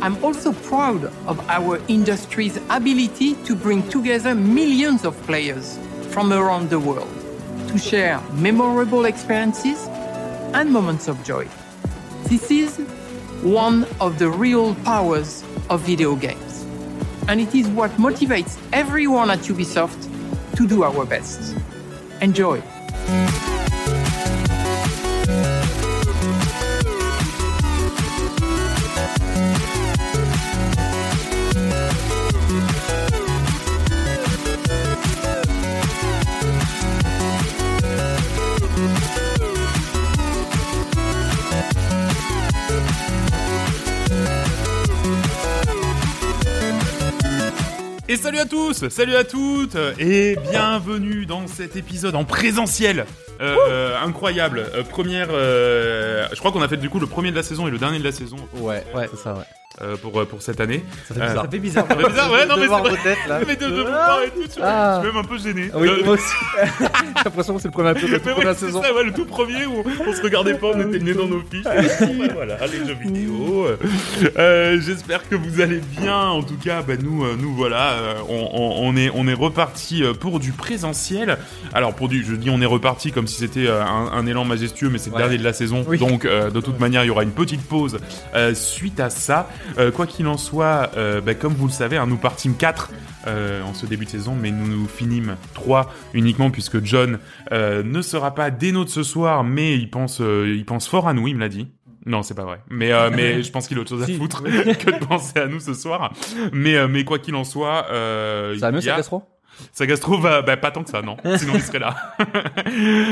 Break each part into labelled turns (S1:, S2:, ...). S1: I'm also proud of our industry's ability to bring together millions of players from around the world to share memorable experiences and moments of joy. This is one of the real powers of video games. And it is what motivates everyone at Ubisoft to do our best. Enjoy!
S2: Et salut à tous, salut à toutes, et bienvenue dans cet épisode en présentiel. Euh, euh, incroyable, Euh, première. euh, je crois qu'on a fait du coup le premier de la saison et le dernier de la saison
S3: Ouais, ouais, c'est ça, ouais.
S2: euh, pour euh, pour cette année.
S3: Ça fait
S2: Euh,
S3: bizarre.
S2: ça
S3: fait bizarre.
S2: Ça fait bizarre, ouais, non, mais c'est
S3: voir vos
S2: vrai.
S3: têtes, là.
S2: Mais de, de vous parler tout, tu vois,
S3: Ah.
S2: je suis même un peu gêné.
S3: Ah oui,
S2: Euh,
S3: moi aussi. J'ai l'impression que c'est le premier épisode de
S2: mais
S3: toute
S2: ouais,
S3: la
S2: c'est
S3: saison. Ah,
S2: ça, ouais, le tout premier où on se regardait pas, on était nés dans nos fiches. Ouais, voilà, les jeux vidéo. euh, euh, J'espère que vous allez bien. En tout cas, bah, nous, euh, nous voilà, euh, on, on- on est, on est reparti euh, pour du présentiel. Alors pour du, je dis on est reparti comme si c'était euh, un, un élan majestueux, mais c'est le
S3: Ouais.
S2: dernier de la saison.
S3: Oui.
S2: Donc euh, de toute manière, il y aura une petite pause euh, suite à ça. Euh, quoi qu'il en soit, euh, bah, comme vous le savez, hein, nous partîmes 4 en ce début de saison, mais nous nous finîmes 3 uniquement puisque John euh, ne sera pas des nôtres ce soir, mais il pense, euh, il pense fort à nous, il me l'a dit. Non, c'est pas vrai. Mais, euh, mais je pense qu'il a autre chose à
S3: Si.
S2: foutre que de penser à nous ce soir. Mais, euh, mais quoi qu'il en soit, euh,
S3: Ça va mieux,
S2: il y a-
S3: ça gastro
S2: sa gastro va bah, pas tant que ça, non. Sinon, il serait là.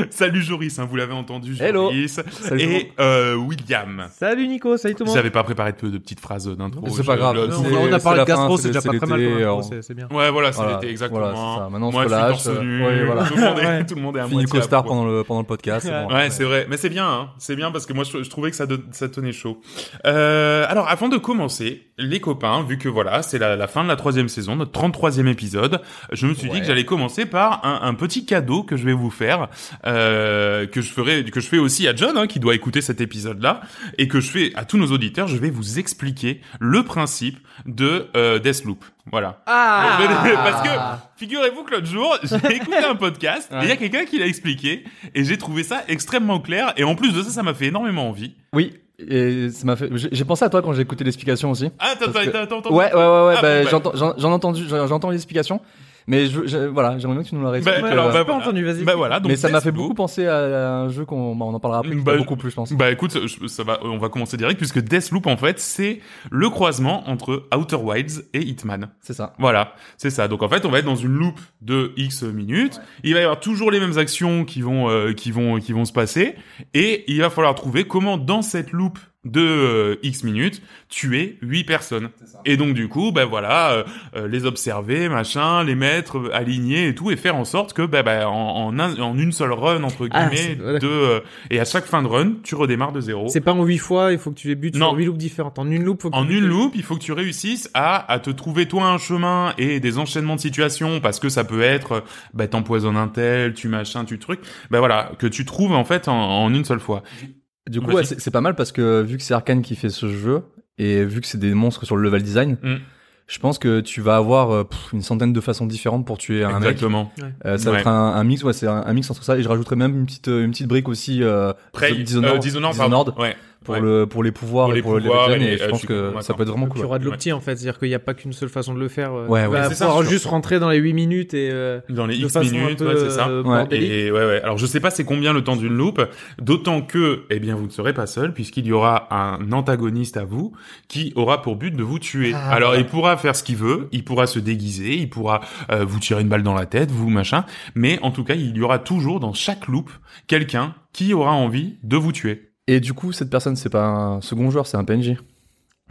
S2: Salut Joris, hein, vous l'avez entendu,
S3: Hello.
S2: Joris.
S3: Salut,
S2: Et euh, William.
S4: Salut Nico, salut tout le monde.
S2: J'avais pas préparé de, de petites phrases d'intro.
S3: C'est
S2: Je-
S3: pas grave.
S2: le-
S4: Non,
S3: C'est-
S4: on a
S3: c'est
S4: parlé
S3: la
S4: de gastro,
S3: fin,
S4: c'est déjà
S3: c'est
S4: pas
S3: l'été,
S4: très mal. comme
S3: euh,
S4: info,
S3: on-
S4: c'est- C'est bien.
S2: Ouais, voilà, c'est
S3: Voilà,
S2: l'été,
S3: voilà,
S2: exactement.
S3: c'est ça. Maintenant, on
S2: Moi,
S3: se
S2: je suis
S3: relâche,
S2: torse nu,
S3: euh, ouais, voilà.
S2: tout, le monde est,
S4: Ouais.
S2: tout le monde est à
S3: Fini le
S2: moitié à
S3: costard
S2: poil.
S3: pendant le, pendant le podcast. c'est bon.
S2: Ouais, c'est vrai. Mais c'est bien, hein. C'est bien parce que moi, je, je trouvais que ça, don- ça tenait chaud. Euh, alors, avant de commencer, les copains, vu que voilà, c'est la, la fin de la troisième saison, notre 33e épisode, je me suis dit
S3: Ouais.
S2: que j'allais commencer par un, un petit cadeau que je vais vous faire, euh, que je ferai, que je fais aussi à John, hein, qui doit écouter cet épisode-là, et que je fais à tous nos auditeurs. Je vais vous expliquer le principe de euh, Deathloop. Voilà.
S4: Ah
S2: Parce que figurez-vous que l'autre jour, j'ai écouté un podcast et il y a quelqu'un qui l'a expliqué et j'ai trouvé ça extrêmement clair et en plus de ça, ça m'a fait énormément envie.
S3: Oui, et ça m'a fait. J'ai j'ai pensé à toi quand j'ai écouté l'explication aussi.
S2: Ah, attends,
S3: Parce que-
S2: attends, attends, attends.
S3: Ouais, ouais, ouais, ouais.
S2: Ah,
S3: bah,
S2: bon, bah.
S3: j'entends- j'en- J'en entendu, j'en- j'entends l'explication. Mais je, je- voilà, j'aimerais bien que tu nous la
S2: Bah,
S3: réexpliques.
S2: alors,
S3: euh,
S2: bah,
S4: J'ai pas
S2: voilà.
S4: entendu, vas-y.
S2: Bah voilà, donc
S3: mais ça m'a fait
S2: Deathloop.
S3: beaucoup penser à un jeu qu'on bah, on en parlera après, qui
S2: Bah,
S3: m'a beaucoup plus, je pense.
S2: Bah écoute, je- ça va, on va commencer direct puisque Deathloop en fait c'est le croisement entre Outer Wilds et Hitman.
S3: C'est ça.
S2: Voilà, c'est ça. Donc en fait, on va être dans une loupe de X minutes. Il va y avoir toujours les mêmes actions qui vont euh, qui vont qui vont se passer et il va falloir trouver comment dans cette loupe de euh, X minutes tuer huit personnes. Et donc du coup, ben voilà, euh, euh, les observer, machin, les mettre euh, alignés et tout et faire en sorte que ben, ben, en, en, un- en une seule run entre
S4: Ah,
S2: guillemets
S4: c'est- voilà.
S2: de euh, et à chaque fin de run, tu redémarres de zéro.
S4: C'est pas en 8 fois, il faut que tu les butes
S2: Non.
S4: sur 8 loops différentes. En une loop, faut que
S2: En
S4: tu-
S2: une loupe, il faut que tu réussisses à, à te trouver toi un chemin et des enchaînements de situations parce que ça peut être euh, bah t'empoisonnes un tel, tu machin, tu truc. Bah voilà, que tu trouves en fait en, en une seule fois.
S3: Du coup,
S2: Vas-y.
S3: ouais, c'est c'est pas mal parce que vu que c'est Arkane qui fait ce jeu et vu que c'est des monstres sur le level design,
S2: Mm.
S3: je pense que tu vas avoir euh, pff, une centaine de façons différentes pour tuer un mec.
S2: Exactement.
S3: Euh, ça va
S2: Ouais.
S3: être un, un mix, ouais, c'est un, un mix entre ça et je rajouterais même une petite euh, une petite brique aussi euh,
S2: Prey,
S3: Dishonored,
S2: euh, Dishonored,
S3: Dishonored,
S2: pardon. Ouais.
S3: pour
S2: Ouais.
S3: le pour les pouvoirs
S2: Pour les
S3: et pour
S2: pouvoirs
S3: le level
S2: et
S3: design et,
S2: les-
S3: je
S2: euh,
S3: pense
S2: je suis
S3: que ça
S2: d'accord.
S3: peut être vraiment
S4: Tu
S3: cool.
S4: auras de
S2: Ouais.
S4: l'opti en fait, c'est-à-dire qu'il n'y a pas qu'une seule façon de le faire. euh,
S3: Ouais,
S4: tu
S3: ouais.
S4: vas
S2: C'est ça,
S4: pouvoir
S2: sûr.
S4: juste rentrer dans les 8 minutes et euh,
S2: Dans les
S4: de
S2: X
S4: façon
S2: minutes,
S4: un peu
S2: ouais, c'est ça.
S4: euh,
S3: Ouais.
S4: bordélique.
S2: Et ouais, ouais. Alors je sais pas c'est combien le temps d'une loupe, d'autant que, eh bien, vous ne serez pas seul puisqu'il y aura un antagoniste à vous qui aura pour but de vous tuer.
S4: Ah.
S2: Alors il pourra faire ce qu'il veut, il pourra se déguiser, il pourra euh, vous tirer une balle dans la tête, vous machin, mais en tout cas il y aura toujours dans chaque loupe quelqu'un qui aura envie de vous tuer.
S3: Et du coup, cette personne, c'est pas un second joueur, c'est un PNJ.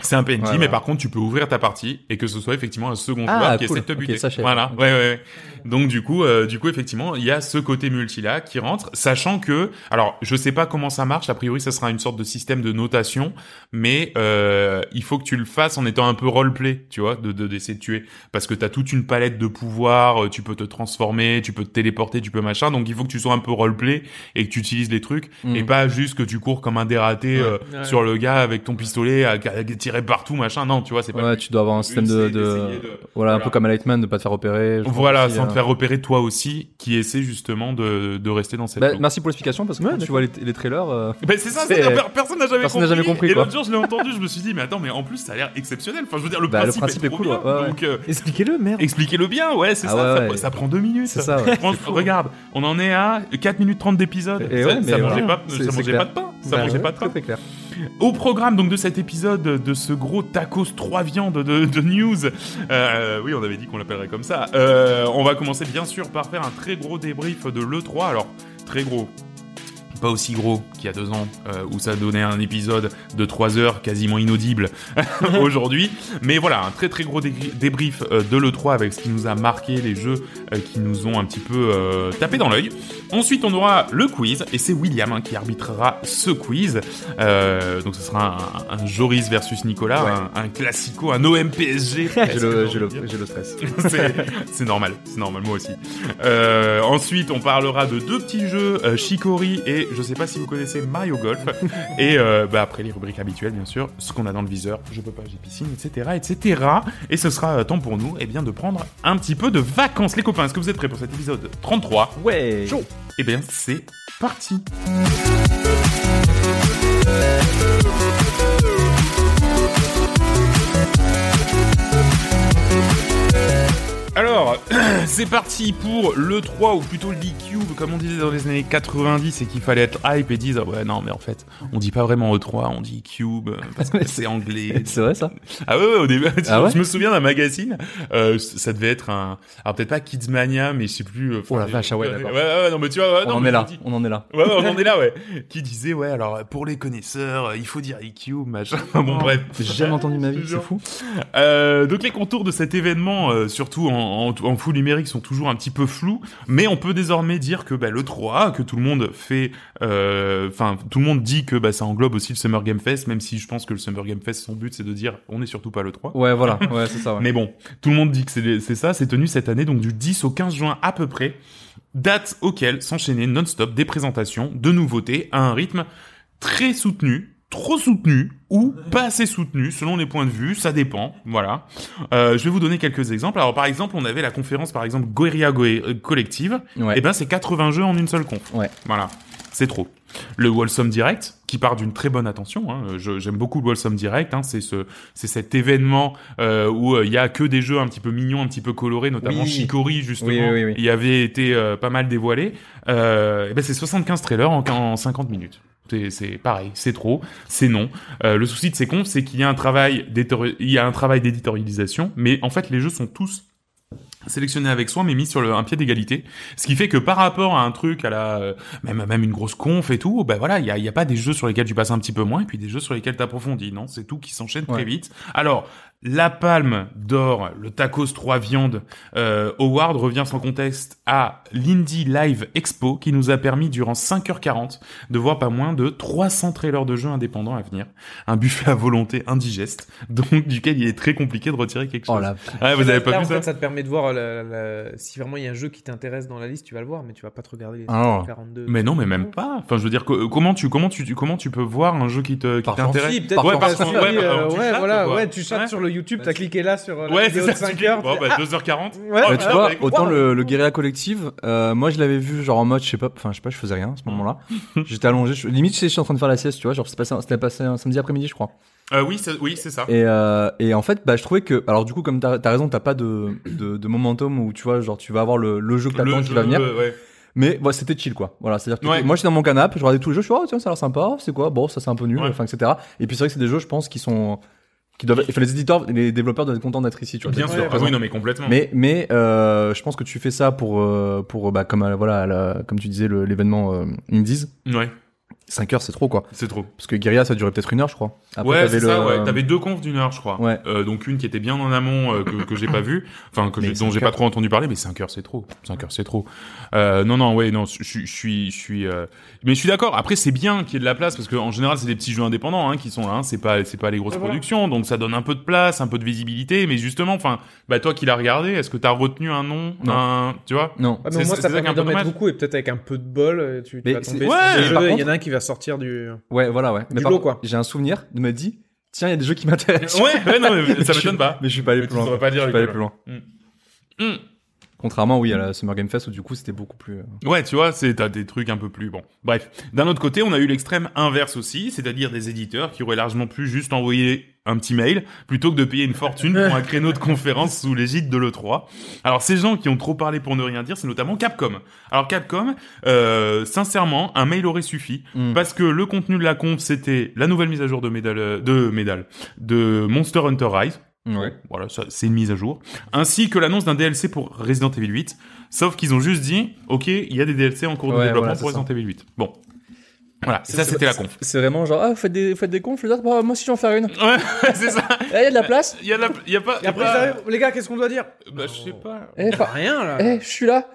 S2: C'est un PNJ,
S3: Ouais,
S2: mais
S3: ouais.
S2: par contre, tu peux ouvrir ta partie et que ce soit effectivement un second
S3: Ah,
S2: joueur qui
S3: cool.
S2: essaie de te
S3: Ok,
S2: buter.
S3: ça, je savais
S2: voilà.
S3: pas.
S2: Ouais, ouais, ouais. Donc du coup, euh, du coup, effectivement, il y a ce côté multi là qui rentre, sachant que, alors, je sais pas comment ça marche. A priori, ça sera une sorte de système de notation, mais euh, il faut que tu le fasses en étant un peu roleplay, tu vois, de de- d'essayer de tuer, parce que t'as toute une palette de pouvoirs. euh, Tu peux te transformer, tu peux te téléporter, tu peux machin. Donc il faut que tu sois un peu roleplay et que tu utilises les trucs
S3: Mm.
S2: et pas juste que tu cours comme un dératé euh,
S4: Ouais.
S2: sur le gars avec ton pistolet à, à tirer partout, machin. Non, tu vois, c'est pas. le
S3: Ouais,
S2: but.
S3: tu dois avoir un
S2: Le
S3: système
S2: but,
S3: de,
S2: c'est
S3: de-
S2: d'essayer de-
S3: Voilà, un
S2: voilà.
S3: peu comme à Lightman, de pas te faire opérer. je pense
S2: Voilà,
S3: aussi,
S2: sans
S3: euh.
S2: te faire repérer toi aussi, qui essaie justement de, de rester dans cette.
S3: Bah,
S2: loop.
S3: merci pour l'explication parce que
S4: Ouais,
S3: quand tu vois les, les trailers. euh,
S2: Bah, c'est ça,
S3: C'est-
S2: c'est- per- personne n'a jamais
S3: personne n'a
S2: compris.
S3: jamais compris,
S2: Et
S3: quoi.
S2: l'autre jour, je l'ai entendu, je me suis dit, mais attends, mais en plus, ça a l'air exceptionnel. Enfin, je veux dire, le,
S3: Bah, le
S2: principe,
S3: principe
S2: est,
S3: est
S2: trop
S3: cool,
S2: bien.
S3: ouais, ouais.
S2: Donc, euh,
S4: Expliquez-le, merde.
S2: expliquez-le bien, ouais, c'est
S3: Ah
S2: ça,
S3: ouais,
S2: ça.
S3: ouais.
S2: ça prend deux minutes.
S3: C'est ça, ouais.
S2: Franchement, regarde, on en est à 4 minutes 30 d'épisode.
S3: Et
S2: Ça,
S3: ouais,
S2: ça
S3: mais
S2: mangeait,
S3: voilà.
S2: pas,
S3: C'est-
S2: ça
S3: c'est
S2: mangeait
S3: clair.
S2: pas de pain. Ça
S4: Bah
S2: mangeait
S4: ouais,
S2: pas de pain.
S3: Très clair.
S2: Au programme donc de cet épisode de ce gros tacos 3 viandes de, de news, euh, oui on avait dit qu'on l'appellerait comme ça, Euh, on va commencer bien sûr par faire un très gros débrief de l'E3, alors très gros, pas aussi gros qu'il y a deux ans euh, où ça donnait un épisode de 3 heures quasiment inaudible aujourd'hui, mais voilà un très très gros dégri- débrief euh, de l'E3 avec ce qui nous a marqué, les jeux euh, qui nous ont un petit peu euh, tapé dans l'œil. Ensuite on aura le quiz et c'est William hein, qui arbitrera ce quiz. Euh, donc ce sera un, un Joris versus Nicolas, un, un classico, un OMPSG.
S3: J'ai le, j'ai le- j'ai le stress.
S2: C'est- c'est normal, c'est normal, moi aussi. Euh, ensuite, on parlera de deux petits jeux, euh, Chicory et je sais pas si vous connaissez Mario Golf. Et euh, bah, après les rubriques habituelles, bien sûr, ce qu'on a dans le viseur, je peux pas, j'ai piscine, etc., etc. Et ce sera euh, temps pour nous, eh bien, de prendre un petit peu de vacances, les copains. Est-ce que vous êtes prêts pour cet épisode 33
S3: Ouais.
S2: Chaud. Eh bien, c'est parti. Alors, c'est parti pour le 3 ou plutôt l'E-Cube comme on disait dans les années 90 et qu'il fallait être hype et dire ouais non mais en fait on dit pas vraiment E3 on dit Cube euh, parce que c'est anglais
S3: C'est vrai ça
S2: ah ouais, ouais, au début,
S3: Ah ouais
S2: je me souviens d'un magazine, euh, ça devait être un, alors peut-être pas Kidsmania, mais je sais plus. euh,
S3: Oh la
S2: enfin,
S3: vache, ah ouais,
S2: ouais,
S3: d'accord.
S2: ouais, non mais tu vois, ouais,
S3: On
S2: non,
S3: en
S2: mais
S3: est là.
S2: je dis-
S3: On en est là.
S2: Ouais, ouais, on en est là, ouais. Qui disait, ouais, alors euh, pour les connaisseurs, euh, il faut dire IQ, machin. bon, bref.
S3: J'ai jamais entendu ma vie,
S2: Je
S3: c'est
S2: jure.
S3: fou.
S2: Euh, donc les contours de cet événement, euh, surtout en, en, en full numérique, sont toujours un petit peu flous, mais on peut désormais dire que bah, le 3, que tout le monde fait, euh, enfin tout le monde dit que bah, ça englobe aussi le Summer Game Fest, même si je pense que le Summer Game Fest, son but c'est de dire, on n'est surtout pas le 3.
S3: Ouais, voilà. Ouais, c'est ça. ouais.
S2: Mais bon, tout le monde dit que c'est c'est ça, c'est tenu cette année, donc du 10 au 15 juin à peu près, date auquel s'enchaînaient non-stop des présentations de nouveautés à un rythme très soutenu, trop soutenu ou pas assez soutenu, selon les points de vue, ça dépend, voilà. Euh, je vais vous donner quelques exemples. Alors par exemple, on avait la conférence, par exemple, Guerilla Goe- euh, Collective,
S3: Ouais.
S2: et ben c'est 80 jeux en une seule conf.
S3: Ouais.
S2: Voilà. C'est trop. Le Wholesome Direct, qui part d'une très bonne attention, hein. Euh, je- j'aime beaucoup le Wholesome Direct, hein. c'est ce, c'est cet événement euh, où euh, il y a que des jeux un petit peu mignons, un petit peu colorés, notamment
S3: Oui.
S2: Chicory justement,
S3: Oui, oui, oui.
S2: il avait été euh, pas mal dévoilé. Euh, eh ben c'est 75 trailers en, en 50 minutes. C'est- C'est pareil, c'est trop, c'est non. Euh, le souci de ces confs, c'est qu'il y a un travail d'éditori- il y a un travail d'éditorialisation, mais en fait les jeux sont tous sélectionnés avec soin mais mis sur le, un pied d'égalité ce qui fait que par rapport à un truc à la euh, même même une grosse conf et tout ben voilà il y a, il y a pas des jeux sur lesquels tu passes un petit peu moins et puis des jeux sur lesquels t'approfondis non c'est tout qui s'enchaîne
S3: Ouais.
S2: très vite alors la palme d'or le tacos 3 viandes euh, Howard revient sans contexte à l'Indie Live Expo qui nous a permis durant 5h40 de voir pas moins de 300 trailers de jeux indépendants à venir un buffet à volonté indigeste donc duquel il est très compliqué de retirer quelque chose
S3: Oh la.
S2: Ah, vous avez pas
S4: Là,
S2: vu
S4: en
S2: ça
S4: fait, ça te permet de voir la- la- la- si vraiment il y a un jeu qui t'intéresse dans la liste, tu vas le voir, mais tu vas pas te regarder les
S3: Ah non.
S4: 42.
S2: Mais non, mais même pas. Enfin, je veux dire, co- comment tu, comment tu, tu- comment tu peux voir un jeu qui te, qui
S3: Par
S2: t'intéresse
S4: Si, peut-être
S2: Ouais,
S4: que
S2: par
S4: t'as
S2: contre,
S4: suivi,
S2: ouais,
S4: euh,
S2: par contre,
S4: ouais,
S2: tu chattes,
S4: voilà,
S2: quoi.
S4: ouais, tu chattes
S2: Ouais.
S4: sur le YouTube, t'as cliqué là sur euh, la
S2: Ouais, c'est
S4: vidéo de
S2: ça.
S4: 5
S2: tu-
S4: heures.
S2: Bon, bah, 2h40.
S4: Ouais,
S3: Ouais, tu
S2: Ah,
S3: vois,
S2: bah, écoute,
S3: autant le, le guérilla collective, euh, moi je l'avais vu genre en mode, je sais pas, enfin je sais pas, je faisais rien
S2: Mm.
S3: à ce moment-là. J'étais allongé, je- limite je sais, je suis en train de faire la sieste, tu vois, genre c'était passé, un- c'était passé un samedi après-midi, je crois.
S2: euh, oui, c'est, oui, c'est ça.
S3: Et, euh, et en fait, bah, je trouvais que, alors du coup, comme t'as as raison, t'as pas de, de, de momentum où tu vois, genre tu vas avoir le, le jeu que t'attends qui
S2: jeu,
S3: va venir.
S2: euh, ouais.
S3: Mais voilà, c'était chill quoi. Voilà, c'est-à-dire que
S2: Ouais.
S3: moi j'étais dans mon canapé, je regardais tous les jeux, je suis oh tiens ça a l'air sympa, c'est quoi Bon ça c'est un peu nul,
S2: Ouais.
S3: enfin etc. Et puis c'est vrai que c'est des jeux, je pense, qui sont qui doivent, enfin les éditeurs, les développeurs doivent être contents d'être ici, tu vois.
S2: Bien
S3: d'être
S2: sûr. Ah
S3: présents.
S2: oui, non, mais complètement.
S3: Mais mais euh, je pense que tu fais ça pour euh, pour bah comme euh, voilà à la- comme tu disais le- l'événement euh, Indies.
S2: Ouais,
S3: 5 heures c'est trop quoi.
S2: c'est trop.
S3: Parce que Guerilla ça durait peut-être une heure je crois. Après,
S2: ouais,
S3: t'avais
S2: c'est ça,
S3: le-
S2: ouais. T'avais deux confs d'une heure, je crois.
S3: Ouais.
S2: Euh, donc une qui était bien en amont, euh, que, que j'ai pas vu, enfin, que
S3: Mais
S2: j'ai- dont
S3: cinq
S2: j'ai pas
S3: heures.
S2: trop entendu parler, mais 5 heures, c'est trop. 5 heures, c'est trop. Euh, non, non, ouais, non, je suis, je suis, je suis, euh, mais je suis d'accord. Après, c'est bien qu'il y ait de la place, parce que en général, c'est des petits jeux indépendants, hein, qui sont là, hein. C'est pas, c'est pas les grosses
S4: Ouais, voilà.
S2: productions, donc ça donne un peu de place, un peu de visibilité, mais justement, enfin, bah, toi qui l'as regardé, est-ce que t'as retenu un nom,
S3: Non.
S2: un, tu vois?
S3: euh, Non.
S4: Ouais,
S2: C'est-
S4: mais moi,
S2: c'est
S4: ça
S2: ça qui est
S4: permet
S2: un peu
S4: d'en mettre
S2: dommage.
S4: beaucoup et peut-être avec un peu de bol, euh, tu, tu
S3: Mais
S4: vas
S3: c'est-
S4: tomber
S2: Ouais,
S4: sur des
S2: mais
S4: jeux,
S3: par
S4: Il y en
S3: contre-
S4: a un qui va sortir du.
S3: Ouais voilà ouais.
S4: Du
S3: par
S4: lot,
S3: contre,
S4: quoi.
S3: J'ai un souvenir de me dit tiens, il y a des jeux qui m'intéressent.
S2: Ouais, ouais, non, mais ça
S3: Je suis-
S2: m'étonne pas.
S3: Mais je suis pas allé
S2: Mais tu
S3: plus loin.
S2: saurais pas
S3: je
S2: dire
S3: suis pas allé
S2: lequel.
S3: plus loin.
S2: Hmm.
S3: Mm. Contrairement, oui, à la Summer Game Fest où du coup c'était beaucoup plus. euh,
S2: Ouais, tu vois, c'est t'as des trucs un peu plus bon. Bref, d'un autre côté, on a eu l'extrême inverse aussi, c'est-à-dire des éditeurs qui auraient largement pu juste envoyer un petit mail plutôt que de payer une fortune pour un créneau de conférence sous l'égide de l'E3. Alors ces gens qui ont trop parlé pour ne rien dire, c'est notamment Capcom. Alors Capcom, euh, sincèrement, un mail aurait suffi
S3: Mm.
S2: parce que le contenu de la conf c'était la nouvelle mise à jour de Medal euh, de Medal de Monster Hunter Rise.
S3: Ouais.
S2: Voilà, ça, c'est une mise à jour. Ainsi que l'annonce d'un DLC pour Resident Evil 8. Sauf qu'ils ont juste dit, ok, il y a des DLC en cours de
S3: Ouais,
S2: développement
S3: voilà, c'est
S2: pour
S3: ça.
S2: Resident Evil 8. Bon. Voilà, et
S3: C'est-
S2: ça
S3: c'est-
S2: c'était la conf.
S3: C'est vraiment genre, ah, vous faites des, vous faites des confs, les autres, bah, moi aussi j'en faire une.
S2: Ouais, c'est ça.
S3: Eh, y a de la place.
S2: Il y a, de la- il y a pas. il y
S4: Et
S2: a
S4: après,
S2: pas-
S4: ça arrive, les gars, qu'est-ce qu'on doit dire
S2: Bah, je sais pas.
S3: Eh, par-
S4: Rien là.
S3: eh, je suis là.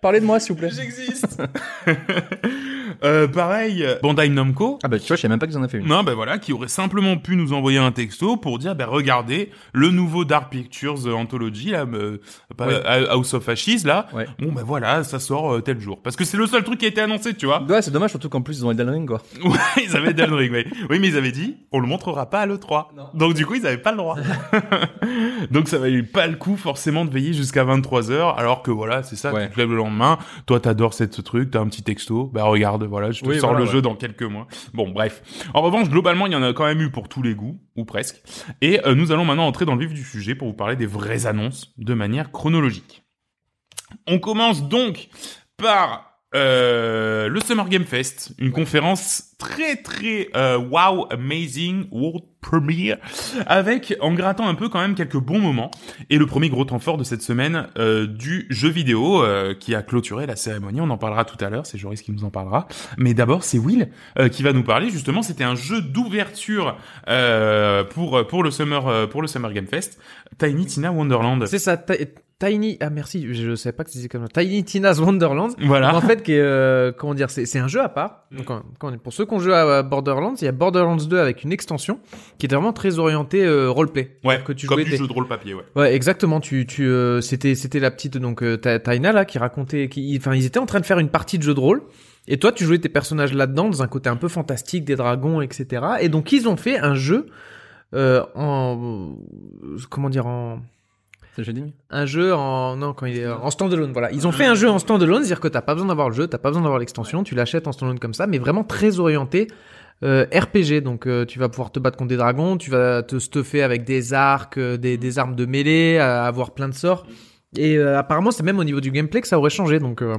S3: Parlez de moi, s'il vous plaît.
S2: J'existe. euh, pareil, Bandai Namco.
S3: Ah, bah, tu vois, je savais même pas qu'ils en avaient fait une.
S2: Non, ben voilà, qui aurait simplement pu nous envoyer un texto pour dire, ben regardez, le nouveau Dark Pictures euh, Anthology, là, euh, pas-
S3: Ouais.
S2: euh, House of Ashes, là,
S3: Ouais.
S2: bon ben voilà, ça sort euh, tel jour. Parce que c'est le seul truc qui a été annoncé, tu vois.
S3: Ouais, c'est dommage, surtout qu'en plus ils ont Elden Ring, quoi.
S2: Ouais, ils avaient Elden Ring, ouais. Oui, mais ils avaient dit, on le montrera pas à l'E3. Donc du coup, ils avaient pas le droit. Donc ça valait pas le coup, forcément, de veiller jusqu'à 23h, alors que voilà, c'est ça,
S3: Ouais.
S2: tu te lèves le lendemain, toi t'adores cette, ce truc, t'as un petit texto, bah regarde, voilà, je te
S3: Oui,
S2: sors
S3: voilà,
S2: le
S3: ouais.
S2: jeu dans quelques mois. Bon, bref. En revanche, globalement, il y en a quand même eu pour tous les goûts, ou presque. Et euh, nous allons maintenant entrer dans le vif du sujet pour vous parler des vraies annonces de manière chronologique. On commence donc par euh, le Summer Game Fest, une conférence très très euh, wow, amazing, world premiere, avec en grattant un peu quand même quelques bons moments. Et le premier gros temps fort de cette semaine euh, du jeu vidéo euh, qui a clôturé la cérémonie, on en parlera tout à l'heure, c'est Joris qui nous en parlera. Mais d'abord c'est Will euh, qui va nous parler justement, c'était un jeu d'ouverture euh, pour, pour, le summer, euh, pour le Summer Game Fest, Tiny Tina Wonderland.
S4: C'est ça, Ti- Tiny. Ah merci, je, je savais pas que c'était comme ça. Tiny Tina's Wonderland.
S2: Voilà.
S4: En fait, qui est, euh, comment dire, c'est c'est un jeu à part. Donc, quand- quand- pour ceux qui ont joué à Borderlands, il y a Borderlands 2 avec une extension qui était vraiment très orientée euh, roleplay.
S2: Ouais,
S4: que tu
S2: comme
S4: jouais
S2: du
S4: des-
S2: jeu de rôle papier, ouais.
S4: Ouais, exactement. Tu, tu, euh, c'était, c'était la petite donc euh, Ta- Taina là qui racontait, qui, enfin, ils étaient en train de faire une partie de jeu de rôle. Et toi, tu jouais tes personnages là-dedans dans un côté un peu fantastique, des dragons, etc. Et donc ils ont fait un jeu euh, en, euh, comment dire en
S3: C'est le shading
S4: un jeu en non quand il est en standalone voilà ils ont fait un jeu en standalone c'est-à-dire que t'as pas besoin d'avoir le jeu t'as pas besoin d'avoir l'extension tu l'achètes en standalone comme ça mais vraiment très orienté euh, RPG donc euh, tu vas pouvoir te battre contre des dragons tu vas te stuffer avec des arcs euh, des, des armes de mêlée euh, avoir plein de sorts et euh, apparemment c'est même au niveau du gameplay que ça aurait changé donc euh,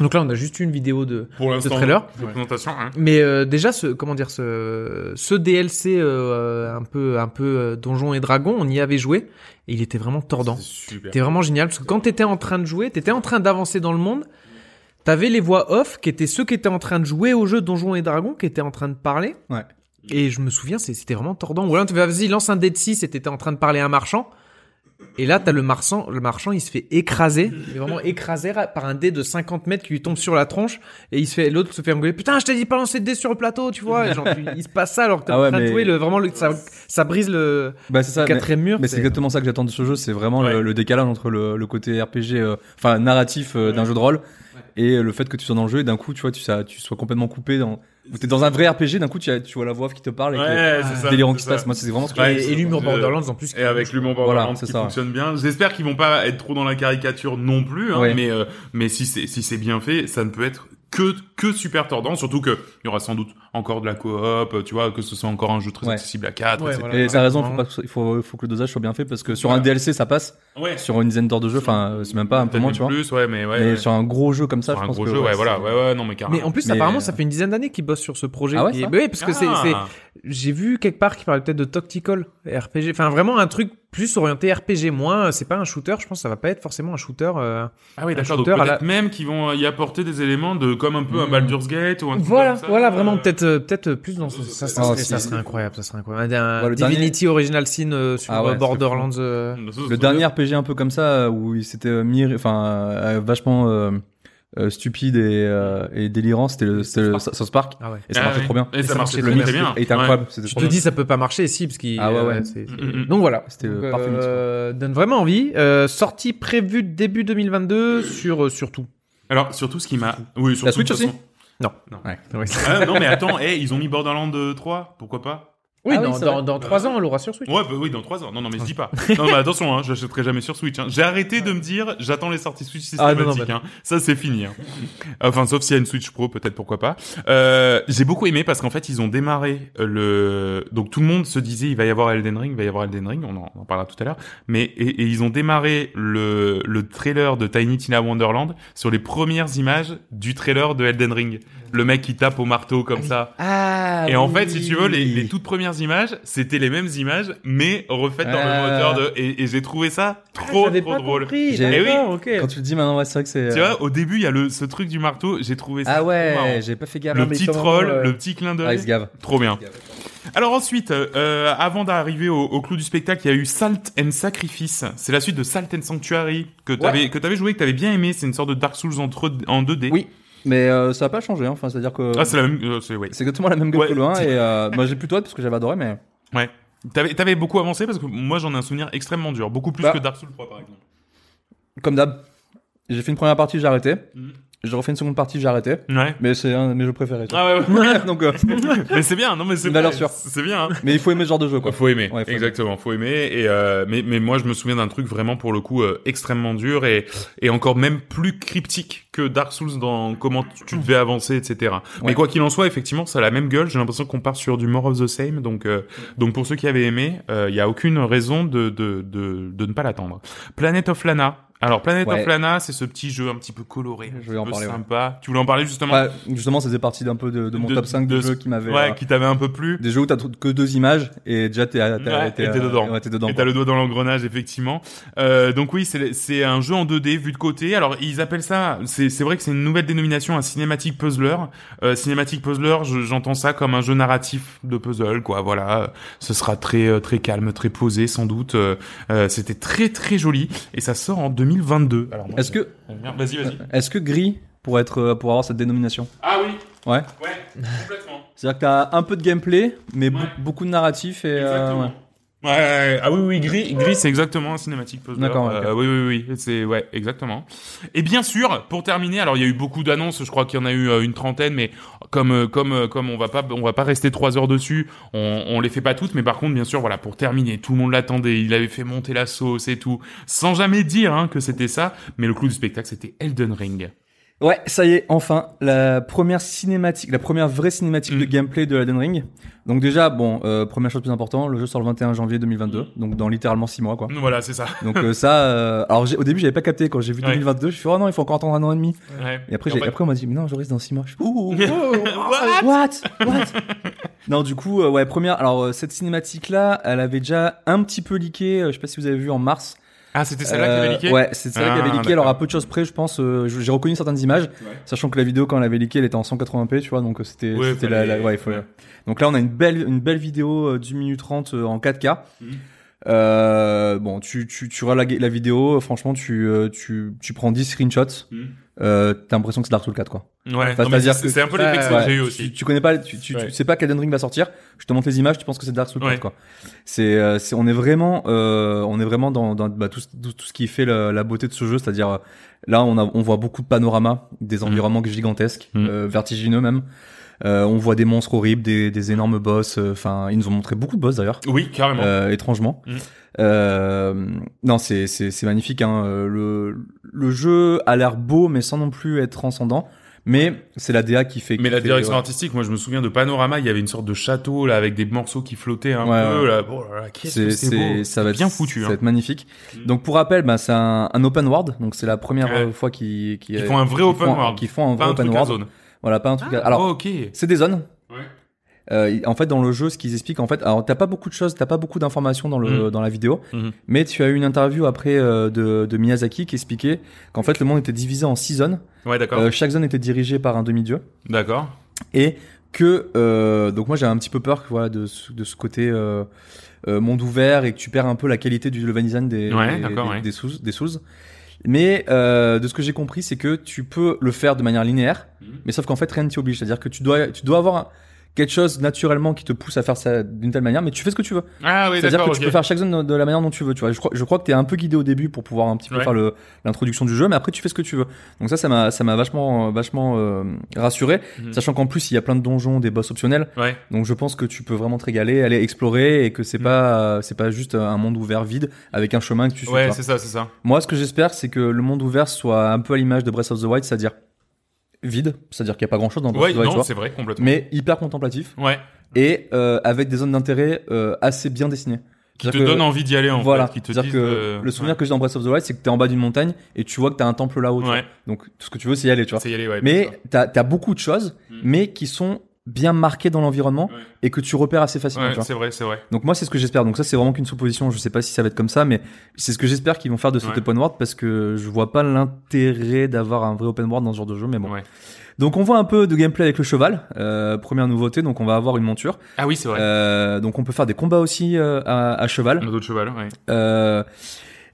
S4: donc là on a juste une vidéo de
S2: Pour l'instant,
S4: trailer.
S2: de présentation, hein.
S4: mais euh, déjà, ce, comment dire, ce, ce DLC euh, un peu, un peu euh, Donjons et Dragons, on y avait joué et il était vraiment tordant.
S2: C'est super.
S4: C'était vraiment génial parce que quand t'étais en train de jouer, t'étais en train d'avancer dans le monde. T'avais les voix off qui étaient ceux qui étaient en train de jouer au jeu Donjons et Dragons, qui étaient en train de parler.
S3: Ouais.
S4: Et je me souviens, c'est- c'était vraiment tordant. Ou alors, tu vas- vas-y, lance un dé de 6 et t'étais en train de parler à un marchand. Et là, t'as le marchand, le marchand, il se fait écraser, mais vraiment écraser ra- par un dé de 50 mètres qui lui tombe sur la tronche. Et il se fait, l'autre se fait engueuler. Putain, je t'ai dit pas lancer de dé sur le plateau, tu vois. Et genre, tu- il se passe ça alors que t'es
S3: Ah
S4: en
S3: ouais,
S4: train de
S3: mais-
S4: jouer le, vraiment le, ça, ça brise le
S3: Bah, c'est ça. mais-
S4: quatrième mur.
S3: Mais c'est
S4: c'est-
S3: exactement ça que j'attends de ce jeu, c'est vraiment le,
S2: Ouais.
S3: le décalage entre le, le côté RPG, euh, enfin narratif euh, d'un jeu de rôle, et le fait que tu sois dans le jeu et d'un coup, tu vois, tu, ça- tu sois complètement coupé dans. Ou t'es dans un vrai RPG, d'un coup, tu, as- tu vois la voix off qui te parle et que-
S2: Ouais, c'est
S3: le
S2: ça.
S3: délirant
S2: c'est
S3: qui se
S2: ça.
S3: passe. Moi, c'est vraiment ce que
S2: Ouais,
S4: et-
S2: c'est-
S4: et l'humoor
S2: euh,
S4: Borderlands en plus. qui-
S2: Ah. Et avec l'humour
S3: Voilà,
S2: Borderlands
S3: c'est
S2: qui
S3: ça.
S2: fonctionne bien. J'espère qu'ils vont pas être trop dans la caricature non plus, hein,
S3: Ouais.
S2: mais euh, mais si c'est si c'est bien fait, ça ne peut être que que super tordant. Surtout que il y aura sans doute encore de la coop, euh, tu vois, que ce soit encore un jeu très
S3: Ouais.
S2: accessible à 4
S4: Ouais,
S2: etc.
S4: voilà.
S3: Et t'as raison, faut
S4: Vraiment.
S3: pas que ce- il faut, faut que le dosage soit bien fait parce que sur
S2: Voilà.
S3: un DLC ça passe,
S2: Ouais.
S3: sur une dizaine d'heures de jeu, enfin euh, c'est même pas un peu
S2: Peut-être
S3: moins,
S2: même
S3: tu vois.
S2: plus, ouais, mais ouais.
S3: mais
S2: ouais.
S3: sur un gros jeu comme ça,
S2: Sur
S3: je
S2: un
S3: pense
S2: gros
S3: que.
S2: jeu, ouais,
S3: c'est-
S2: voilà, ouais, ouais, non mais carrément.
S4: Mais en plus,
S3: Mais- euh,
S4: apparemment, ça fait une dizaine d'années qu'ils bossent sur ce projet.
S3: Ah ouais,
S4: Et-
S3: ça
S4: bah oui, parce que c'est-
S2: Ah.
S4: c'est, j'ai vu quelque part qu'il parlait peut-être de tactical RPG. Enfin, vraiment un truc plus orienté RPG, moins. euh, C'est pas un shooter. Je pense que ça va pas être forcément un shooter. euh,
S2: Ah oui,
S4: un
S2: d'accord. Donc
S4: shooter à
S2: peut-être
S4: la-
S2: même qu'ils vont y apporter des éléments de comme un peu un
S3: Mm.
S2: Baldur's Gate ou un truc
S4: Voilà,
S2: comme ça,
S4: voilà,
S2: euh,
S4: vraiment peut-être, euh, peut-être euh, plus dans ce. Ça, ça,
S3: Ah,
S4: serait,
S3: si,
S4: ça
S3: si.
S4: serait incroyable. Ça serait incroyable. Un
S3: Ouais, le
S4: Divinity Original Sin euh, sur
S3: Ah ouais,
S4: euh,
S3: ça serait
S4: Borderlands. euh,
S3: Le dernier RPG un peu comme ça euh, où il s'était euh, mis, enfin euh, euh, vachement euh, euh, stupide et, euh, et délirant, c'était le, c'était le Sa- South Park
S4: Ah ouais.
S3: et ça
S2: Ah
S3: marchait
S2: ouais.
S3: trop bien.
S2: Et ça marchait
S3: Le
S2: très,
S3: mix
S2: très bien.
S3: était- était
S2: Ouais.
S3: incroyable. c'était
S4: Je
S3: trop
S4: te
S3: bien.
S4: dis, ça peut pas marcher si, parce qu'il. euh,
S3: Ah ouais, ouais.
S4: c'est- c'est-
S2: Mm, mm, mm.
S4: Donc voilà.
S3: C'était
S4: Donc,
S3: le parfait mix,
S4: euh, donne vraiment envie. Euh, sortie prévue début 2022 sur, euh, sur tout.
S2: Alors surtout ce qui m'a. Oui, surtout
S3: La Switch
S2: de toute
S3: aussi
S2: façon-
S4: Non.
S2: Non.
S3: Ouais.
S2: Ah, non mais attends, eh, ils ont mis Borderlands 3, pourquoi pas
S4: Oui,
S5: Ah oui,
S4: dans,
S5: c'est
S4: dans,
S5: vrai.
S4: dans 3 ans, elle l'aura sur Switch.
S2: Ouais, bah oui, dans 3 ans. Non, non, mais je dis pas. Non, mais attention, hein, j'achèterai jamais sur Switch. hein. J'ai arrêté de me dire, j'attends les sorties Switch
S4: Ah, non,
S2: systématiques.
S4: non,
S2: hein. Ça, c'est fini. hein. Enfin, sauf s'il y a une Switch Pro, peut-être, pourquoi pas. Euh, J'ai beaucoup aimé parce qu'en fait, ils ont démarré euh, le. Donc, tout le monde se disait, il va y avoir Elden Ring, il va y avoir Elden Ring. On en, on en parlera tout à l'heure. Mais et, et ils ont démarré le, le trailer de Tiny Tina Wonderland sur les premières images du trailer de Elden Ring. Le mec qui tape au marteau comme ça.
S4: Ah,
S2: Et en fait, si tu veux, les, les toutes premières images, c'était les mêmes images, mais refaites dans le
S3: Ah.
S2: moteur de. Et, et j'ai trouvé ça trop, trop drôle.
S3: J'ai-
S2: Eh oui.
S3: Quand tu le dis maintenant, ouais, c'est vrai que c'est.
S2: Tu
S3: euh,
S2: vois, au début, il y a le, ce truc du marteau, j'ai trouvé ça
S3: Ah
S2: trop marrant.
S3: ouais, j'ai pas fait gaffe. hein,
S2: Le
S5: non, mais
S2: petit
S5: ils sont
S2: troll,
S5: vraiment, euh,
S2: le petit clin
S3: Ah,
S2: d'œil.
S3: il se gave.
S2: Trop bien. Alors ensuite, euh, avant d'arriver au, au clou du spectacle, il y a eu Salt and Sacrifice. C'est la suite de Salt and Sanctuary que t'avais que t'avais joué, que t'avais bien aimé. C'est une sorte de Dark Souls en, tre- en 2D.
S3: Oui. Mais euh, ça a pas changé, hein. enfin, c'est-à-dire que.
S2: Ah, c'est la même. euh, c'est ouais.
S3: c'est exactement la même gueule
S2: Ouais.
S3: que le 1 et euh, moi j'ai plutôt hâte parce que j'avais adoré mais
S2: Ouais. T'avais t'avais beaucoup avancé parce que moi j'en ai un souvenir extrêmement dur, beaucoup plus
S3: Bah.
S2: que Dark Souls 3 par exemple.
S3: comme d'hab j'ai fait une première partie j'ai arrêté
S2: Mhm.
S3: j'ai refait une seconde partie j'ai arrêté
S2: Ouais.
S3: mais c'est un de mes jeux préférés tu vois.
S2: Ah ouais, ouais.
S3: donc euh,
S2: mais c'est bien, non mais c'est
S3: Une valeur
S2: vrai,
S3: sûre.
S2: C'est bien. hein.
S3: mais il faut aimer ce genre de jeu quoi
S2: Faut aimer,
S3: Ouais, faut aimer.
S2: exactement, faut aimer. Et euh, mais mais moi je me souviens d'un truc vraiment pour le coup euh, extrêmement dur et et encore même plus cryptique que Dark Souls dans comment tu- tu devais avancer, etc. Mais
S3: Ouais.
S2: quoi qu'il en soit, effectivement, ça a la même gueule. J'ai l'impression qu'on part sur du more of the same. Donc euh, donc pour ceux qui avaient aimé, il y a aucune raison de de de, de ne pas l'attendre. Planet of Lana. Alors Planet
S3: Ouais.
S2: of Lana, c'est ce petit jeu un petit peu coloré,
S3: Je voulais
S2: un
S3: en
S2: peu
S3: parler, ouais.
S2: sympa. Tu voulais en parler justement.
S3: Ouais, justement ça faisait partie d'un peu de, de mon
S2: De-
S3: top 5 de,
S2: de-
S3: jeux qui m'avait
S2: Ouais,
S3: euh,
S2: qui t'avait un peu plu.
S3: des jeux où t'as tr- que deux images et déjà t'es à- t'as-
S2: Ouais,
S3: t'es
S2: et
S3: à-
S2: t'es dedans.
S3: ouais, t'es dedans
S2: Et
S3: quoi.
S2: t'as le doigt dans l'engrenage, effectivement. Euh, donc oui, c'est c'est un jeu en 2D vu de côté. Alors ils appellent ça, c'est c'est vrai que c'est une nouvelle dénomination, un cinématique puzzler. Euh, cinématique puzzler, je- j'entends ça comme un jeu narratif de puzzle, quoi. Voilà, Euh, ce sera très euh, très calme, très posé, sans doute. Euh, euh, C'était très très joli et ça sort en 2022. Alors moi,
S3: est-ce que
S2: je- vas-y vas-y.
S3: est-ce que gris pour être euh, pour avoir cette dénomination
S2: Ah oui,
S3: ouais
S2: ouais, complètement.
S3: c'est-à-dire que t'as un peu de gameplay mais be-
S2: Ouais.
S3: beaucoup de narratif et euh,
S2: Exactement.
S3: ouais.
S2: Ouais, ouais, ouais. ah oui, oui, gris, gris, c'est exactement un cinématique puzzle.
S3: D'accord, ouais,
S2: Euh, oui, oui, oui, c'est ouais, exactement. Et bien sûr, pour terminer, alors il y a eu beaucoup d'annonces, je crois qu'il y en a eu euh, une trentaine, mais comme euh, comme euh, comme on va pas on va pas rester trois heures dessus, on, on les fait pas toutes, mais par contre, bien sûr, voilà, pour terminer, tout le monde l'attendait, il avait fait monter la sauce et tout, sans jamais dire hein, que c'était ça, mais le clou du spectacle, c'était Elden Ring.
S3: Ouais, ça y est, enfin, la première cinématique, la première vraie cinématique
S2: Mm.
S3: de gameplay de Elden Ring. Donc déjà, bon, euh, première chose plus importante, le jeu sort le 21 janvier 2022,
S2: Mm.
S3: donc dans littéralement 6 mois, quoi.
S2: Voilà, c'est ça.
S3: Donc euh, ça, euh, alors j'ai- au début, j'avais pas capté, quand j'ai vu
S2: Mm. Ouais.
S3: 2022, je suis oh non, il faut encore attendre un an et demi.
S2: Ouais.
S3: Et après,
S2: en
S3: j'ai
S2: fait-
S3: après on m'a dit, mais non, Joris, dans 6 mois. Je suis, ouh, ouh,
S2: What
S3: what What Non, du coup, euh, ouais, première, alors euh, cette cinématique-là, elle avait déjà un petit peu leaké, euh, je sais pas si vous avez vu en mars,
S2: Ah, c'était celle-là qui
S3: euh,
S2: avait leaké
S3: Ouais, c'est celle-là qui
S2: Ah,
S3: avait leaké. Alors
S2: d'accord.
S3: à peu de choses près, je pense, euh, je- j'ai reconnu certaines images, sachant que la vidéo quand elle avait leaké, elle était en 180p, tu vois, donc euh, c'était
S2: Ouais,
S3: c'était la, la-
S2: fallait-
S3: ouais, il faut-
S2: ouais.
S3: Donc là, on a une belle une belle vidéo euh, d'une minute 30 euh, en 4K.
S2: Mhm.
S3: Euh, bon, tu tu tu vois la, la vidéo, euh, franchement, tu euh, tu tu prends 10 screenshots,
S2: Mhm.
S3: euh, t'as l'impression que c'est Dark Souls 4 quoi.
S2: Ouais,
S3: Enfin,
S2: non, mais
S3: c'est-à-dire
S2: c'est
S3: que-
S2: c'est un peu l'effet que
S3: Ouais,
S2: ça- j'ai eu
S3: tu-
S2: aussi.
S3: Tu, connais pas, tu, tu, tu
S2: Ouais.
S3: sais pas qu'Elden Ring va sortir. Je te montre les images, tu penses que c'est Dark Souls
S2: Ouais.
S3: 4, quoi. C'est, euh, c'est, on est vraiment, euh, on est vraiment dans, dans bah, tout, ce- tout, tout ce qui fait la, la beauté de ce jeu, c'est-à-dire euh, là, on, a, on voit beaucoup de panoramas, des environnements gigantesques,
S2: Mm.
S3: euh, vertigineux même. Euh, on voit des monstres horribles, des, des énormes boss. Enfin, ils nous ont montré beaucoup de boss d'ailleurs.
S2: Oui, carrément.
S3: Euh, étrangement.
S2: Mm.
S3: Euh, non, c'est c'est c'est magnifique. Hein. Euh, Le le jeu a l'air beau, mais sans non plus être transcendant. Mais c'est la DA qui fait.
S2: Mais
S3: qui
S2: la
S3: fait-
S2: direction
S3: ouais.
S2: artistique, moi je me souviens de Panorama, il y avait une sorte de château là avec des morceaux qui flottaient un
S3: Ouais,
S2: peu
S3: ouais.
S2: là. Oh là là, qu'est-ce que
S3: c'est
S2: c'est beau.
S3: c'est ça va être
S2: bien foutu.
S3: ça
S2: hein.
S3: va être magnifique.
S2: Mm.
S3: Donc pour rappel, bah, c'est un, un open world, donc c'est la première
S2: Ouais.
S3: euh, fois qu'ils qu'ils-
S2: Ils font un vrai
S3: qu'ils
S2: open
S3: font un-
S2: world.
S3: qu'ils font un
S2: Pas
S3: vrai
S2: un
S3: open
S2: truc à
S3: world.
S2: zone.
S3: Voilà, pas un truc. à- Alors
S2: Oh, ok.
S3: c'est des zones.
S2: Ouais.
S3: Euh, il- en fait, dans le jeu, ce qu'ils expliquent, en fait, alors t'as pas beaucoup de choses, t'as pas beaucoup d'informations dans le dans la vidéo,
S2: Mhm.
S3: mais tu as eu une interview après euh, de, de Miyazaki qui expliquait qu'en fait le monde était divisé en six zones.
S2: Ouais, d'accord.
S3: Euh, chaque zone était dirigée par un demi-dieu
S2: D'accord.
S3: et que euh, donc moi j'avais un petit peu peur voilà de ce, de ce côté euh, euh, monde ouvert et que tu perds un peu la qualité du level design des
S2: Ouais,
S3: des,
S2: d'accord,
S3: des-
S2: ouais.
S3: des Souls, des Souls. Mais euh, de ce que j'ai compris, c'est que tu peux le faire de manière linéaire,
S2: Mhm.
S3: mais sauf qu'en fait rien ne t'y oblige, c'est-à-dire que tu dois tu dois avoir un- quelque chose naturellement qui te pousse à faire ça d'une telle manière, mais tu fais ce que tu veux.
S2: Ah oui,
S3: C'est-à-dire
S2: d'accord.
S3: que
S2: ok.
S3: tu peux faire chaque zone de- de la manière dont tu veux. Tu vois, je crois, je crois que t'es un peu guidé au début pour pouvoir un petit peu
S2: Ouais.
S3: faire le- l'introduction du jeu, mais après tu fais ce que tu veux. Donc ça, ça m'a, ça m'a vachement, euh, vachement euh, rassuré,
S2: Mhm.
S3: sachant qu'en plus il y a plein de donjons, des boss optionnels.
S2: Ouais.
S3: Donc je pense que tu peux vraiment te régaler, aller explorer et que c'est
S2: Mhm.
S3: pas, euh, c'est pas juste un monde ouvert vide avec un chemin que tu suis.
S2: Ouais,
S3: pas.
S2: c'est ça, c'est ça.
S3: Moi, ce que j'espère, c'est que le monde ouvert soit un peu à l'image de Breath of the Wild, c'est-à-dire vide, c'est-à-dire qu'il n'y a pas grand-chose dans Breath
S2: Ouais,
S3: of the Wild, tu
S2: non,
S3: vois,
S2: c'est vrai, complètement.
S3: mais hyper contemplatif
S2: Ouais,
S3: et euh, avec des zones d'intérêt euh, assez bien dessinées.
S2: qui te
S3: C'est-à-dire que-
S2: donne envie d'y aller en
S3: voilà,
S2: fait, qui te
S3: c'est-à-dire
S2: disent,
S3: que
S2: euh,
S3: le souvenir
S2: ouais.
S3: que j'ai dans Breath of the Wild, c'est que t'es en bas d'une montagne et tu vois que t'as un temple là-haut. tu vois.
S2: Ouais,
S3: Donc tout ce que tu veux, c'est y aller, tu vois.
S2: c'est y aller, ouais. bien
S3: Mais t'as as beaucoup de choses,
S2: Mm.
S3: mais qui sont bien marquées dans l'environnement
S2: Ouais.
S3: et que tu repères assez
S2: sûr.
S3: facilement. tu
S2: Ouais,
S3: vois.
S2: c'est vrai, c'est vrai.
S3: Donc moi, c'est ce que j'espère. Donc ça, c'est vraiment qu'une supposition. Je sais pas si ça va être comme ça, mais c'est ce que j'espère qu'ils vont faire de cet
S2: Ouais.
S3: open world parce que je vois pas l'intérêt d'avoir un vrai open world dans ce genre de jeu. Mais bon.
S2: Ouais.
S3: Donc on voit un peu de gameplay avec le cheval. Euh, première nouveauté. Donc on va avoir une monture.
S2: Ah oui, c'est vrai.
S3: Euh, donc on peut faire des combats aussi euh, à, à cheval.
S2: Un autre cheval, ouais.
S3: Euh,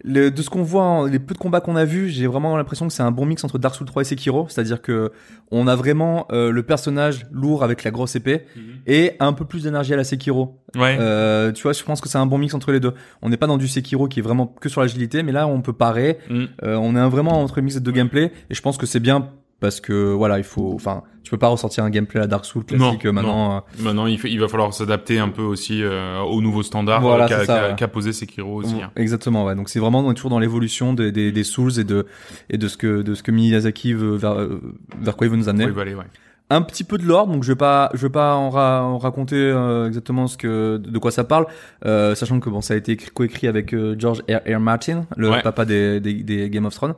S3: le- de ce qu'on voit, en- les peu de combats qu'on a vus, j'ai vraiment l'impression que c'est un bon mix entre Dark Souls 3 et Sekiro, c'est-à-dire que on a vraiment euh, le personnage lourd avec la grosse épée et un peu plus d'énergie à la Sekiro.
S2: Ouais.
S3: Euh, tu vois, je pense que c'est un bon mix entre les deux. On n'est pas dans du Sekiro qui est vraiment que sur l'agilité, mais là on peut parer.
S2: Mm.
S3: Euh, on est un- vraiment entre un mix de deux gameplay et je pense que c'est bien parce que voilà, il faut, enfin, tu peux pas ressortir un gameplay à Dark Souls classique
S2: Non,
S3: euh, maintenant. euh,
S2: Maintenant, il, fait- il va falloir s'adapter un peu aussi euh, aux nouveaux standards
S3: Voilà,
S2: euh, qu'a
S3: c'est ça,
S2: qu'a-
S3: ouais.
S2: qu'a posé Sekiro aussi. hein.
S3: Exactement, ouais. Donc c'est vraiment on est toujours dans l'évolution des, des, des Souls et de et de ce que de ce que Miyazaki veut vers, euh, vers quoi il veut nous amener.
S2: Ouais, il va aller, bah, ouais.
S3: Un petit peu de l'ordre, donc je vais pas je vais pas en, ra- en raconter euh, exactement ce que de quoi ça parle, euh, sachant que bon ça a été écrit- coécrit avec euh, George R. R. Martin, le
S2: Ouais.
S3: papa des, des, des Game of Thrones.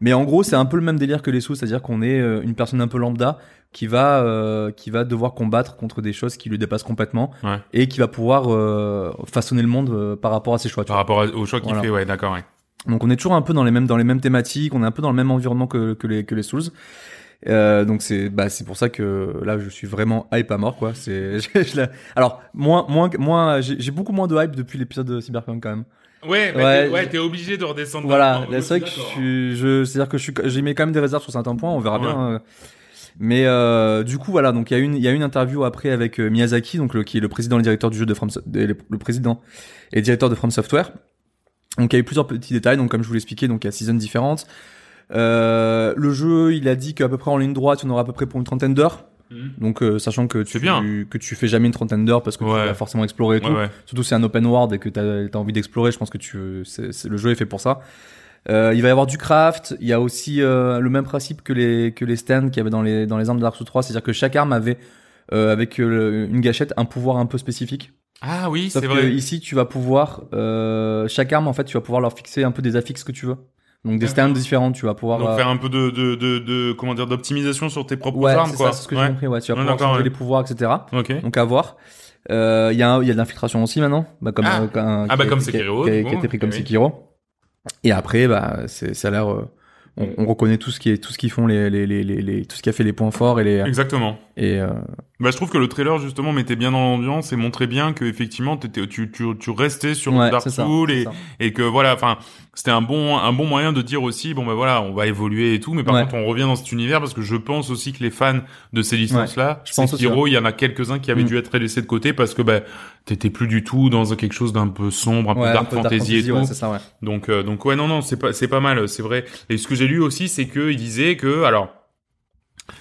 S3: Mais en gros c'est un peu le même délire que les Souls, c'est-à-dire qu'on est euh, une personne un peu lambda qui va euh, qui va devoir combattre contre des choses qui lui dépassent complètement
S2: Ouais.
S3: et qui va pouvoir euh, façonner le monde euh, par rapport à ses choix. tu
S2: Par rapport à- au choix qu'il
S3: Voilà.
S2: fait, ouais, d'accord, ouais.
S3: donc on est toujours un peu dans les mêmes dans les mêmes thématiques, on est un peu dans le même environnement que, que les que les Souls. Euh, donc c'est bah c'est pour ça que là je suis vraiment hype à mort quoi. C'est je- je la- alors moins moins moins j'ai j'ai beaucoup moins de hype depuis l'épisode de Cyberpunk quand même.
S2: Ouais,
S3: mais Ouais, t'es- ouais, je-
S2: t'es obligé de redescendre.
S3: Voilà, c'est vrai que je suis je c'est à dire que je suis j'ai mis quand même des réserves sur certains points, on verra
S2: Ouais.
S3: bien. euh. Mais euh, du coup voilà donc il y a une il y a une interview après avec euh, Miyazaki donc le, qui est le président et le directeur du jeu de From So- de- le, le président et directeur de From Software. Donc il y a eu plusieurs petits détails donc comme je vous l'expliquais donc il y a six zones différentes. Euh, le jeu, il a dit qu'à peu près en ligne droite, on aura à peu près pour une trentaine d'heures. Donc, euh, sachant que tu,
S2: Mhm. C'est bien.
S3: que tu fais jamais une trentaine d'heures parce que
S2: Ouais.
S3: tu vas forcément explorer et
S2: Ouais,
S3: tout.
S2: ouais.
S3: Surtout si c'est un open world et que t'as as envie d'explorer, je pense que tu, c'est c'est- le jeu est fait pour ça. Euh, il va y avoir du craft. Il y a aussi euh, le même principe que les que les stands qu'il y avait dans les dans les armes de Dark Souls 3, c'est-à-dire que chaque arme avait euh, avec euh, une gâchette un pouvoir un peu spécifique.
S2: Ah oui,
S3: Sauf
S2: c'est
S3: que
S2: vrai.
S3: ici, tu vas pouvoir euh, chaque arme en fait, tu vas pouvoir leur fixer un peu des affixes que tu veux. Donc des stands différents, tu vas pouvoir
S2: Donc
S3: euh,
S2: faire un peu de, de, de, de- comment dire, d'optimisation sur tes propres
S3: Ouais,
S2: armes,
S3: c'est
S2: quoi.
S3: ça, c'est ce que j'ai
S2: ouais.
S3: compris. Ouais, tu vas
S2: Non,
S3: pouvoir
S2: d'accord,
S3: changer
S2: ouais.
S3: les pouvoirs, etc.
S2: Ok.
S3: Donc à voir. Euh, Il y, a un- il y a de l'infiltration aussi maintenant, bah, comme,
S2: Ah.
S3: euh, qu'un-
S2: Ah, bah,
S3: qui a-
S2: comme
S3: qui a-
S2: Sekiro,
S3: qui a,
S2: du
S3: qui a
S2: coup. Eh
S3: été pris comme
S2: Oui.
S3: Sekiro. Et après, bah, c'est, ça a l'air. euh, on, on reconnaît tout ce qui est tout ce qu'ils font, les, les, les, les, les- tout ce qui a fait les points forts et les
S2: Exactement.
S3: et euh,
S2: Bah, je trouve que le trailer justement mettait bien dans l'ambiance et montrait bien que effectivement t'étais- tu, tu, tu restais sur
S3: ouais,
S2: Dark
S3: c'est ça,
S2: Souls
S3: c'est
S2: et,
S3: ça.
S2: et que voilà, enfin c'était un bon un bon moyen de dire aussi bon bah voilà on va évoluer et tout, mais par
S3: Ouais.
S2: contre on revient dans cet univers parce que je pense aussi que les fans de ces licences là,
S3: je pense aussi,
S2: Sekiro, il y en a quelques uns qui avaient
S3: Mm.
S2: dû être laissés de côté parce que bah t'étais plus du tout dans quelque chose d'un peu sombre, un peu
S3: Ouais, un
S2: dark
S3: peu Dark
S2: fantasy et tout.
S3: ouais, c'est ça, ouais.
S2: Donc, euh, donc ouais, non, non, c'est pas, c'est pas mal, c'est vrai. Et ce que j'ai lu aussi, c'est que il disait que, alors,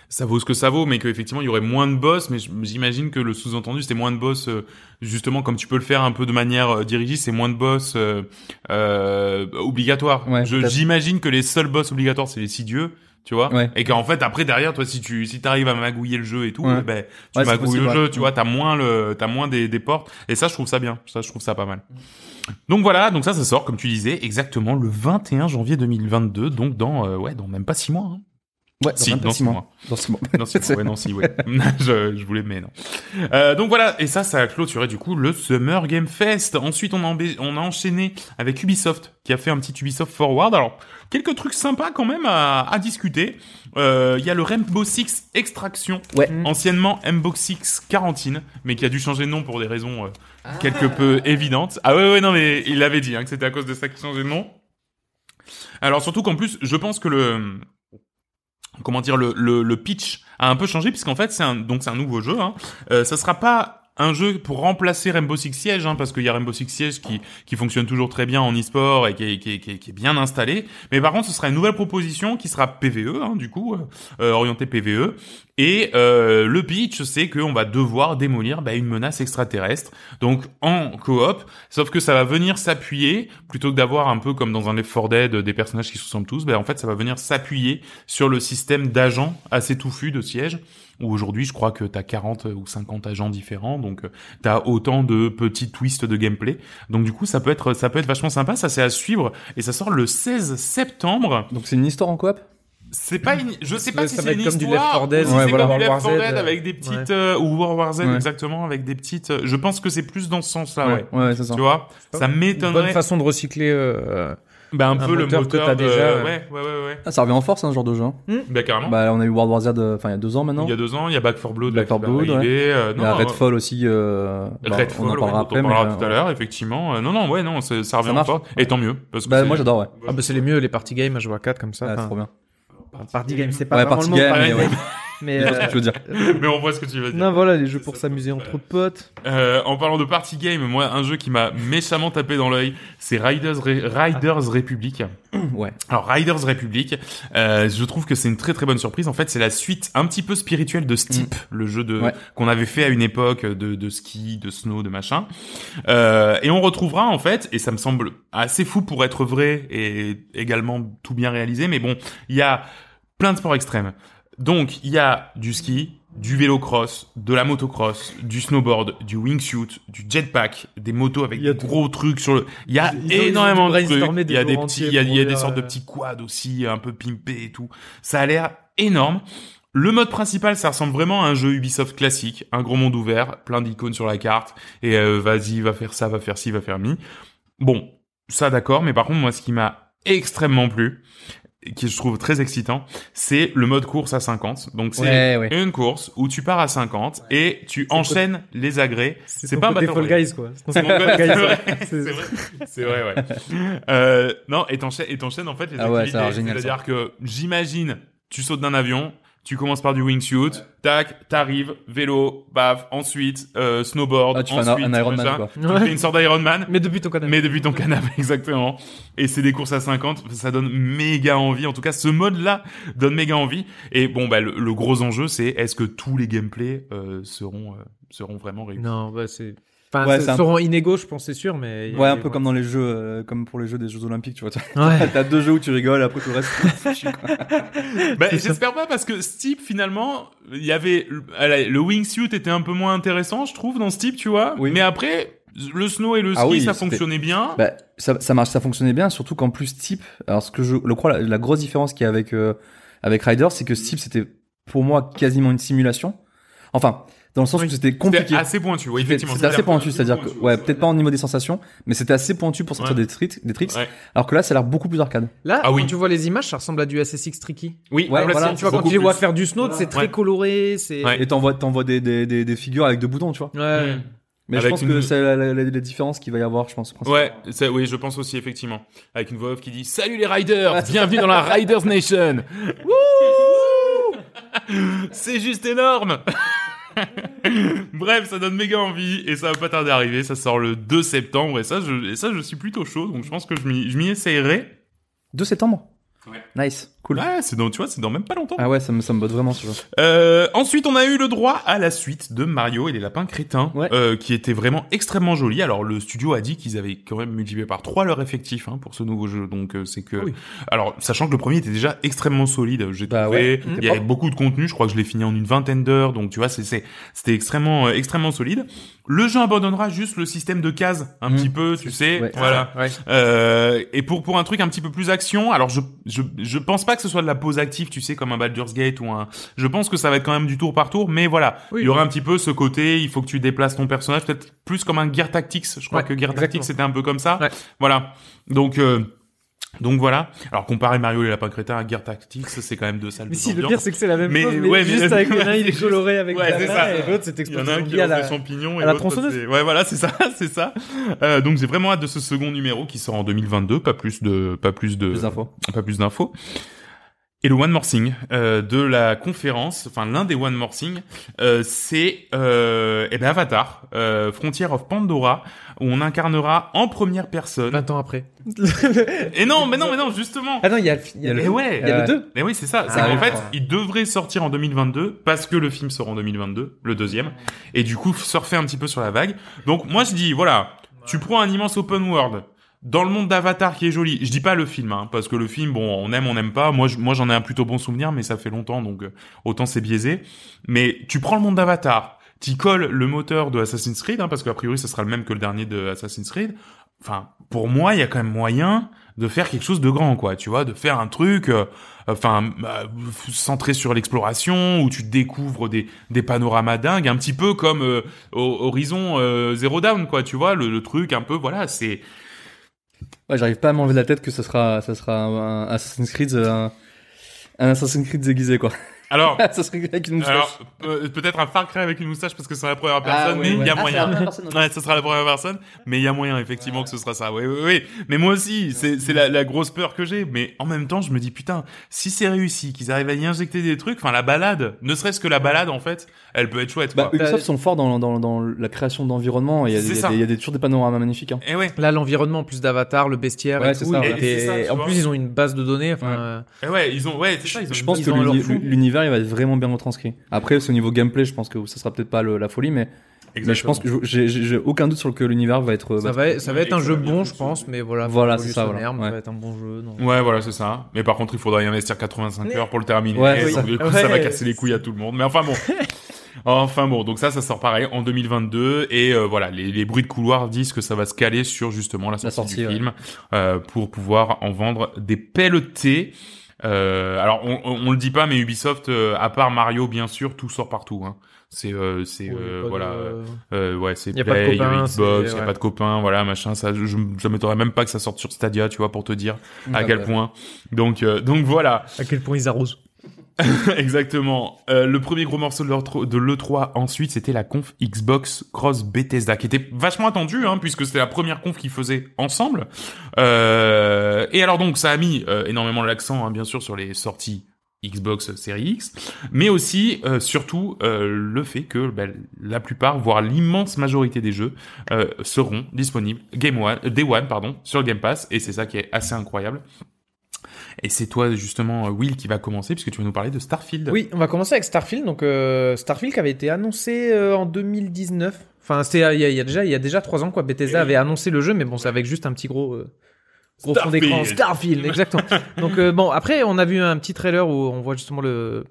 S2: ça vaut ce que ça vaut, mais qu'effectivement, il y aurait moins de boss, mais j- j'imagine que le sous-entendu, c'était moins de boss, euh, justement, comme tu peux le faire un peu de manière euh, dirigée, c'est moins de boss euh, euh, obligatoires.
S3: Ouais,
S2: Je-
S3: peut-être.
S2: j'imagine que les seuls boss obligatoires, c'est les six dieux. Tu vois
S3: Ouais.
S2: Et qu'en fait, après, derrière, toi, si tu si t'arrives à magouiller le jeu et tout,
S3: Ouais.
S2: eh ben, tu
S3: Ouais, c'est
S2: magouilles
S3: possible,
S2: le
S3: ouais.
S2: jeu, tu vois, t'as moins, le, t'as moins des, des portes. Et ça, je trouve ça bien. Ça, je trouve ça pas mal. Donc voilà, donc ça, ça sort, comme tu disais, exactement le 21 janvier 2022, donc dans, euh, ouais, dans même pas six mois. hein.
S3: Ouais,
S2: Si,
S3: dans un
S2: dans
S3: petit
S2: six
S3: moment.
S2: mois.
S3: Dans six mois.
S2: Non, six mois, ouais, non, si, ouais. je, je voulais, mais non. Euh, donc voilà, et ça, ça a clôturé du coup le Summer Game Fest. Ensuite, on a, embê- on a enchaîné avec Ubisoft, qui a fait un petit Ubisoft Forward. Alors, quelques trucs sympas quand même à, à discuter. Euh, Il y a le Rainbow Six Extraction,
S3: Ouais.
S2: anciennement Rainbow Six Quarantine, mais qui a dû changer de nom pour des raisons euh, quelque peu évidentes. Ah ouais, ouais, non, mais il l'avait dit, hein, que c'était à cause de ça qu'il changeait de nom. Alors surtout qu'en plus, je pense que le comment dire le, le, le pitch a un peu changé puisqu'en fait c'est un donc c'est un nouveau jeu. Hein. Euh, ça sera pas un jeu pour remplacer Rainbow Six Siege, hein, parce qu'il y a Rainbow Six Siege qui, qui fonctionne toujours très bien en e-sport et qui est, qui, est, qui, est, qui est bien installé. Mais par contre, ce sera une nouvelle proposition qui sera PVE, hein, du coup, euh, orientée PVE. Et euh, le pitch, c'est qu'on va devoir démolir bah, une menace extraterrestre, donc en coop, sauf que ça va venir s'appuyer, plutôt que d'avoir un peu comme dans un Left 4 Dead des personnages qui se ressemblent tous, bah, en fait, ça va venir s'appuyer sur le système d'agents assez touffu de siège où aujourd'hui je crois que t'as 40 ou 50 agents différents, donc euh, t'as autant de petits twists de gameplay. Donc du coup ça peut être ça peut être vachement sympa, ça c'est à suivre et ça sort le 16 septembre.
S3: Donc c'est une histoire en coop
S2: c'est pas une, je sais pas
S4: Ça
S2: si
S4: va
S2: c'est
S4: être
S2: une
S4: comme du Left
S2: histoire
S4: 4 Dead,
S2: ou si
S4: ouais,
S2: c'est
S4: voilà,
S2: comme du
S4: World
S2: Left 4
S4: War
S2: Dead
S4: Z,
S2: avec des petites
S4: ouais.
S2: euh, ou World War Z
S3: Ouais.
S2: exactement avec des petites. euh, Je pense que c'est plus dans ce sens-là, Ah, ouais.
S3: ouais, ouais c'est ça.
S2: Tu vois,
S4: pas
S2: ça
S4: Une bonne
S2: m'étonnerait
S4: façon de recycler. euh,
S2: bah, un,
S4: un
S2: peu
S4: moteur
S2: le
S4: que
S2: moteur
S4: t'as
S2: de-
S4: déjà, ouais.
S2: ouais, ouais, ouais, ouais.
S3: Ah, ça revient en force hein, ce genre de jeu. hein.
S2: Bah carrément.
S3: Bah là, on a eu World War Z, euh, enfin il y a deux ans maintenant.
S2: il y a deux ans, il y a Back 4 Blood,
S3: Back
S2: là, qui
S3: 4
S2: va
S3: Blood, ouais.
S2: arriver, euh,
S3: Il y a
S2: non, euh,
S3: Redfall aussi. euh, bah,
S2: Redfall,
S3: on en
S2: ouais,
S3: parlera
S2: dont
S3: après.
S2: on parlera
S3: mais,
S2: tout à l'heure, effectivement. Euh, non, non, ouais, non, ça, ça revient
S3: marche.
S2: fort. Et tant mieux. Parce que
S3: Bah,
S2: c'est-
S3: moi j'adore, ouais.
S4: Ah bah c'est les mieux les party games à jouer à 4 comme ça.
S3: Ah, c'est
S4: enfin,
S3: trop bien.
S4: party game c'est pas
S3: Ouais,
S4: vraiment
S3: party
S4: le mot,
S3: game,
S4: pareil,
S3: mais ouais.
S4: mais,
S3: Je
S4: euh,
S3: vois ce que tu veux dire.
S2: Mais on voit ce que tu veux dire.
S4: non voilà les jeux pour s'amuser entre potes.
S2: Euh, en parlant de party game, moi, un jeu qui m'a méchamment tapé dans l'œil, c'est Riders, Re- Riders Republic.
S3: Ouais.
S2: Alors, Riders Republic, euh, je trouve que c'est une très très bonne surprise. En fait, c'est la suite un petit peu spirituelle de Steep, le jeu de
S3: Ouais.
S2: qu'on avait fait à une époque de, de ski, de snow, de machin. Euh, et on retrouvera en fait, et ça me semble assez fou pour être vrai et également tout bien réalisé, mais bon, il y a plein de sports extrêmes. Donc, il y a du ski, du vélo-cross, de la motocross, du snowboard, du wingsuit, du jetpack, des motos avec
S4: Il y a
S2: des gros trucs sur le. Il y a
S4: Ils ont- ils ont
S2: énormément de trucs.
S4: brainstormé
S2: Il
S4: des
S2: y a des
S4: jours
S2: petits,
S4: entiers
S2: il y a,
S4: pour
S2: il y a des
S4: dire,
S2: sortes de
S4: euh,
S2: petits quads aussi, un peu pimpés et tout. Ça a l'air énorme. Le mode principal, ça ressemble vraiment à un jeu Ubisoft classique, un gros monde ouvert, plein d'icônes sur la carte, et euh, vas-y, va faire ça, va faire ci, va faire mi. Bon, ça d'accord, mais par contre, moi, ce qui m'a extrêmement plu, et qui je trouve très excitant, c'est le mode course à 50. Donc c'est
S3: Ouais, ouais.
S2: une course où tu pars à 50 et tu enchaînes les agrès. C'est
S4: ton
S2: pas un
S4: côté
S2: Battle
S4: Fall
S2: Royale.
S4: Guys quoi.
S2: C'est mon code, c'est vrai, c'est
S4: C'est-
S2: vrai, c'est vrai, ouais. Euh, non, et t'enchaînes, et t'enchaînes en fait les
S3: Ah ouais,
S2: activités.
S3: ça a l'air génial,
S2: C'est-à-dire que j'imagine, tu sautes d'un avion, tu commences par du wingsuit, tac, t'arrives, vélo, baf, ensuite euh, snowboard,
S3: Ah, tu fais un-
S2: ensuite
S3: un Iron
S2: machin.
S3: Man quoi.
S2: Tu fais une sorte d'Ironman,
S4: Mais depuis ton canal.
S2: mais depuis ton canapé, exactement. Et c'est des courses à 50, ça donne méga envie. En tout cas, ce mode-là donne méga envie. Et bon, bah, le, le gros enjeu, c'est est-ce que tous les gameplays euh, seront, euh, seront vraiment réussis
S4: Non bah c'est. Enfin
S3: Ouais,
S4: c'est-
S3: c'est un-
S4: seront inégaux je pense c'est sûr mais.
S3: Ouais, un peu comme dans les jeux, euh, comme pour les jeux des Jeux Olympiques, tu vois.
S4: Ouais.
S3: T'as deux jeux où tu rigoles, après tout le reste.
S2: Bah, j'espère pas parce que Steep finalement, il y avait allez, le wingsuit était un peu moins intéressant, je trouve dans Steep, tu vois.
S3: Oui.
S2: Mais après le snow et le ski,
S3: Ah oui,
S2: ça
S3: c'était-
S2: fonctionnait bien.
S3: Bah, ça, ça marche, ça fonctionnait bien, surtout qu'en plus Steep, alors ce que je le crois, la, la grosse différence qu'il y a avec, euh, avec Rider, c'est que Steep c'était pour moi quasiment une simulation. Enfin, dans le sens
S2: Oui.
S3: où c'était
S2: C'était
S3: compliqué.
S2: assez pointu, oui,
S3: C'était
S2: effectivement.
S3: c'était assez
S2: C'est-à-dire
S3: pointu,
S2: que-
S3: c'est-à-dire que, ouais, peut-être pas au niveau des sensations, mais c'était assez pointu pour sortir
S2: Ouais.
S3: des, tricks, des tricks,
S2: Ouais.
S3: alors que là, ça a l'air beaucoup plus arcade.
S4: Là
S2: Ah oui.
S4: quand tu vois les images ça ressemble à du SSX tricky.
S2: Oui,
S3: Ouais,
S2: ah,
S3: voilà,
S2: c'est
S4: Tu vois quand
S2: beaucoup
S4: tu les vois
S2: plus.
S4: faire du snow c'est très
S2: Ouais.
S4: coloré c'est.
S2: Ouais.
S3: Et t'envoies, t'envoies des, des, des, des figures avec deux boutons, tu vois.
S4: Ouais.
S2: Mm.
S3: Mais
S2: Avec
S3: je pense
S2: une-
S3: que c'est la, la, la- la différence qu'il va y avoir, je pense. au principe.
S2: Ouais, ça, oui, je pense aussi effectivement. Avec une voix off qui dit "Salut les riders, bienvenue dans la Riders Nation." Wouh C'est juste énorme. Bref, ça donne méga envie et ça va pas tarder à arriver. Ça sort le 2 septembre et ça, je, et ça, je suis plutôt chaud, donc je pense que je m'y, je m'y essayerai.
S3: 2 septembre.
S2: Ouais.
S3: Nice, cool.
S2: Ouais, c'est dans, tu vois, c'est dans même pas longtemps.
S3: Ah ouais, ça me, ça me botte vraiment ce jeu.
S2: Euh, ensuite, on a eu le droit à la suite de Mario et les lapins crétins,
S3: Ouais.
S2: euh, qui était vraiment extrêmement joli. Alors, le studio a dit qu'ils avaient quand même multiplié par trois leur effectif hein, pour ce nouveau jeu. Donc, euh, c'est que,
S4: Ah oui.
S2: alors, sachant que le premier était déjà extrêmement solide, j'ai
S3: Bah
S2: trouvé.
S3: ouais,
S2: Il
S3: il
S2: y
S3: était
S2: avait
S3: propre.
S2: beaucoup de contenu. Je crois que je l'ai fini en une vingtaine d'heures. Donc, tu vois, c'est, c'est- c'était extrêmement, euh, extrêmement solide. Le jeu abandonnera juste le système de cases un
S3: Mhm.
S2: petit peu, tu sais.
S3: ouais.
S2: Voilà.
S4: Ouais.
S2: Euh, et pour pour un truc un petit peu plus action, alors je je je pense pas que ce soit de la pause active, tu sais comme un Baldur's Gate ou un. Je pense que ça va être quand même du tour par tour, mais voilà,
S4: Oui.
S2: il y aura un petit peu ce côté, il faut que tu déplaces ton personnage, peut-être plus comme un Gear Tactics. Je crois
S4: Ouais,
S2: que Gear Tactics
S4: exactement.
S2: c'était un peu comme ça.
S4: Ouais.
S2: Voilà. Donc euh, donc voilà. Alors comparer Mario et Lapin Crétin à Gear Tactics, c'est quand même deux salles
S4: Mais
S2: de
S4: si, le
S2: ambiance.
S4: pire, c'est que c'est la même
S2: Mais-
S4: chose, mais
S2: ouais, mais-
S4: juste avec l'un, il
S2: c'est
S4: est
S2: juste-
S4: coloré avec
S2: Ouais,
S4: la
S2: c'est
S4: main,
S2: ça.
S4: et l'autre, c'est
S2: Il y en
S4: explosé
S2: a un qui
S4: zombie à
S2: lance
S4: la...
S2: des champignons et
S4: à la
S2: l'autre,
S4: tronçonneuse.
S2: c'est- Ouais, voilà, c'est ça, c'est ça. Euh, donc j'ai vraiment hâte de ce second numéro qui sort en 2022, pas plus de, pas plus de,
S3: Plus d'infos.
S2: pas plus d'infos. Et le One More Thing euh, de la conférence, enfin l'un des One More Thing, euh, c'est euh, eh ben Avatar, euh, Frontier of Pandora, où on incarnera en première personne.
S4: 20 ans après.
S2: Et non, mais non, mais non, justement.
S4: Bah, Ah non, il y a, le- il y a
S2: Mais
S4: le,
S2: ouais.
S4: il y a le
S3: Euh,
S4: 2.
S2: Mais oui, c'est ça. C'est
S3: Ah
S2: qu'en
S3: oui,
S2: fait,
S3: d'accord.
S2: il devrait sortir en 2022 parce que le film sort en 2022, le deuxième. Et du coup, surfer un petit peu sur la vague. Donc, moi, je dis, voilà, tu prends un immense open world dans le monde d'Avatar qui est joli. Je dis pas le film, hein, parce que le film, bon, on aime, on n'aime pas. Moi, je- moi, j'en ai un plutôt bon souvenir, mais ça fait longtemps, donc euh, autant c'est biaisé. Mais tu prends le monde d'Avatar, t'y colles le moteur de Assassin's Creed, hein, parce qu'a priori, ça sera le même que le dernier de Assassin's Creed. Enfin, pour moi, il y a quand même moyen de faire quelque chose de grand, quoi. Tu vois, de faire un truc. euh, enfin bah, f- centré sur l'exploration où tu découvres des des panoramas dingues un petit peu comme euh, Ho- Horizon euh, Zero Dawn quoi tu vois le, le truc un peu voilà c'est
S3: Ouais, j'arrive pas à m'enlever de la tête que ça sera, ça sera un Assassin's Creed, euh, un, un Assassin's Creed déguisé, quoi.
S2: alors
S3: Assassin's Creed avec une moustache. Ah
S2: alors euh, peut-être un Far Cry avec une moustache parce que c'est la première personne
S3: ouais,
S2: mais il y a
S3: ouais.
S2: moyen
S3: personne.
S2: Ouais, ce sera la première personne, mais il y a moyen effectivement que ce sera ça. Oui, oui, oui. Mais moi aussi, c'est c'est la, la grosse peur que j'ai. Mais en même temps, je me dis putain, si c'est réussi, qu'ils arrivent à y injecter des trucs, enfin la balade, ne serait-ce que la balade en fait, elle peut être chouette.
S3: Bah,
S2: Quoi.
S3: Ubisoft sont forts dans, dans, dans la création d'environnement. Il y a,
S2: C'est
S3: il y a
S2: ça.
S3: des- il y a des- toujours des panoramas magnifiques. Hein.
S2: Et Eh ouais.
S4: Là, l'environnement, en plus d'Avatar, le bestiaire
S3: Ouais,
S4: et
S3: c'est
S4: tout.
S3: ça,
S4: il
S3: ouais.
S4: était-
S2: Et c'est ça, tu
S4: en
S2: vois.
S4: plus, ils ont une base de données. enfin,
S3: Ouais.
S4: euh,
S2: Et ouais, ils ont, ouais, c'est ça, ils ont
S3: Je
S2: une
S3: pense
S4: ils
S3: que
S4: ont leur
S3: l'uni-
S4: fou.
S3: l'univers il va être vraiment bien retranscrit. Après, c'est au niveau gameplay, je pense que ça sera peut-être pas le- la folie, mais, mais je pense que je- j'ai- j'ai j'ai aucun doute sur le que l'univers va être.
S4: ça,
S3: va-
S4: va, ça va
S2: Ouais,
S4: être un
S2: et ça
S4: jeu
S2: va bien
S4: bon, je
S2: fonctionner.
S4: pense, mais voilà.
S3: Voilà, c'est ça,
S4: révolutionnaire,
S3: voilà. Ouais.
S4: mais Ça va être un bon jeu. non.
S2: Ouais, voilà, c'est ça. Mais par contre, il faudra y investir 85 heures pour le terminer.
S3: Ouais,
S2: Et donc,
S3: c'est ça.
S2: du coup, ça va
S4: Ouais.
S2: casser les couilles à tout le monde. Mais enfin bon. Enfin bon, donc ça, ça sort pareil en 2022 et euh, voilà, les, les bruits de couloir disent que ça va se caler sur justement la sortie,
S3: sortie,
S2: du
S3: ouais.
S2: film euh, pour pouvoir en vendre des pelletés. Euh, alors on, on, on le dit pas, mais Ubisoft, euh, à part Mario, bien sûr, tout sort partout. Hein. C'est euh, c'est
S4: Ouais,
S2: euh,
S4: pas de-
S2: voilà. Euh, ouais, c'est
S4: Y a pas de
S2: Play, y a
S4: copains,
S2: Xbox,
S4: c'est-
S2: y a
S4: ouais.
S2: pas de copains, voilà, machin. Ça, je, je, ça m'étonnerait même pas que ça sorte sur Stadia, tu vois, pour te dire à
S3: Ah,
S2: quel
S3: bah.
S2: point. Donc, euh, donc voilà,
S4: À quel point ils arrosent.
S2: exactement. Euh, le premier gros morceau de l'E3, de l'E3, ensuite, c'était la conf Xbox Cross Bethesda, qui était vachement attendue, hein, puisque c'était la première conf qu'ils faisaient ensemble. Euh, et alors donc, ça a mis euh, énormément l'accent, hein, bien sûr, sur les sorties Xbox Series X, mais aussi, euh, surtout, euh, le fait que bah, la plupart, voire l'immense majorité des jeux, euh, seront disponibles Game One, euh, Day One, pardon, sur le Game Pass, et c'est ça qui est assez incroyable. Et c'est toi justement euh, Will qui va commencer puisque tu vas nous parler de Starfield.
S4: Oui, on va commencer avec Starfield. Donc euh, Starfield qui avait été annoncé euh, en 2019. Enfin, c'est euh, il y, a- il y a déjà il y a déjà trois ans quoi. Bethesda
S2: Eh oui.
S4: avait annoncé le jeu, mais bon, c'est avec juste un petit gros euh, gros fond
S2: Starfield.
S4: d'écran. Starfield, exactement. Donc euh, bon, après on a vu un petit trailer où on voit justement le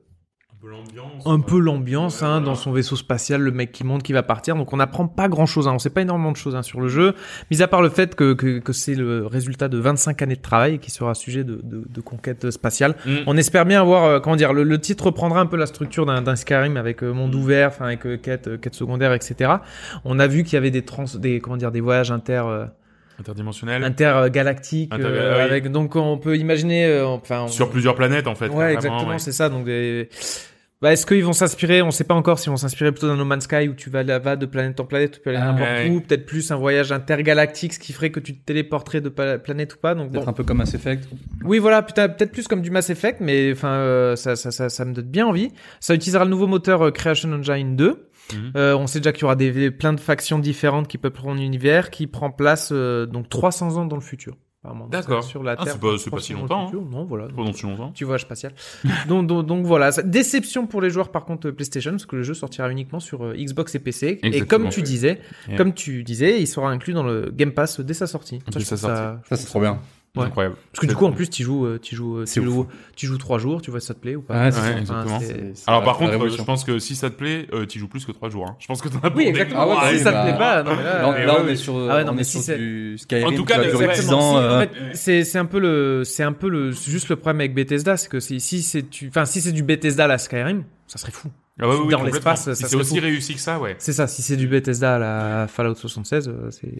S2: Un peu l'ambiance.
S4: un peu l'ambiance
S2: Ouais,
S4: hein,
S2: voilà.
S4: dans son vaisseau spatial, le mec qui monte, qui va partir. Donc on n'apprend pas grand chose, on sait pas énormément de choses hein, sur le jeu, mis à part le fait que, que, que c'est le résultat de 25 années de travail et qui sera sujet de, de, de conquête spatiale.
S2: Mm.
S4: On espère bien avoir, euh, comment dire, le, le titre reprendra un peu la structure d'un d'un Skyrim avec euh,
S2: Mm.
S4: monde ouvert, enfin avec euh, quête, euh, quête secondaire, etc. On a vu qu'il y avait des trans, des comment dire, des voyages inter. euh,
S2: Interdimensionnel.
S4: intergalactique
S2: Inter-
S4: euh,
S2: oui.
S4: avec donc on peut imaginer euh, enfin on-
S2: Sur plusieurs planètes en fait.
S4: Ouais,
S2: carrément,
S4: exactement,
S2: ouais.
S4: c'est ça. Donc, des- bah, est-ce qu'ils vont s'inspirer On sait pas encore s'ils vont s'inspirer plutôt d'un No Man's Sky où tu vas là va de planète en planète, tu peux aller
S3: Ah,
S4: n'importe
S2: ouais.
S4: où, peut-être plus un voyage intergalactique, ce qui ferait que tu te téléporterais de pla- planète ou pas. Donc, bon.
S3: Peut-être un peu comme Mass Effect.
S4: Oui, voilà, putain, peut-être plus comme du Mass Effect, mais enfin, euh, ça, ça, ça, ça me donne bien envie. Ça utilisera le nouveau moteur euh, Creation Engine 2.
S2: Mhm.
S4: Euh, on sait déjà qu'il y aura des, plein de factions différentes qui peupleront l'univers, qui prend place euh, donc 300 ans dans le futur. apparemment. Donc, ça va
S2: D'accord.
S4: Sur la
S2: Ah,
S4: Terre.
S2: c'est pas- c'est pas si
S4: 300 ans dans le
S2: longtemps, hein.
S4: futur. Non, voilà.
S2: Pendant si longtemps.
S4: Tu vois, spatial. donc, donc, donc voilà, Ça- déception pour les joueurs par contre euh, PlayStation, parce que le jeu sortira uniquement sur euh, Xbox et PC. Et
S2: Exactement.
S4: comme tu disais,
S2: Ouais.
S4: comme tu disais, il sera inclus dans le Game Pass dès sa sortie.
S2: Dès
S4: je
S2: sa
S4: trouve
S3: Ça, c'est trop bien.
S4: Ouais.
S2: Incroyable.
S4: Parce que du coup, en plus, tu joues, euh, tu joues, euh,
S3: C'est
S4: tu joues, tu joues trois jours, tu vois si ça te plaît ou pas.
S3: Ouais, c'est
S4: Enfin,
S2: ça. exactement.
S4: c'est-
S2: Alors par contre, euh, je
S3: révolution.
S2: pense que si ça te plaît, euh, tu joues plus que 3 jours. hein. Je pense que t'en as pour
S4: Oui,
S2: des-
S4: exactement.
S3: Ah ouais,
S4: si
S3: oui,
S4: ça te
S3: bah-
S4: plaît pas, non, mais là,
S3: Là, on-
S2: mais
S3: là,
S2: Euh, ouais,
S3: on
S2: ouais.
S3: est sur,
S4: Ah ouais, non,
S3: on
S4: mais
S3: est
S4: si
S3: sur
S4: c'est-
S3: du Skyrim
S2: En tout cas,
S3: qui va durer
S2: exactement.
S3: 10 ans.
S4: Si, en
S3: euh,
S4: fait, c'est c'est un peu le c'est un peu le c'est juste le problème avec Bethesda, c'est que si si c'est tu enfin si c'est du Bethesda à la Skyrim, ça serait fou.
S2: Ah ouais, oui, oui,
S4: dans
S2: complètement.
S4: l'espace, ça
S2: Si c'est
S4: serait
S2: aussi
S4: fou.
S2: réussi que ça, ouais.
S4: C'est ça, si c'est du Bethesda à la Fallout 76, euh, c'est.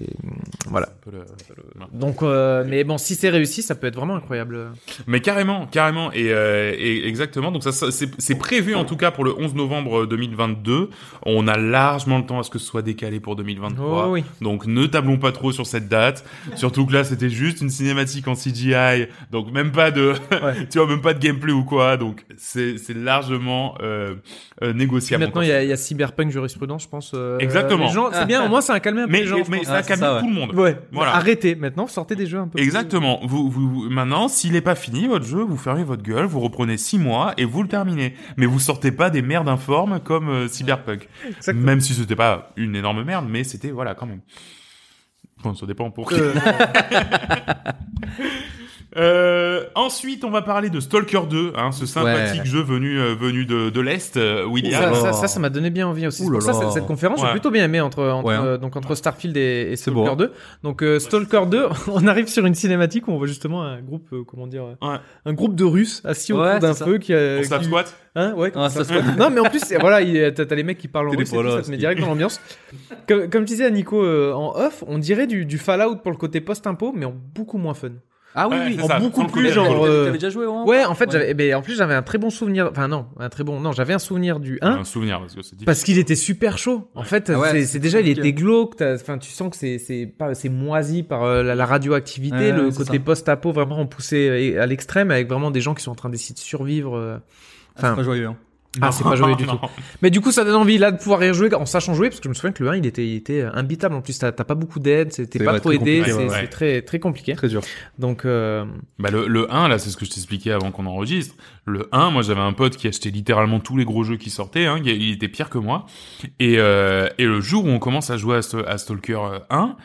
S4: Voilà.
S2: C'est un peu le- c'est un peu le-
S4: Donc, euh, mais bon, si c'est réussi, ça peut être vraiment incroyable.
S2: Mais carrément, carrément, et, euh, et exactement. Donc ça, ça, c'est c'est prévu en tout cas pour le 11 novembre 2022. On a largement le temps à ce que ce soit décalé pour 2023.
S4: Oh oui.
S2: Donc ne tablons pas trop sur cette date. Surtout que là, c'était juste une cinématique en CGI, donc même pas de,
S4: Ouais.
S2: tu vois, même pas de gameplay ou quoi. Donc c'est c'est largement euh, euh, négociable.
S4: Maintenant, il y, a- il y a Cyberpunk jurisprudence, je pense. euh,
S2: Exactement.
S4: les gens- C'est bien, au moins, ça a calmé un peu
S2: mais
S4: les gens.
S2: mais,
S4: je
S2: mais
S4: pense.
S2: ça
S3: Ah, c'est
S2: calme
S3: ça, ouais.
S2: tout le monde.
S4: Ouais,
S2: Voilà.
S4: arrêtez maintenant, sortez des jeux un peu. plus-
S2: Exactement. Vous, vous, vous- maintenant, s'il n'est pas fini, votre jeu, vous fermez votre gueule, vous reprenez six mois et vous le terminez. Mais vous sortez pas des merdes informes comme euh, Cyberpunk.
S4: Exactement.
S2: Même si c'était pas une énorme merde, mais c'était, voilà, quand même. Bon, ça dépend pour qui.
S4: Euh,
S2: Euh, ensuite, on va parler de Stalker 2, hein, ce sympathique
S3: Ouais.
S2: jeu venu, euh, venu de, de l'Est, euh,
S4: ça,
S2: William.
S3: là.
S4: ça, ça, ça m'a donné bien envie aussi. C'est
S3: Ouh là
S4: pour ça,
S3: là.
S4: cette, cette conférence,
S2: Ouais.
S4: j'ai plutôt bien aimé entre, entre,
S3: Ouais, hein.
S4: euh, donc, entre Starfield et, et
S3: C'est
S4: Stalker
S3: beau, hein.
S4: 2. Donc, euh, Stalker 2, on arrive sur une cinématique où on voit justement un groupe, euh, comment dire, euh,
S2: Ouais.
S4: un groupe de Russes assis
S3: Ouais,
S4: autour d'un
S3: c'est ça.
S4: feu qui, euh,
S2: On slap
S4: qui-
S2: squat.
S4: Hein, ouais,
S3: Ah, ça se voit.
S4: Non, mais en plus, c'est- voilà, il est- t'as t'as les mecs qui parlent en
S3: T'es
S4: russe, et
S3: des
S4: tout,
S3: polos,
S4: ça te met
S3: c'est-
S4: direct dans l'ambiance. comme, comme je disais à Nico euh, en off, on dirait du, du Fallout pour le côté post-impôt, mais en beaucoup moins fun.
S3: Ah oui,
S2: Ouais,
S3: oui.
S2: c'est
S3: En
S2: ça,
S3: beaucoup
S2: sans le
S3: plus,
S2: côté
S3: genre.
S4: alcool.
S3: euh, T'avais déjà joué, vraiment
S4: Ouais, en fait, j'avais, eh ben, en plus, j'avais un très bon souvenir. Enfin, non, un très bon. Non, j'avais un souvenir du 1.
S2: un souvenir, parce que c'est difficile.
S4: Parce qu'il était super chaud. En fait,
S3: Ah ouais,
S4: c'est-
S3: c'est
S4: c'est déjà, il
S3: compliqué.
S4: était glauque. t'as- Enfin, tu sens que c'est c'est pas c'est moisi par euh, la, la radioactivité,
S3: Ouais,
S4: le
S3: ouais, c'est
S4: côté
S3: ça.
S4: post-apo vraiment en poussé à l'extrême avec vraiment des gens qui sont en train d'essayer de survivre. euh.
S3: Ah, c'est
S4: Enfin,
S3: pas joyeux. hein.
S4: Ah, c'est pas joli du
S2: Non,
S4: tout. mais du coup, ça donne envie là de pouvoir y rejouer en sachant jouer parce que je me souviens que le 1 il était, il était euh, imbitable. En plus, t'as t'as pas beaucoup d'aide, c'était
S3: C'est
S4: pas
S3: vrai,
S4: trop
S3: très
S4: aidé, c'est
S2: compliqué, ouais.
S4: c'est très très compliqué.
S3: Très dur.
S4: Donc euh,
S2: Bah le, le 1, là, c'est ce que je t'expliquais avant qu'on enregistre. Le 1, moi, j'avais un pote qui achetait littéralement tous les gros jeux qui sortaient. Hein, il il était pire que moi. Et, euh, et le jour où on commence à jouer à, St- à Stalker euh, 1,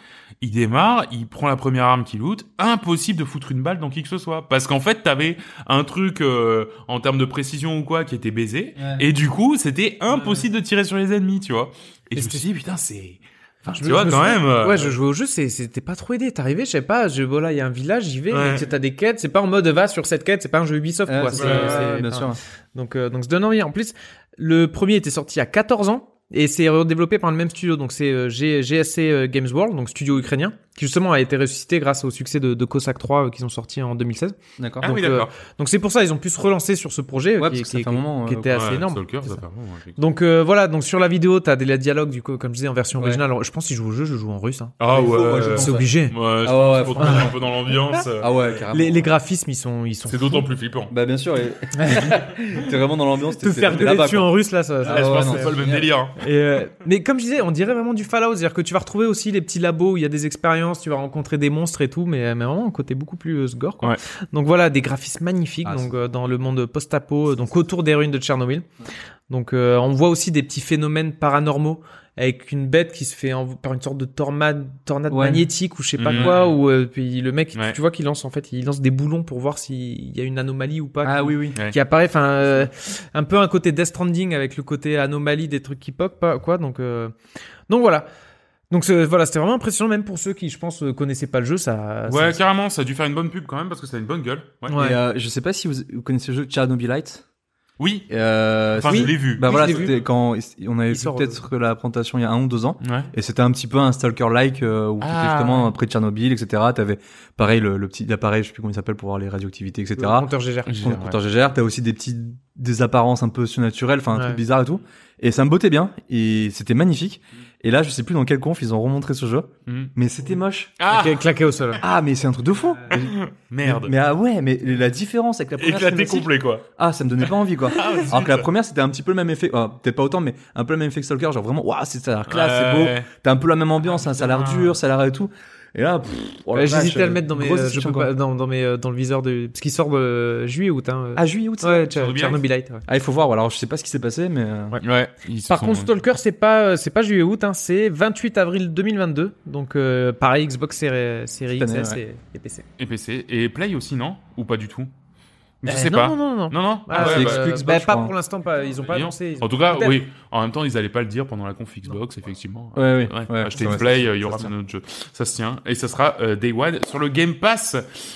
S2: il démarre, il prend la première arme qu'il loot. Impossible de foutre une balle dans qui que ce soit. Parce qu'en fait, t'avais un truc euh, en termes de précision ou quoi qui était baisé.
S3: Ouais.
S2: Et du coup, c'était impossible de tirer sur les ennemis, tu vois. Et, je
S4: Et
S2: me
S4: c'était-
S2: suis dit, putain, c'est... Enfin,
S4: Je
S2: tu
S4: me-
S2: vois,
S4: je me
S2: quand
S4: souviens-
S2: même... euh,
S4: Ouais, je jouais au jeu, c'est- c'était pas trop aidé. T'arrivais, je sais pas, je, voilà, il y a un village, j'y vais,
S2: Ouais.
S4: mais t'as des quêtes, c'est pas en mode va sur cette quête, c'est pas un jeu Ubisoft,
S3: Ouais,
S4: quoi.
S3: c'est
S4: c'est-
S2: ça,
S4: c'est-
S3: bien
S4: enfin,
S3: sûr.
S4: Donc, euh, donc ça donne envie. En plus, le premier était sorti à 14 ans. Et c'est redéveloppé par le même studio, donc c'est euh, G- GSC euh, Games World, donc studio ukrainien, qui justement a été ressuscité grâce au succès de, de Cossack 3 euh, qu'ils ont sorti en 2016.
S3: D'accord.
S2: Ah
S4: donc,
S2: oui,
S4: euh,
S2: d'accord.
S4: Donc c'est pour ça ils ont pu se relancer sur ce projet euh,
S3: Ouais, parce
S4: qui,
S3: que ça
S4: qui-
S3: fait un moment,
S4: qui
S3: euh,
S4: était assez
S2: Ouais,
S4: énorme.
S2: Stalker,
S4: C'est
S2: ça
S4: ça.
S2: fait un moment, effectivement.
S4: Donc euh, voilà, donc sur la vidéo t'as des dialogues du coup, comme je disais en version
S3: Ouais.
S4: originale. Alors, je pense qu'ils jouent au jeu, je joue en russe. hein.
S2: Ah
S3: Il faut, ouais,
S2: ouais,
S3: je pense.
S4: C'est obligé.
S2: Ouais, je
S3: Ah ouais, ouais,
S2: pense pour te mettre un peu dans l'ambiance. euh,
S3: Ah ouais, carrément.
S4: Les, les graphismes ils sont ils sont.
S2: C'est d'autant plus flippant.
S3: Bah, bien sûr. et- T'es vraiment dans l'ambiance.
S4: Te
S3: Te
S4: faire gueuler dessus en russe là, ça. ça-
S2: Là, je
S3: Ah ouais,
S2: pense
S3: non,
S2: que c'est pas
S3: c'est
S2: le même
S3: génial. Ah,
S2: délire. hein.
S4: Et, euh, mais comme je disais, on dirait vraiment du Fallout, c'est-à-dire que tu vas retrouver aussi les petits labos où il y a des expériences, tu vas rencontrer des monstres et tout, mais, mais vraiment un côté beaucoup plus euh, sgore. Quoi.
S2: Ouais.
S4: Donc voilà, des graphismes magnifiques
S3: Ah,
S4: donc euh, dans le monde post-apo, euh, donc autour des ruines de Tchernobyl. Donc euh, on voit aussi des petits phénomènes paranormaux avec une bête qui se fait en- par une sorte de tornade, tornade
S3: Ouais.
S4: magnétique ou je sais pas
S3: Mmh.
S2: Mhm.
S4: quoi, ou euh, puis le mec, tu-
S2: Ouais.
S4: tu vois qu'il lance en fait, il lance des boulons pour voir s'il y a une anomalie ou pas.
S3: Ah
S4: qui-
S3: oui, oui.
S2: Ouais.
S4: qui apparaît enfin euh, un peu un côté Death Stranding avec le côté anomalie des trucs qui pop pas quoi donc euh, donc voilà donc c'est- voilà c'était vraiment impressionnant même pour ceux qui je pense euh, connaissaient pas le jeu ça
S2: Ouais,
S4: ça-
S2: carrément, ça a dû faire une bonne pub quand même parce que ça a une bonne gueule. Ouais.
S4: Ouais.
S3: Et, euh, je sais pas si vous, vous connaissez le jeu Tchernobylite.
S2: Oui,
S3: Euh,
S2: enfin,
S3: c'est-
S2: je l'ai vu.
S3: Bah
S4: Oui,
S3: voilà,
S4: je l'ai vu.
S3: c'était quand on avait
S4: Il
S3: vu
S4: sort,
S3: peut-être la présentation il y a un ou deux ans.
S2: Ouais.
S3: Et c'était un petit peu un stalker-like euh, où
S2: Ah,
S3: t'étais justement près de Tchernobyl, etc. T'avais pareil le, le petit appareil, je sais plus comment il s'appelle pour voir les radioactivités, etc.
S4: le compteur GGR
S3: Ton compteur GGR, t'as aussi des petits des apparences un peu surnaturelles, enfin un
S4: Ouais.
S3: truc bizarre et tout. Et ça me bottait bien et c'était magnifique. Et là, je sais plus dans quel conf ils ont remontré ce jeu,
S2: Mhm.
S3: mais c'était moche.
S2: Ah,
S4: Cla- claqué au sol
S3: Ah mais c'est un truc de fou.
S2: merde.
S3: Mais ah ouais, mais la différence avec la première
S2: Éclaté
S3: cinématique,
S2: complet, quoi.
S3: ah ça me donnait pas envie quoi.
S2: Ah, zut.
S3: Alors que la première c'était un petit peu le même effet, ah, peut-être pas autant, mais un peu le même effet que Stalker, genre vraiment, waouh, c'est ça a l'air classe, c'est beau,
S2: Ouais.
S3: t'as un peu la même ambiance, hein, ça a l'air
S2: Ah, putain.
S3: dur, ça a l'air et tout. Et là, pff, oh la
S4: Ouais, j'hésitais
S3: vache,
S4: à le mettre dans mes
S3: grosse
S4: euh, je
S3: déception,
S4: peux
S3: quoi.
S4: pas- dans, dans mes euh, dans le viseur de parce qu'il sort de euh, juillet août hein euh.
S3: Ah juillet août. ça
S4: ouais Tcher-
S2: Tchernobylite.
S4: Tchernobylite ouais.
S3: Ah il faut voir, alors je sais pas ce qui s'est passé, mais euh,
S2: Ouais. ils se
S4: Par
S2: sont-
S4: contre, Stalker, c'est pas, euh, c'est pas juillet août, hein, c'est 28 avril 2022. Donc, euh, pareil, Xbox Series, Series
S3: Cette année,
S4: S et- et PC.
S2: Et PC. Et Play aussi, non Ou pas du tout Je
S3: Bah,
S4: Euh,
S2: sais
S4: non,
S2: pas.
S4: Non, non, non.
S2: Non, non.
S4: Ah,
S3: ouais,
S4: euh,
S3: c'est exclu Xbox,
S4: bah,
S3: je
S4: pas
S3: crois.
S4: pour l'instant, pas. Ils ont pas
S2: Voyons.
S4: annoncé. ils ont-
S2: En tout cas,
S4: peut-être.
S2: oui. En même temps, ils allaient pas le dire pendant la conf Xbox, effectivement.
S3: Ouais, ouais,
S2: Ouais,
S3: ouais,
S2: acheter
S3: ça
S2: une
S3: va,
S2: Play,
S3: ça-
S2: euh, il y aura
S3: ça se
S2: plein d'autres jeux. Ça se tient. Et ça sera euh, Day One. Sur le Game Pass,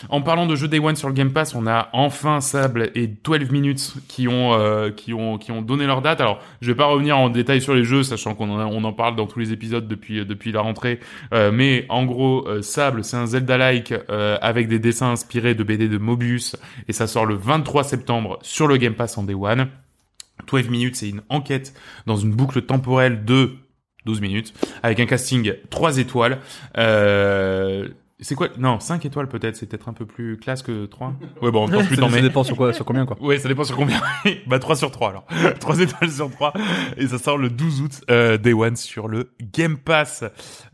S2: en parlant de jeux Day One sur le Game Pass, on a enfin Sable et 12 minutes qui ont, euh, qui ont, qui ont donné leur date. Alors, je vais pas revenir en détail sur les jeux, sachant qu'on en, a- on en parle dans tous les épisodes depuis, euh, depuis la rentrée. Euh, mais en gros, euh, Sable, c'est un Zelda-like euh, avec des dessins inspirés de BD de Mobius. Et ça sort le 23 septembre sur le Game Pass en Day One. 12 minutes, c'est une enquête dans une boucle temporelle de 12 minutes, avec un casting 3 étoiles. Euh, c'est quoi Non, 5 étoiles peut-être, c'est peut-être un peu plus classe que 3. Ouais, bon, en même temps, plus
S3: Ça,
S2: t'en
S3: ça
S2: mets.
S3: dépend sur quoi, sur combien quoi.
S2: Ouais, ça dépend sur combien. bah 3 sur 3 alors. 3 étoiles sur 3. Et ça sort le 12 août, euh, Day One sur le Game Pass.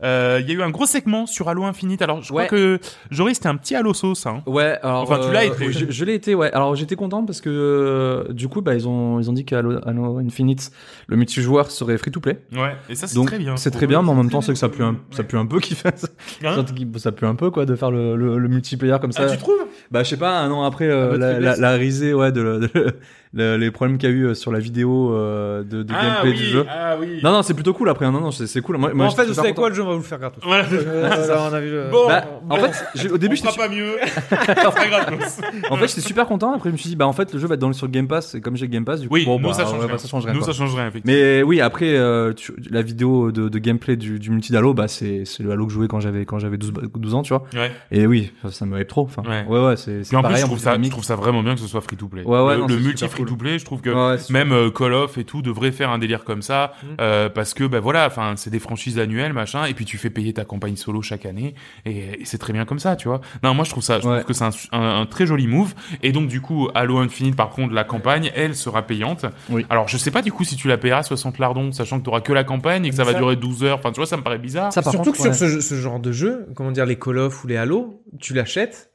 S2: Euh, Il y a eu un gros segment sur Halo Infinite. Alors je
S3: Ouais.
S2: crois que Joris, c'était un petit Halo sauce. Hein.
S3: Ouais, alors.
S2: Enfin, tu l'as été.
S3: Je, je l'ai été, ouais. Alors, j'étais content parce que, euh, du coup, bah, ils ont, ils ont dit qu'à Halo- Halo Infinite, le multijoueur serait free to play.
S2: Ouais, et ça c'est
S3: Donc,
S2: très bien.
S3: C'est très bien, mais en même temps, c'est que ça pue un, ça pue un peu qu'ils fassent.
S2: Hein
S3: Surtout qu'il- ça pue un peu, quoi, de faire le, le, le multiplayer comme ça.
S2: Ah, tu trouves
S3: Bah, je sais pas, un an après euh,
S4: Un peu de
S3: la, la,
S4: faiblesse.
S3: la risée, ouais, de, la- de- le- les problèmes qu'il y a eu euh, sur la vidéo euh, de, de
S2: Ah
S3: gameplay
S2: oui,
S3: du jeu.
S2: ah oui.
S3: Non, non, c'est plutôt cool après. hein. Non, non, c'est c'est cool. Moi,
S4: Bon,
S3: moi,
S4: en
S3: je
S4: fait,
S3: suis
S4: vous savez
S3: super
S4: quoi, le jeu, on va vous le faire gratos.
S2: Voilà,
S4: Euh, là, on a vu le-
S2: Bon.
S3: Bah, en
S4: Bon.
S3: fait, j'ai- au début,
S2: on fera
S3: j'étais
S2: pas mieux. c'est gratos.
S3: en fait, j'étais super content. Après, je me suis dit, bah, en fait, le jeu va être dans le sur Game Pass. Et comme j'ai Game Pass, du coup,
S2: Oui,
S3: bon,
S2: nous,
S3: bah,
S2: ça
S3: ouais,
S2: change
S3: bah,
S2: rien.
S3: ça change rien.
S2: Nous,
S3: quoi.
S2: ça change rien, effectivement.
S3: Mais oui, après, euh, tu- la vidéo de, de gameplay du, du multi d'Halo, bah, c'est c'est le Halo que je jouais quand j'avais quand j'avais 12, ba- 12 ans, tu vois.
S2: Ouais.
S3: Et oui, ça, ça me hype trop. Enfin,
S2: Ouais.
S3: ouais, ouais, c'est c'est
S2: Puis en plus,
S3: pareil.
S2: je
S3: en
S2: trouve,
S3: plus,
S2: ça,
S3: dynamique.
S2: je trouve ça vraiment bien que ce soit free to play.
S3: Ouais, ouais,
S2: le
S3: non,
S2: le
S3: c'est
S2: multi
S3: super
S2: free to
S3: cool.
S2: play, je trouve que
S3: Ouais, ouais, c'est-
S2: même euh, Call of et tout devrait faire un délire comme ça
S4: Mm.
S2: euh, parce que bah voilà, enfin c'est des franchises annuelles machin et puis tu fais payer ta campagne solo chaque année et, et c'est très bien comme ça, tu vois. Non, moi je trouve ça, je
S3: Ouais.
S2: trouve que c'est un, un- un très joli move et donc du coup Halo Infinite par contre la campagne elle sera payante.
S3: Oui.
S2: Alors je sais pas du coup si tu la paieras 60 lardons sachant que tu que la campagne et que ça, va durer 12 heures. Enfin tu vois ça me paraît bizarre.
S3: Ça, par
S4: Surtout
S3: contre,
S4: que sur
S3: ouais.
S4: ce, jeu- ce genre de jeu, comment dire, les Call of ou les Halo, tu l'achètes,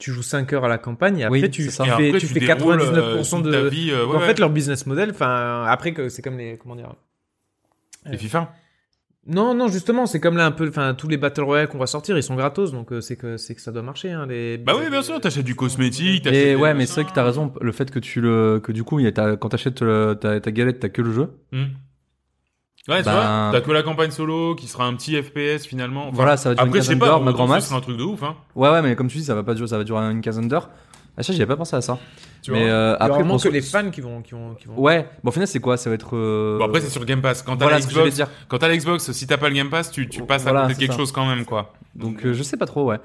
S4: tu joues 5 heures à la campagne et après
S3: Oui,
S4: tu
S3: c'est
S4: fais,
S3: ça.
S2: Et après,
S4: tu fais
S2: déroules, euh,
S4: 99%
S2: toute ta
S4: de.
S2: vie, euh,
S4: Donc,
S2: ouais,
S4: en
S2: ouais.
S4: fait, leur business model, enfin, après que c'est comme les. Comment dire
S2: les FIFA.
S4: Non, non, justement, c'est comme là un peu. Enfin, tous les Battle Royale qu'on va sortir, ils sont gratos, donc euh, c'est que, c'est que ça doit marcher. hein, les...
S2: Bah oui, bien sûr, t'achètes du cosmétique. t'achètes
S3: Et
S2: des
S3: ouais, mais
S2: machins.
S3: c'est vrai que t'as raison. Le fait que tu le, que du coup, il y a ta- quand t'achètes euh, ta, ta galette, t'as que le jeu.
S2: Hmm. Ouais, tu
S3: Ben-
S2: vois, t'as que la campagne solo qui sera un petit FPS finalement. Enfin,
S3: Voilà, ça va durer
S2: Après,
S3: une
S2: je sais
S3: quinzaine
S2: pas,
S3: d'heures,
S2: au
S3: ma grand
S2: grand
S3: max.
S2: c'est un truc de ouf. Hein.
S3: Ouais, ouais, mais comme tu dis, ça va pas durer, ça va durer une quinzaine d'heures. Ah, ça, j'y avais pas pensé à ça.
S2: Tu
S3: mais
S2: vois.
S3: euh,
S4: Après,
S3: après,
S4: vraiment
S3: pour-
S4: que les fans qui vont. Qui vont, qui vont...
S3: Ouais, bon, au final, c'est quoi Ça va être. euh,
S2: Bon, après, c'est sur Game Pass. Quand t'as
S3: Voilà
S2: la
S3: ce que j'allais
S2: Xbox,
S3: dire.
S2: quand t'as la Xbox, si t'as pas le Game Pass, tu, tu passes à
S3: Voilà,
S2: côté de
S3: c'est
S2: quelque
S3: ça.
S2: chose quand même, quoi.
S3: Donc, euh, je sais pas trop, ouais.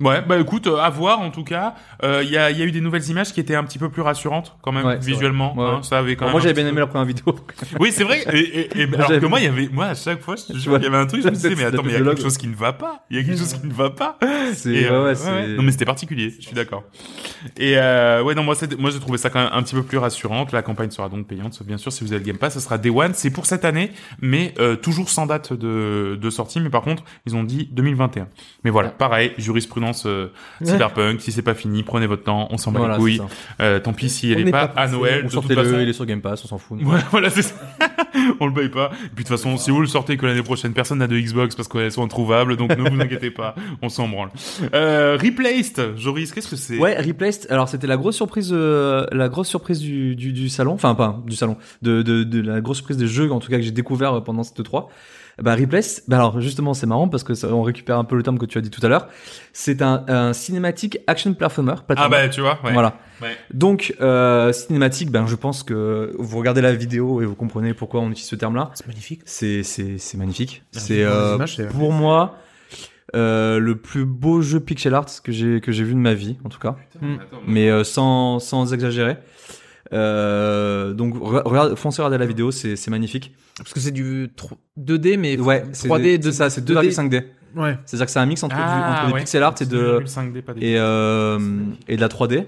S2: Ouais, bah écoute, euh, à voir en tout cas. Euh, Il y, a, il y a eu des nouvelles images qui étaient un petit peu plus rassurantes quand même
S3: Ouais, c'est
S2: visuellement.
S3: vrai. Ouais,
S2: hein,
S3: ouais.
S2: ça avait quand
S3: Bon,
S2: même.
S3: moi,
S2: un
S3: j'avais
S2: petit
S3: bien aimé la première vidéo.
S2: peu- Oui, c'est vrai. Et, et, et- alors que
S3: J'avais-
S2: moi, il y avait, moi à chaque fois, je- je-
S3: vois.
S2: il y avait un truc, je me disais, mais
S3: La
S2: attends, mais il y a
S3: pédologue.
S2: quelque chose qui ne va pas. Il y a quelque chose qui ne va pas.
S3: C'est.
S2: Et, euh,
S3: Ouais, ouais,
S2: ouais, ouais.
S3: c'est.
S2: Non mais c'était particulier, je suis d'accord. Et euh, ouais non moi c'est- moi j'ai trouvé ça quand même un petit peu plus rassurante. La campagne sera donc payante, sauf bien sûr si vous avez le Game Pass, ça sera Day One. C'est pour cette année, mais euh, toujours sans date de, de sortie. Mais par contre ils ont dit 2021. Mais voilà, pareil jurisprudence euh, cyberpunk. Si c'est pas fini, prenez votre temps, on s'en bat
S3: Voilà,
S2: les couilles.
S3: c'est ça.
S2: Euh, tant pis si
S4: On
S2: elle est
S4: n'est
S2: pas,
S4: pas
S2: à
S4: pressé.
S2: Noël.
S3: Ou
S2: De toute
S3: sortez-le,
S2: façon,
S3: il est sur Game Pass, on s'en fout.
S2: Ouais, voilà, c'est ça. on le paye pas. Et puis de toute façon, si vous le sortez que l'année prochaine, personne n'a de Xbox parce qu'elles sont introuvables, donc ne vous inquiétez pas, on s'en branle. Euh, replaced, Joris, qu'est-ce que c'est
S3: Ouais, Replaced. Alors c'était la grosse surprise, euh, la grosse surprise du, du, du salon, enfin pas du salon, de, de, de la grosse surprise des jeux en tout cas que j'ai découvert euh, pendant cette 3 Bah Replaced. Bah alors justement c'est marrant parce que ça, on récupère un peu le terme que tu as dit tout à l'heure. C'est un, un cinématique action platformer.
S2: Ah
S3: platformer.
S2: bah tu vois, ouais.
S3: Voilà.
S2: Ouais.
S3: Donc euh, cinématique, ben je pense que vous regardez la vidéo et vous comprenez pourquoi on utilise ce terme-là.
S4: C'est magnifique.
S3: C'est c'est c'est magnifique.
S4: Merci
S3: C'est
S4: pour Ah, les
S3: euh,
S4: images, c'est-
S3: pour moi euh, le plus beau jeu pixel art que j'ai que j'ai vu de ma vie en tout cas
S4: Hmm.
S3: mais euh, sans, sans exagérer. Euh, donc re- regarde, foncez regarder la vidéo, c'est c'est magnifique.
S4: Parce que c'est du tro- 2D, mais
S3: Ouais, c'est
S4: 3D,
S3: c'est
S4: 2D.
S3: ça, c'est 2,5D.
S4: Ouais.
S3: C'est-à-dire que c'est un mix entre, du-
S2: Ah,
S3: entre des pixel art et de
S2: 2,5D, pas des-
S3: et, euh, et de la 3D.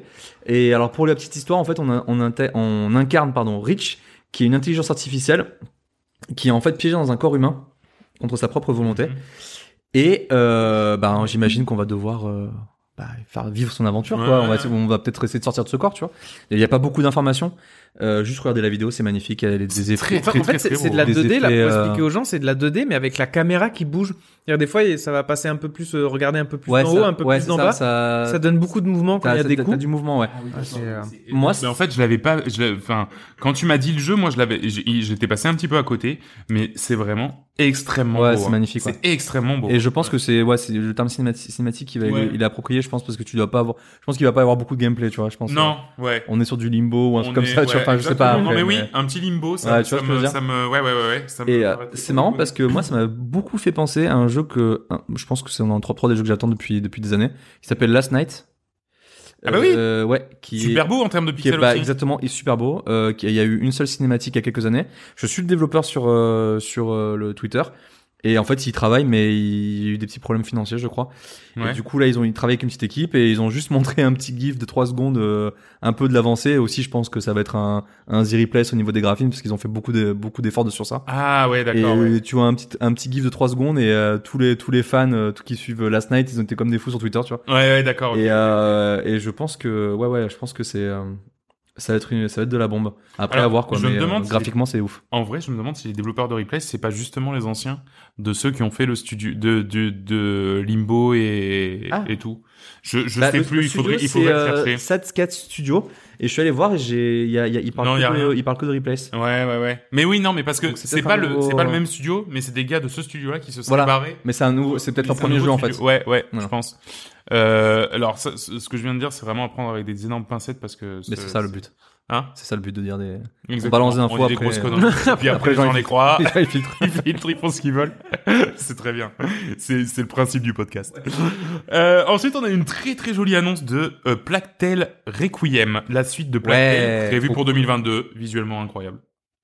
S3: Et alors pour la petite histoire, en fait, on, a- on, inté- on incarne pardon Rich, qui est une intelligence artificielle qui est en fait piégée dans un corps humain contre sa propre volonté.
S2: Mhm.
S3: Et euh, bah, j'imagine qu'on va devoir euh, bah, faire vivre son aventure.
S2: Ouais,
S3: quoi.
S2: ouais,
S3: On va,
S2: ouais.
S3: on va peut-être essayer de sortir de ce corps, tu vois. Il n'y a pas beaucoup d'informations, Euh, juste regardez la vidéo, c'est magnifique. Elle a des
S2: très-
S3: effets.
S4: Enfin, en fait, c'est
S2: très
S4: c'est de
S2: beau.
S4: la
S3: Des
S4: 2D, là, pour
S3: effets, euh,
S4: expliquer aux gens, c'est de la 2D, mais avec la caméra qui bouge. C'est-à-dire, des fois, ça va passer un peu plus, euh, regarder un peu plus en
S3: ça-
S4: haut, un peu
S3: ouais,
S4: plus
S3: c'est
S4: en
S3: ça,
S4: bas.
S3: Ça,
S4: Ça donne beaucoup de mouvements quand
S3: t'as-
S4: il y a
S3: t'as-
S4: des
S3: t'as
S4: coups.
S3: du mouvement, ouais.
S4: Ah, c'est, euh,
S3: Moi,
S2: mais en fait, je l'avais pas. je l'avais- Enfin, quand tu m'as dit le jeu, moi, je l'avais. j'ai- J'étais passé un petit peu à côté, mais c'est vraiment extrêmement
S3: Ouais,
S2: beau.
S3: c'est
S2: hein.
S3: magnifique,
S2: C'est extrêmement beau.
S3: Et je pense que c'est ouais, c'est le terme cinémati- cinématique qui va
S2: Ouais.
S3: il est approprié, je pense, parce que tu dois pas avoir. Je pense qu'il va pas y avoir beaucoup de gameplay, tu vois. Je pense.
S2: Non, ouais.
S3: On est sur du limbo ou un
S2: On
S3: truc comme
S2: est-
S3: ça. Tu vois,
S2: ouais,
S3: enfin, je sais pas.
S2: exactement. Non, mais
S3: après,
S2: oui,
S3: mais-
S2: un petit limbo, ça,
S3: Ouais,
S2: me-
S3: tu
S2: ça,
S3: vois ce que je veux
S2: me,
S3: dire
S2: ça me- Ouais, ouais, ouais. ouais, ça me-
S3: Et
S2: ça
S3: euh,
S2: me-
S3: c'est marrant parce que moi, ça m'a beaucoup fait penser à un jeu que un- je pense que c'est en top 3 des jeux que j'attends depuis depuis des années, qui s'appelle Last Night.
S2: Ah bah oui.
S3: Euh, ouais, qui est-
S2: Super beau en termes de
S3: qui est
S2: pixels
S3: bah,
S2: aussi.
S3: exactement est super beau euh, qui- il y a eu une seule cinématique il y a quelques années je suis le développeur sur euh, sur euh, le Twitter et en fait il travaille mais il y a eu des petits problèmes financiers je crois
S2: Ouais.
S3: et du coup là ils ont ils travaillent avec une petite équipe et ils ont juste montré un petit gif de 3 secondes euh, un peu de l'avancée aussi je pense que ça va être un un The Replace au niveau des graphismes parce qu'ils ont fait beaucoup de beaucoup d'efforts de- sur ça
S2: Ah ouais,
S3: et
S2: d'accord. ouais.
S3: tu vois un petit un petit gif de 3 secondes et euh, tous les tous les fans euh, tous qui suivent Last Night ils ont été comme des fous sur Twitter tu vois
S2: Ouais, ouais, d'accord. ok.
S3: et, euh, et je pense que ouais ouais je pense que c'est euh, ça va être une, ça va être de la bombe après
S2: Alors,
S3: à voir quoi
S2: je me
S3: mais, euh,
S2: demande si-
S3: graphiquement c'est ouf
S2: En vrai, je me demande si les développeurs de Replay, c'est pas justement les anciens de ceux qui ont fait le studio de, de, de Limbo et,
S3: Ah. Bah,
S2: et tout. Je, je sais plus, il faudrait, il
S3: c'est euh,
S2: faudrait chercher.
S3: Studio et je suis allé voir et j'ai il y a, il y a- il parle
S2: Non,
S3: que
S2: il y a rien.
S3: de, il parle que de replace
S2: Ouais, ouais, ouais. Mais oui, non, mais parce que
S3: Donc, c'est
S2: c'est
S3: peut-être
S2: pas,
S3: un
S2: le,
S3: nouveau-
S2: c'est pas le même studio, mais c'est des gars de ce studio-là qui se sont
S3: Voilà.
S2: barrés.
S3: mais c'est un nouveau c'est peut-être
S2: Mais
S3: leur
S2: un
S3: premier
S2: nouveau
S3: jeu en fait
S2: studio. Ouais, ouais,
S3: Voilà.
S2: je pense. Euh, alors, ça, ce ce que je viens de dire, c'est vraiment à prendre avec des énormes pincettes parce que.
S3: mais c'est ça le but
S2: Hein
S3: c'est ça le but de dire des
S2: Exactement.
S3: balance des infos
S2: dit
S3: après.
S2: grosses conneries. Puis après, les gens les croient.
S3: ils filtrent
S2: ils, ils- ils font ce qu'ils veulent. c'est très bien. C'est c'est le principe du podcast. Euh, ensuite, on a une très très jolie annonce de euh, Plactel Requiem, la suite de Plactel,
S3: Ouais,
S2: prévue
S3: trop
S2: pour 2022, visuellement incroyable.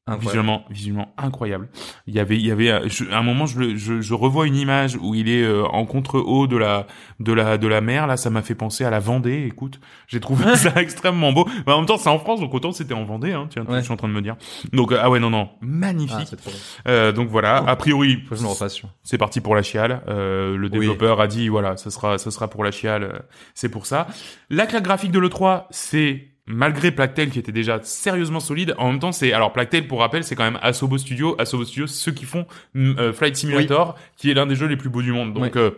S3: Incroyable.
S2: Visuellement, visuellement incroyable. Il y avait, il y avait, euh, je- à un moment, je, le- je, je revois une image où il est euh, en contre-haut de la, de la, de la mer. Là, ça m'a fait penser à la Vendée. Écoute, j'ai trouvé ça extrêmement beau. Mais en même temps, c'est en France, donc autant c'était en Vendée. Hein, tiens,
S3: Ouais.
S2: je suis en train de me dire. Donc, euh, ah ouais, non, non,
S3: ah,
S2: magnifique.
S3: c'est trop bien. Faut
S2: Euh, donc voilà, a priori,
S3: que je me refasse sûr.
S2: c'est parti pour la chiale. Euh, le
S3: Oui.
S2: développeur a dit voilà, ça sera, ça sera pour la chiale. euh, c'est pour ça. La claque graphique de le 3, c'est malgré Plactel qui était déjà sérieusement solide. En même temps, c'est alors Plactel pour rappel, c'est quand même Asobo Studio. Asobo Studio, c'est ceux qui font mm, euh, Flight Simulator, qui est l'un des jeux les plus beaux du monde. Donc euh,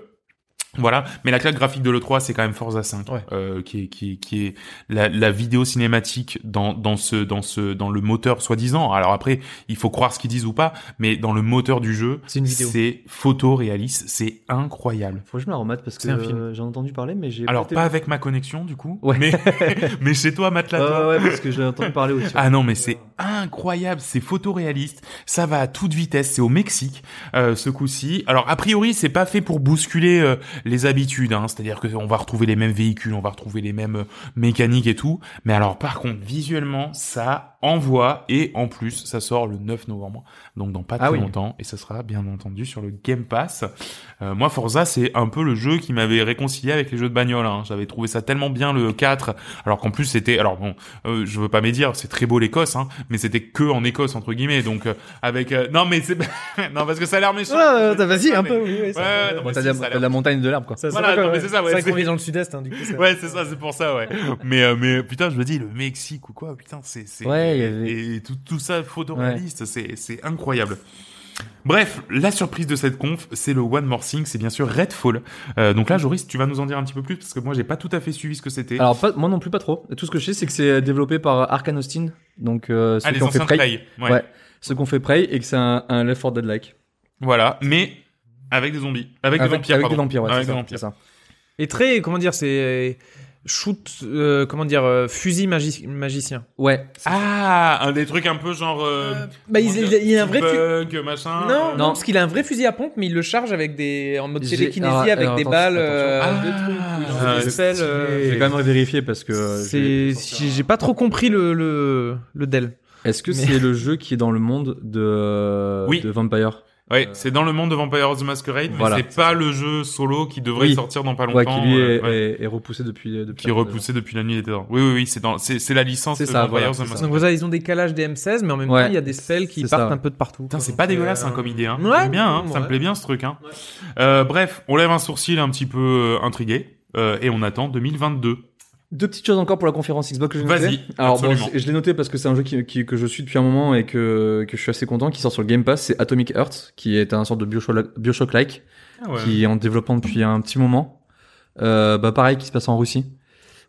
S2: voilà, mais la claque graphique de l'E3, c'est quand même Forza 5,
S4: Ouais.
S2: euh, qui est, qui est, qui est la, la vidéo cinématique dans, dans ce, dans ce, dans le moteur soi-disant. Alors après, il faut croire ce qu'ils disent ou pas, mais dans le moteur du jeu,
S4: C'est une vidéo.
S2: c'est photoréaliste, c'est incroyable.
S3: faut que je me la remate parce que
S2: C'est un film.
S3: euh, j'en ai entendu parler mais j'ai
S2: Alors
S3: été-
S2: pas avec ma connexion du coup,
S3: Ouais.
S2: mais, mais chez toi, Matt Lato.
S3: Ouais, ouais, parce que j'ai entendu parler aussi
S2: Ah non, mais c'est incroyable, c'est photoréaliste, ça va à toute vitesse, c'est au Mexique euh, ce coup-ci. Alors a priori, c'est pas fait pour bousculer euh, les habitudes, hein. c'est-à-dire que on va retrouver les mêmes véhicules, on va retrouver les mêmes euh, mécaniques et tout. Mais alors par contre, visuellement, ça envoie et en plus, ça sort le 9 novembre, donc dans pas
S3: Ah
S2: très
S3: oui.
S2: longtemps, et ça sera bien entendu sur le Game Pass. Euh, moi, Forza, c'est un peu le jeu qui m'avait réconcilié avec les jeux de bagnole. hein. J'avais trouvé ça tellement bien le 4, alors qu'en plus c'était, alors bon, euh, je veux pas médire, c'est très beau l'Écosse, hein, mais c'était que en Écosse entre guillemets, donc euh, avec, euh, non mais c'est, non parce que ça a l'air méchant.
S4: Ouais, ouais, vas-y, un peu, oui, oui, ça-
S2: Ouais, non, Ah,
S3: Bon,
S2: mais
S3: t'as
S2: si,
S3: la-
S2: ça a
S3: t'as
S2: l'air-
S3: la montagne de l'herbe quoi
S4: Ça,
S2: Voilà, non, mais c'est ça, ouais,
S4: C'est vrai qu'on
S2: c'est-
S4: vit dans le sud-est, hein, du coup. ça-
S2: Ouais, c'est ça, c'est pour ça, ouais. mais, euh, mais putain, je me dis, le Mexique ou quoi, putain, c'est. c'est-
S3: Ouais, il y avait-
S2: Et tout, tout ça photoréaliste, c'est- c'est incroyable. Bref, la surprise de cette conf, c'est le One More Thing, c'est bien sûr Redfall. Euh, donc là, Joris, tu vas nous en dire un petit peu plus, parce que moi, j'ai pas tout à fait suivi ce que c'était.
S3: Alors pas, moi non plus pas trop. Tout ce que je sais c'est que c'est développé par Arkane Austin, donc euh, ceux
S2: Ah,
S3: qui
S2: les
S3: ont fait
S2: anciens
S3: Prey,
S2: Prey, Ouais.
S3: Ouais. ceux qui ont fait Prey et que c'est un, un Left 4 Dead like.
S2: Voilà, mais avec des zombies. Avec, des vampires,
S3: avec des
S2: pardon. Ah,
S3: vampires, ouais,
S2: Avec
S3: c'est
S2: des
S3: ça,
S2: vampires.
S3: c'est ça.
S4: Et très, comment dire, c'est euh, shoot, euh, comment dire, euh, fusil magi- magicien.
S3: Ouais. c'est-
S2: Ah, un des trucs un peu genre... euh,
S4: Bah, il,
S2: comment
S4: il-
S2: dire,
S4: il a un vrai
S2: petit
S4: fusil.
S2: bug, machin. euh,
S4: Non, non,
S3: non.
S4: parce qu'il a un vrai fusil à pompe, mais il le charge avec des, en mode
S3: J'ai-
S4: télékinésie,
S3: alors,
S4: avec
S3: alors,
S4: des
S3: attends,
S4: balles,
S3: attention.
S4: euh,
S2: Ah,
S4: des trucs, genre
S2: ah,
S4: des
S2: stylé.
S4: spells,
S3: Je
S4: euh,
S3: vais quand même vérifier parce que. euh, je-
S4: c'est, si j'ai pas trop compris le, le, le Dell.
S3: Est-ce que
S4: Mais-
S3: c'est le jeu qui est dans le monde de
S2: Oui.
S3: de Vampire
S2: Ouais,
S3: Euh,
S2: c'est dans le monde de Vampire the Masquerade,
S3: Voilà.
S2: mais c'est pas le jeu solo qui devrait
S3: Oui.
S2: sortir dans pas
S3: Ouais,
S2: longtemps.
S3: qui lui
S2: euh,
S3: est,
S2: ouais,
S3: est- est repoussé depuis euh, depuis.
S2: qui est repoussé depuis la nuit des temps. Oui, oui, oui, c'est dans, c'est, c'est la licence
S3: C'est
S2: de
S3: ça,
S2: Vampire
S3: voilà,
S2: the
S3: c'est ça.
S2: Masquerade.
S4: Donc voilà, ils ont des calages des M16, mais en même
S3: Ouais.
S4: temps, il y a des spells qui
S3: C'est
S4: partent
S3: ça, ouais.
S4: un peu de partout.
S2: Putain,
S4: quoi.
S2: c'est
S4: Donc,
S2: pas
S4: euh,
S2: dégueulasse hein, comme idée. Hein.
S4: ouais,
S2: J'aime bien, hein,
S4: ouais.
S2: ça me plaît bien ce truc. Hein. Euh, bref, on lève un sourcil un petit peu euh, intrigué euh, et on attend 2022.
S3: Deux petites choses encore pour la conférence Xbox que j'ai
S2: Vas-y,
S3: notées. Alors bon,
S2: absolument.
S3: c'est- je l'ai noté parce que c'est un jeu qui, qui- que je suis depuis un moment et que, que je suis assez content, qui sort sur le Game Pass, c'est Atomic Heart, qui est un sorte de Bioshock- Bioshock-like,
S2: Ah ouais.
S3: qui est en développement depuis un petit moment. Euh, bah pareil, qui se passe en Russie,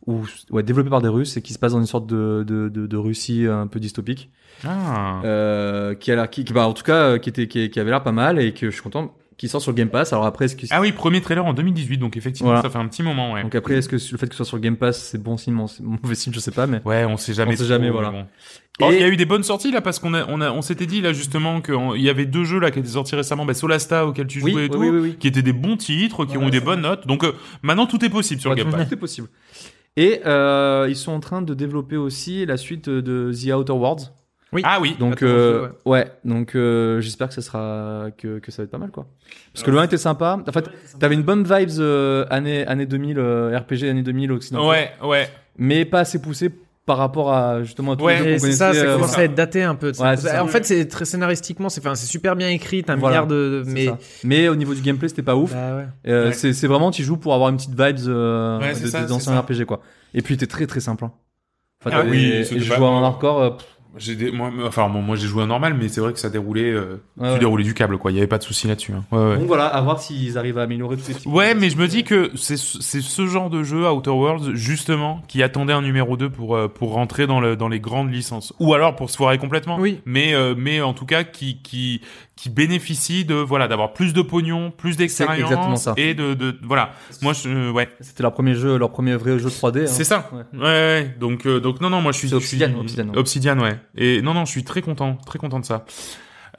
S3: ou ouais, développé par des Russes et qui se passe dans une sorte de, de, de, de Russie un peu dystopique,
S2: Ah.
S3: euh, qui a l'air, qui, qui- bah en tout cas, euh, qui était, qui, qui avait l'air pas mal et que je suis content, qui sort sur le Game Pass. Alors après, est-ce que
S2: Ah oui, premier trailer en 2018, donc effectivement,
S3: Voilà.
S2: ça fait un petit moment, ouais.
S3: donc après, est-ce que le fait que ce soit sur le Game Pass, c'est bon signe, mon- c'est mauvais signe, je sais pas, mais
S2: Ouais, on sait jamais.
S3: On sait
S2: trop,
S3: jamais,
S2: mais
S3: voilà.
S2: bon. Oh, Il
S3: Et-
S2: y a eu des bonnes sorties là parce qu'on a, on a, on s'était dit là justement qu'il y avait deux jeux là qui étaient sortis récemment, bah, Solasta auquel tu jouais et tout,
S3: oui.
S2: qui étaient des bons titres, qui
S3: Voilà,
S2: ont eu des
S3: c'est
S2: bonnes notes. Donc euh, maintenant Bah, tout est possible sur Game Pass.
S3: Tout est possible. Et euh, ils sont en train de développer aussi la suite de The Outer Worlds.
S2: Ah oui.
S3: Donc
S4: Attends,
S3: euh,
S4: je-
S3: ouais. donc euh, j'espère que ça sera que, que ça va être pas mal quoi. Parce que le 1 était sympa. En fait, t'avais une bonne vibes euh, année année 2000 euh, RPG année 2000 occidentale.
S2: Ouais, ouais.
S3: Mais pas assez poussé par rapport à justement à tous
S2: Ouais.
S3: les jeux
S4: Et
S3: qu'on
S4: c'est ça,
S3: connaissait,
S4: ça
S3: euh,
S4: commence
S2: voilà.
S4: à être daté un peu.
S3: Ouais, c'est ça.
S4: en fait, c'est très scénaristiquement, c'est enfin, c'est super bien écrit, t'as un
S3: Voilà,
S4: milliard de.
S3: c'est
S4: Mais.
S3: ça. mais au niveau du gameplay, c'était pas ouf.
S4: Bah ouais.
S3: Euh,
S2: Ouais.
S3: C'est c'est vraiment tu joues pour avoir une petite vibes euh,
S2: Ouais,
S3: de-
S2: c'est ça,
S3: des
S2: c'est
S3: anciens
S2: ça.
S3: RPG quoi. Et puis t'es très très simple. hein. Enfin,
S2: Ah
S3: t'avais-
S2: oui,
S3: et
S2: c'était
S3: je
S2: pas-
S3: jouais en hardcore. euh, pff,
S2: J'ai des, moi, enfin bon, moi j'ai joué en normal, mais c'est vrai que ça déroulait, euh,
S3: Ah Ouais,
S2: tu
S3: ouais.
S2: déroulais du câble quoi. Il y avait pas de souci là-dessus. hein. Ouais, ouais.
S3: Donc voilà, à voir s'ils arrivent à améliorer tous ces petits
S2: Ouais,
S3: points.
S2: mais je me dis que c'est ce c'est ce genre de jeu, Outer Worlds, justement, qui attendait un numéro 2 pour, euh, pour rentrer dans, le, dans les grandes licences. Ou alors pour se foirer complètement.
S4: Oui.
S2: Mais, euh, mais en tout cas, qui, qui, qui bénéficie de, voilà, d'avoir plus de pognon, plus
S3: exactement
S2: d'expérience.
S3: ça.
S2: Et de, de, voilà. Moi, je, euh, ouais.
S3: C'était leur premier jeu, leur premier vrai jeu 3D. hein.
S2: C'est ça.
S3: Ouais.
S2: Ouais, ouais, ouais. Donc, euh, donc non, non, moi je suis.
S3: C'est
S2: je suis-
S3: Obsidian, Obsidian, ouais.
S2: Obsidian, ouais. Et non, non, je suis très content, très content de ça.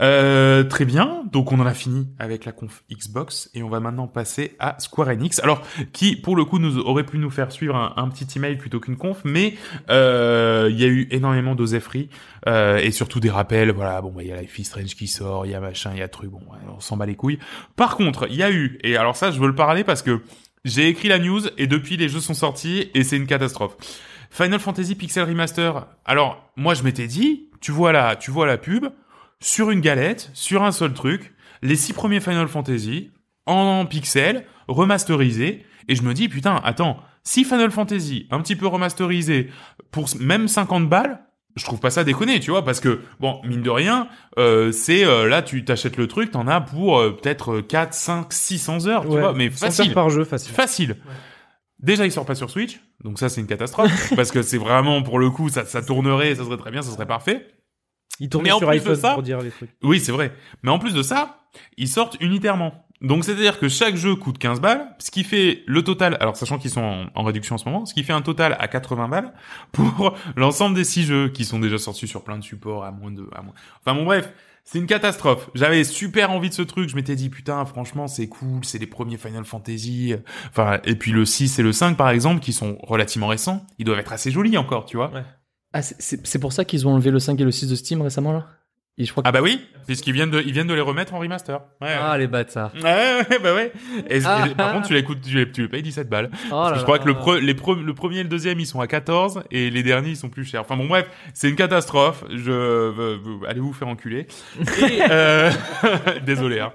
S2: Euh, très bien. Donc on en a fini avec la conf Xbox et on va maintenant passer à Square Enix. Alors qui, pour le coup, nous aurait pu nous faire suivre un, un petit email plutôt qu'une conf, mais euh, il y a eu énormément d'oseilleries euh, et surtout des rappels. Voilà, bon, bah, il y a Life is Strange qui sort, il y a machin, il y a truc. Bon, ouais, on s'en bat les couilles. Par contre, il y a eu et alors ça, je veux le parler parce que j'ai écrit la news et depuis les jeux sont sortis et c'est une catastrophe. Final Fantasy Pixel Remaster. Alors moi je m'étais dit, tu vois la, tu vois la pub sur une galette, sur un seul truc, les six premiers Final Fantasy en pixel remasterisés et je me dis putain attends si Final Fantasy un petit peu remasterisé pour s- même 50 balles je trouve pas ça déconné, tu vois, parce que, bon, mine de rien, euh, c'est, euh, là, tu t'achètes le truc, t'en as pour euh, peut-être 4, 5, 600 heures, tu
S4: Ouais.
S2: vois, mais
S4: 100 heures
S2: facile.
S4: par jeu, facile.
S2: Facile. Déjà, il sort pas sur Switch, donc ça c'est une catastrophe parce que c'est vraiment pour le coup ça, ça tournerait, ça serait très bien, ça serait parfait.
S4: Il
S2: Mais
S4: tournait
S2: en
S4: sur
S2: plus de
S4: iPhone
S2: ça-
S4: pour dire les trucs.
S2: Oui, c'est vrai. Mais en plus de ça, ils sortent unitairement. Donc c'est-à-dire que chaque jeu coûte 15 balles, ce qui fait le total, alors sachant qu'ils sont en, en réduction en ce moment, ce qui fait un total à 80 balles pour l'ensemble des six jeux qui sont déjà sortis sur plein de supports à moins de... à moins- Enfin bon bref, c'est une catastrophe. J'avais super envie de ce truc, je m'étais dit putain franchement c'est cool, c'est les premiers Final Fantasy, enfin et puis le 6 et le 5 par exemple qui sont relativement récents, ils doivent être assez jolis encore, tu vois.
S4: Ouais.
S3: Ah, c'est- c'est c'est pour ça qu'ils ont enlevé le 5 et le 6 de Steam récemment là Et je crois que...
S2: Ah bah oui, puisqu'ils viennent de ils viennent de les remettre en remaster. Ouais.
S3: Ah, les bâtards.
S2: Ouais, ouais, ouais, bah ouais. Et-
S3: Ah.
S2: et- par contre, tu l'écoutes, tu, les- tu les payes 17 balles.
S3: Oh
S2: Parce que
S3: là
S2: je crois
S3: là.
S2: que le, pre- les pre- le premier et le deuxième, ils sont à 14 et les derniers, ils sont plus chers. Enfin bon, bref, c'est une catastrophe. Je euh, vous- allez vous faire enculer. Et, euh, désolé. Hein.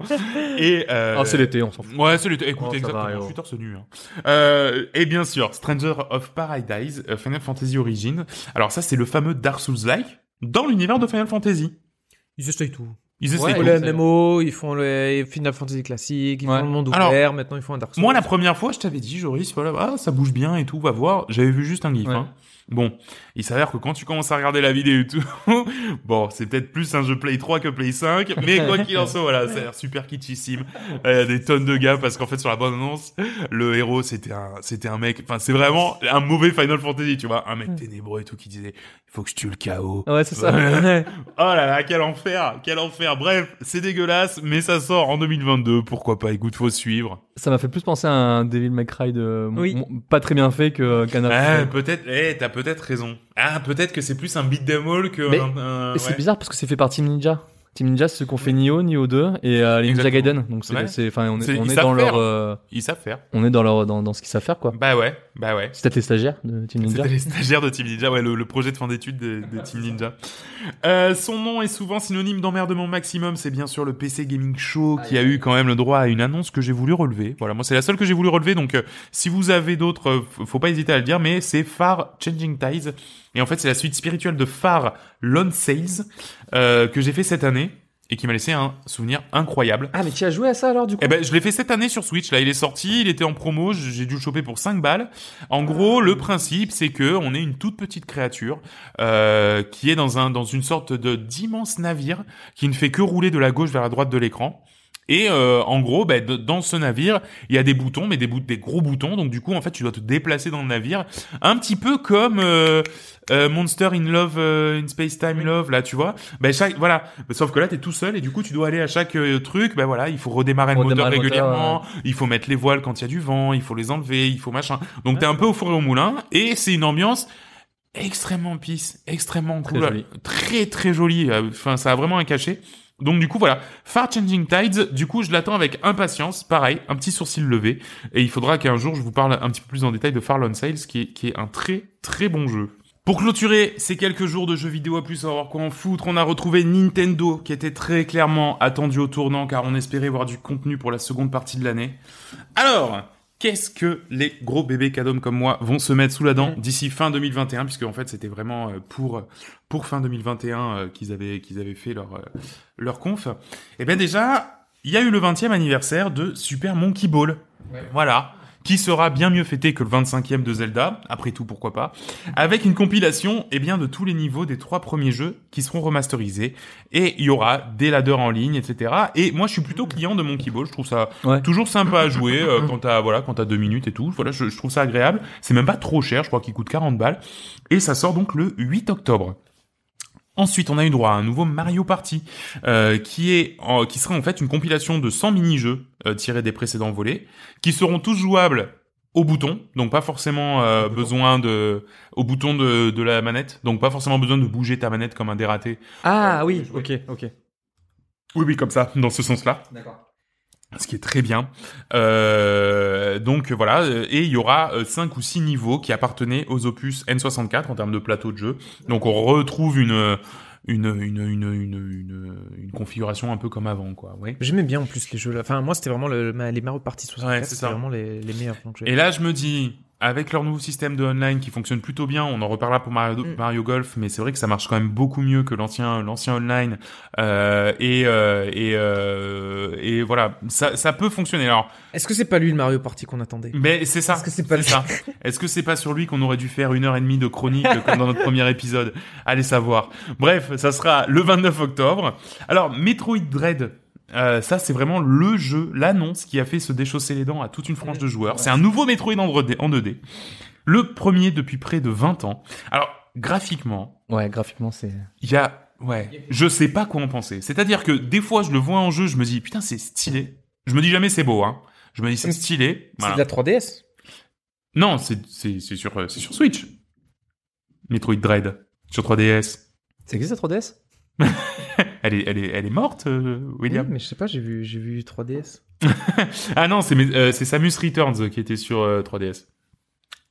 S2: Et euh,
S3: Ah, c'est l'été, on s'en fout.
S2: Ouais, c'est l'été. Écoute,
S3: Oh, ça
S2: exactement.
S3: va,
S2: je
S3: oh.
S2: suis torse nu. hein. Euh, et bien sûr, Stranger of Paradise, euh, Final Fantasy Origin. Alors ça, c'est le fameux Dark Souls-like dans l'univers de Final Fantasy.
S4: Ils essayent tout.
S2: Ils
S3: Ouais,
S2: essaient.
S4: Ils font
S2: tout.
S3: ouais.
S4: le MMO, ils font le Final Fantasy classique, ils
S3: Ouais.
S4: font le monde ouvert,
S2: Alors,
S4: maintenant ils font un Dark Souls.
S2: Moi, la première fois, je t'avais dit, Joris, voilà, ah, ça bouge bien et tout, va voir. J'avais vu juste un gif.
S3: Ouais.
S2: hein. Bon, il s'avère que quand tu commences à regarder la vidéo et tout, bon, c'est peut-être plus un jeu Play 3 que Play 5, mais quoi qu'il en soit, voilà, ça a l'air super kitschissime. Euh, Il y a des tonnes de gars, parce qu'en fait, sur la bande annonce, le héros, c'était un, c'était un mec, enfin, c'est vraiment un mauvais Final Fantasy, tu vois, un mec ténébreux et tout qui disait, il faut que je tue le chaos.
S3: Ouais, c'est ça.
S4: Ouais.
S2: Oh là là, quel enfer, quel enfer. Bref, c'est dégueulasse, mais ça sort en 2022, pourquoi pas, écoute, faut suivre.
S3: ça m'a fait plus penser à un Devil May Cry de...
S4: Oui.
S3: mon- Pas très bien fait
S5: euh,
S3: que qu'un
S2: Ah,
S3: Arc-
S2: peut-être, eh, t'as peut-être raison. Ah, peut-être que c'est plus un beat them all que
S3: Mais
S2: un, un-
S3: Et C'est
S2: ouais.
S3: bizarre parce que c'est fait par Team Ninja.
S5: Team Ninja, c'est ceux qu'on fait Nioh, Nioh 2 et euh, les Ninja
S2: Exactement.
S5: Gaiden. Donc c'est,
S2: Ouais.
S5: c'est, enfin, on est,
S2: C'est-
S5: on
S2: ils
S5: est
S2: savent
S5: dans
S2: faire.
S5: leur, euh,
S2: Ils savent faire.
S5: on est dans leur, dans, dans ce qu'ils savent faire, quoi.
S2: Bah ouais, bah ouais.
S5: C'est peut-être les stagiaires de Team Ninja.
S2: C'était les stagiaires de Team Ninja, ouais, le, le projet de fin d'études de, de Team Ninja. Euh, son nom est souvent synonyme d'emmerdement maximum. C'est bien sûr le PC Gaming Show qui a eu quand même le droit à une annonce que j'ai voulu relever. Voilà, moi c'est la seule que j'ai voulu relever. Donc euh, si vous avez d'autres, euh, f- faut pas hésiter à le dire. Mais c'est Far Changing Ties. Et en fait c'est la suite spirituelle de Far Lone Sales euh, que j'ai fait cette année et qui m'a laissé un souvenir incroyable.
S5: Ah, mais tu as joué à ça alors, du coup?
S2: Eh ben, je l'ai fait cette année sur Switch. Là, il est sorti, il était en promo, j- j'ai dû le choper pour 5 balles. En gros, le principe, c'est que on est une toute petite créature euh, qui est dans un dans une sorte de d'immense navire qui ne fait que rouler de la gauche vers la droite de l'écran. Et euh, en gros, ben, de- dans ce navire, il y a des boutons, mais des, bout- des gros boutons. Donc du coup, en fait, tu dois te déplacer dans le navire, un petit peu comme euh, euh, Monster in Love, euh, in Space Time Love, là, tu vois. Ben chaque, voilà. Sauf que là, t'es tout seul et du coup, tu dois aller à chaque euh, truc. Ben voilà, il faut redémarrer le moteur
S5: Redémarrer le moteur,
S2: régulièrement. Il faut mettre les voiles quand il y a du vent. Il faut les enlever. Il faut machin. Donc t'es un peu au four et au moulin. Et c'est une ambiance extrêmement pisse, extrêmement
S5: Très
S2: cool,
S5: joli.
S2: très très joli. Euh, Enfin, ça a vraiment un cachet. Donc du coup voilà, Far Changing Tides, du coup je l'attends avec impatience, pareil, un petit sourcil levé, et il faudra qu'un jour je vous parle un petit peu plus en détail de Far Lone Sales, qui est, qui est un très très bon jeu. Pour clôturer ces quelques jours de jeux vidéo à plus savoir quoi en foutre, on a retrouvé Nintendo qui était très clairement attendu au tournant car on espérait voir du contenu pour la seconde partie de l'année. Alors, qu'est-ce que les gros bébés cadom comme moi vont se mettre sous la dent d'ici fin 2021 puisque en fait c'était vraiment euh, pour pour fin 2021 euh, qu'ils avaient qu'ils avaient fait leur euh, leur conf. Et ben déjà, il y a eu le 20e anniversaire de Super Monkey Ball. Voilà. Qui sera bien mieux fêté que le 25e de Zelda, après tout pourquoi pas, avec une compilation eh bien, de tous les niveaux des trois premiers jeux qui seront remasterisés, et il y aura des ladders en ligne, etc. Et moi je suis plutôt client de Monkey Ball, je trouve ça
S5: Ouais.
S2: toujours sympa à jouer euh, quand t'as voilà, quand t'as deux minutes et tout, voilà, je, je trouve ça agréable, c'est même pas trop cher, je crois qu'il coûte 40 balles, et ça sort donc le 8 octobre. Ensuite, on a eu droit à un nouveau Mario Party, euh, qui est en- qui sera en fait une compilation de 100 mini-jeux euh, tirés des précédents volets, qui seront tous jouables au bouton, donc pas forcément euh, besoin de au bouton de, de la manette, donc pas forcément besoin de bouger ta manette comme un dératé.
S5: Ah oui, ok, ok.
S2: Oui, oui, comme ça, dans ce sens-là.
S3: D'accord.
S2: ce qui est très bien. Euh, donc euh, voilà, euh, et il y aura euh, cinq ou six niveaux qui appartenaient aux opus N64 en termes de plateau de jeu. Donc on retrouve une euh, une une une une une, une configuration un peu comme avant quoi. Ouais.
S4: J'aimais bien en plus les jeux là. Enfin, moi, c'était vraiment le, ma- les Mario Party 64.
S2: Ouais, c'est
S4: c'était
S2: ça.
S4: vraiment les, les meilleurs. Donc, j'ai-
S2: Et là je me dis avec leur nouveau système de online qui fonctionne plutôt bien, on en reparlera pour Mario,
S4: Mm.
S2: Mario Golf, mais c'est vrai que ça marche quand même beaucoup mieux que l'ancien l'ancien online euh, et euh, et euh, et voilà ça ça peut fonctionner. Alors
S4: Est-ce que c'est pas lui le Mario Party qu'on attendait
S2: Mais c'est ça.
S4: Est-ce que c'est pas le-
S2: ça Est-ce que c'est pas sur lui qu'on aurait dû faire une heure et demie de chronique euh, comme dans notre premier épisode Allez savoir. Bref, ça sera le 29 octobre. Alors, Metroid Dread. euh, ça, c'est vraiment le jeu, l'annonce qui a fait se déchausser les dents à toute une frange de joueurs. C'est un nouveau Metroid en 3D, en 2D. Le premier depuis près de 20 ans. Alors, graphiquement,
S5: Ouais, graphiquement, c'est.
S2: il y a ouais je sais pas quoi en penser c'est à dire que des fois je le vois en jeu je me dis putain c'est stylé je me dis jamais c'est beau hein je me dis
S4: Mm.
S2: c'est stylé
S4: C'est
S2: Voilà.
S4: de la 3DS
S2: non c'est c'est c'est sur euh, c'est sur Switch Metroid Dread sur 3DS
S5: Ça existe la 3DS?
S2: elle est elle est elle est morte euh, William
S4: Oui, mais je sais pas, j'ai vu, j'ai vu 3DS.
S2: ah non c'est mes- euh, c'est Samus Returns qui était sur euh, 3DS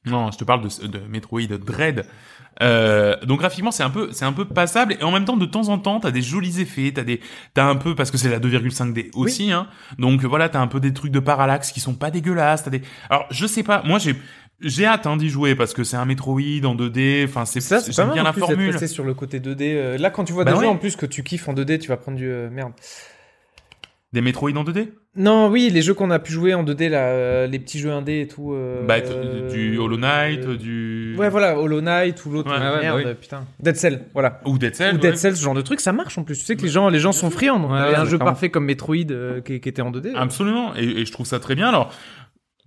S2: non je te parle de, de Metroid Dread Euh, donc graphiquement c'est un peu c'est un peu passable et en même temps de temps en temps t'as des jolis effets t'as des t'as un peu parce que c'est la 2,5D aussi hein donc voilà t'as un peu des trucs de parallaxe qui sont pas dégueulasses t'as des alors je sais pas moi j'ai j'ai hâte hein, d'y jouer parce que c'est un Metroid en 2D enfin c'est
S4: Ça, c'est pas
S2: j'aime
S4: mal
S2: bien
S4: en
S2: la
S4: plus d'être
S2: formule
S4: resté sur le côté 2D. euh, Là, quand tu vois
S2: Bah
S4: des
S2: ouais.
S4: jeux en plus que tu kiffes en 2D, tu vas prendre du... euh, merde.
S2: des Metroid en 2D
S4: Non, oui, les jeux qu'on a pu jouer en 2D, là, euh, les petits jeux indés et tout. euh,
S2: bah t- du Hollow Knight
S4: euh,
S2: du
S4: Ouais, voilà, Hollow Knight ou l'autre.
S2: Ouais,
S4: euh,
S5: ouais, bah
S4: merde, putain. Dead Cell, voilà.
S2: ou Dead Cell
S4: ou Dead
S2: ouais.
S4: Cell, ce genre de truc, ça marche en plus. Tu sais que les gens, les gens sont friands. hein. Donc,
S5: Ouais,
S4: un
S5: ouais,
S4: jeu
S5: clairement.
S4: parfait comme Metroid euh, qui, qui était en
S3: Ah,
S4: 2D.
S2: Absolument, et, et je trouve ça très bien. Alors,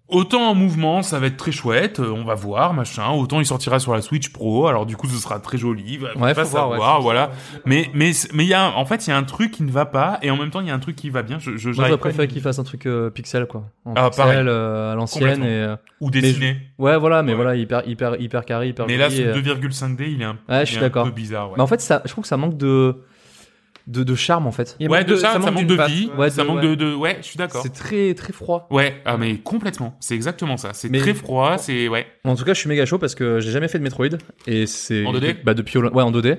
S2: autant en mouvement, ça va être très chouette, euh, on va voir, machin. Autant il sortira sur la Switch Pro, alors du coup, ce sera très joli. va-
S5: Ouais,
S2: va
S5: faut voir,
S2: savoir,
S5: ouais,
S2: voilà. Mais mais c'est- mais il y a, un- en fait, il y a un truc qui ne va pas, et en même temps, il y a un truc qui va bien. Je, je,
S5: Moi,
S2: j'arrive
S5: j'aurais
S2: pas à
S5: préféré qu'il fasse un truc euh, pixel, quoi. En
S2: Ah,
S5: pixel,
S2: pareil.
S5: euh, à l'ancienne
S2: Complètement.
S5: et. euh,
S2: ou dessiner.
S5: Ouais, voilà, mais
S2: Ouais.
S5: voilà, hyper, hyper, hyper carré, hyper
S2: Mais là,
S5: joli,
S2: ce
S5: et, euh,
S2: 2,5D, il est un,
S5: Ouais, je
S2: il
S5: suis
S2: est un
S5: d'accord.
S2: peu bizarre. ouais.
S5: Mais en fait, ça, je trouve que ça manque de. de, de charme en fait.
S4: Il
S2: ouais,
S4: manque
S2: de ça, ça manque de
S4: d'une
S2: vie,
S5: patte. Ouais,
S2: ça
S5: de-
S2: manque
S5: ouais.
S2: de, de- ouais, je suis d'accord.
S5: C'est très très froid.
S2: Ouais, ah, mais complètement. C'est exactement ça. C'est
S5: Mais-
S2: très froid, c'est, ouais.
S5: En tout cas, je suis méga chaud parce que j'ai jamais fait de Metroid et c'est
S2: En 2D?
S5: bah depuis Hollow- ouais en 2D.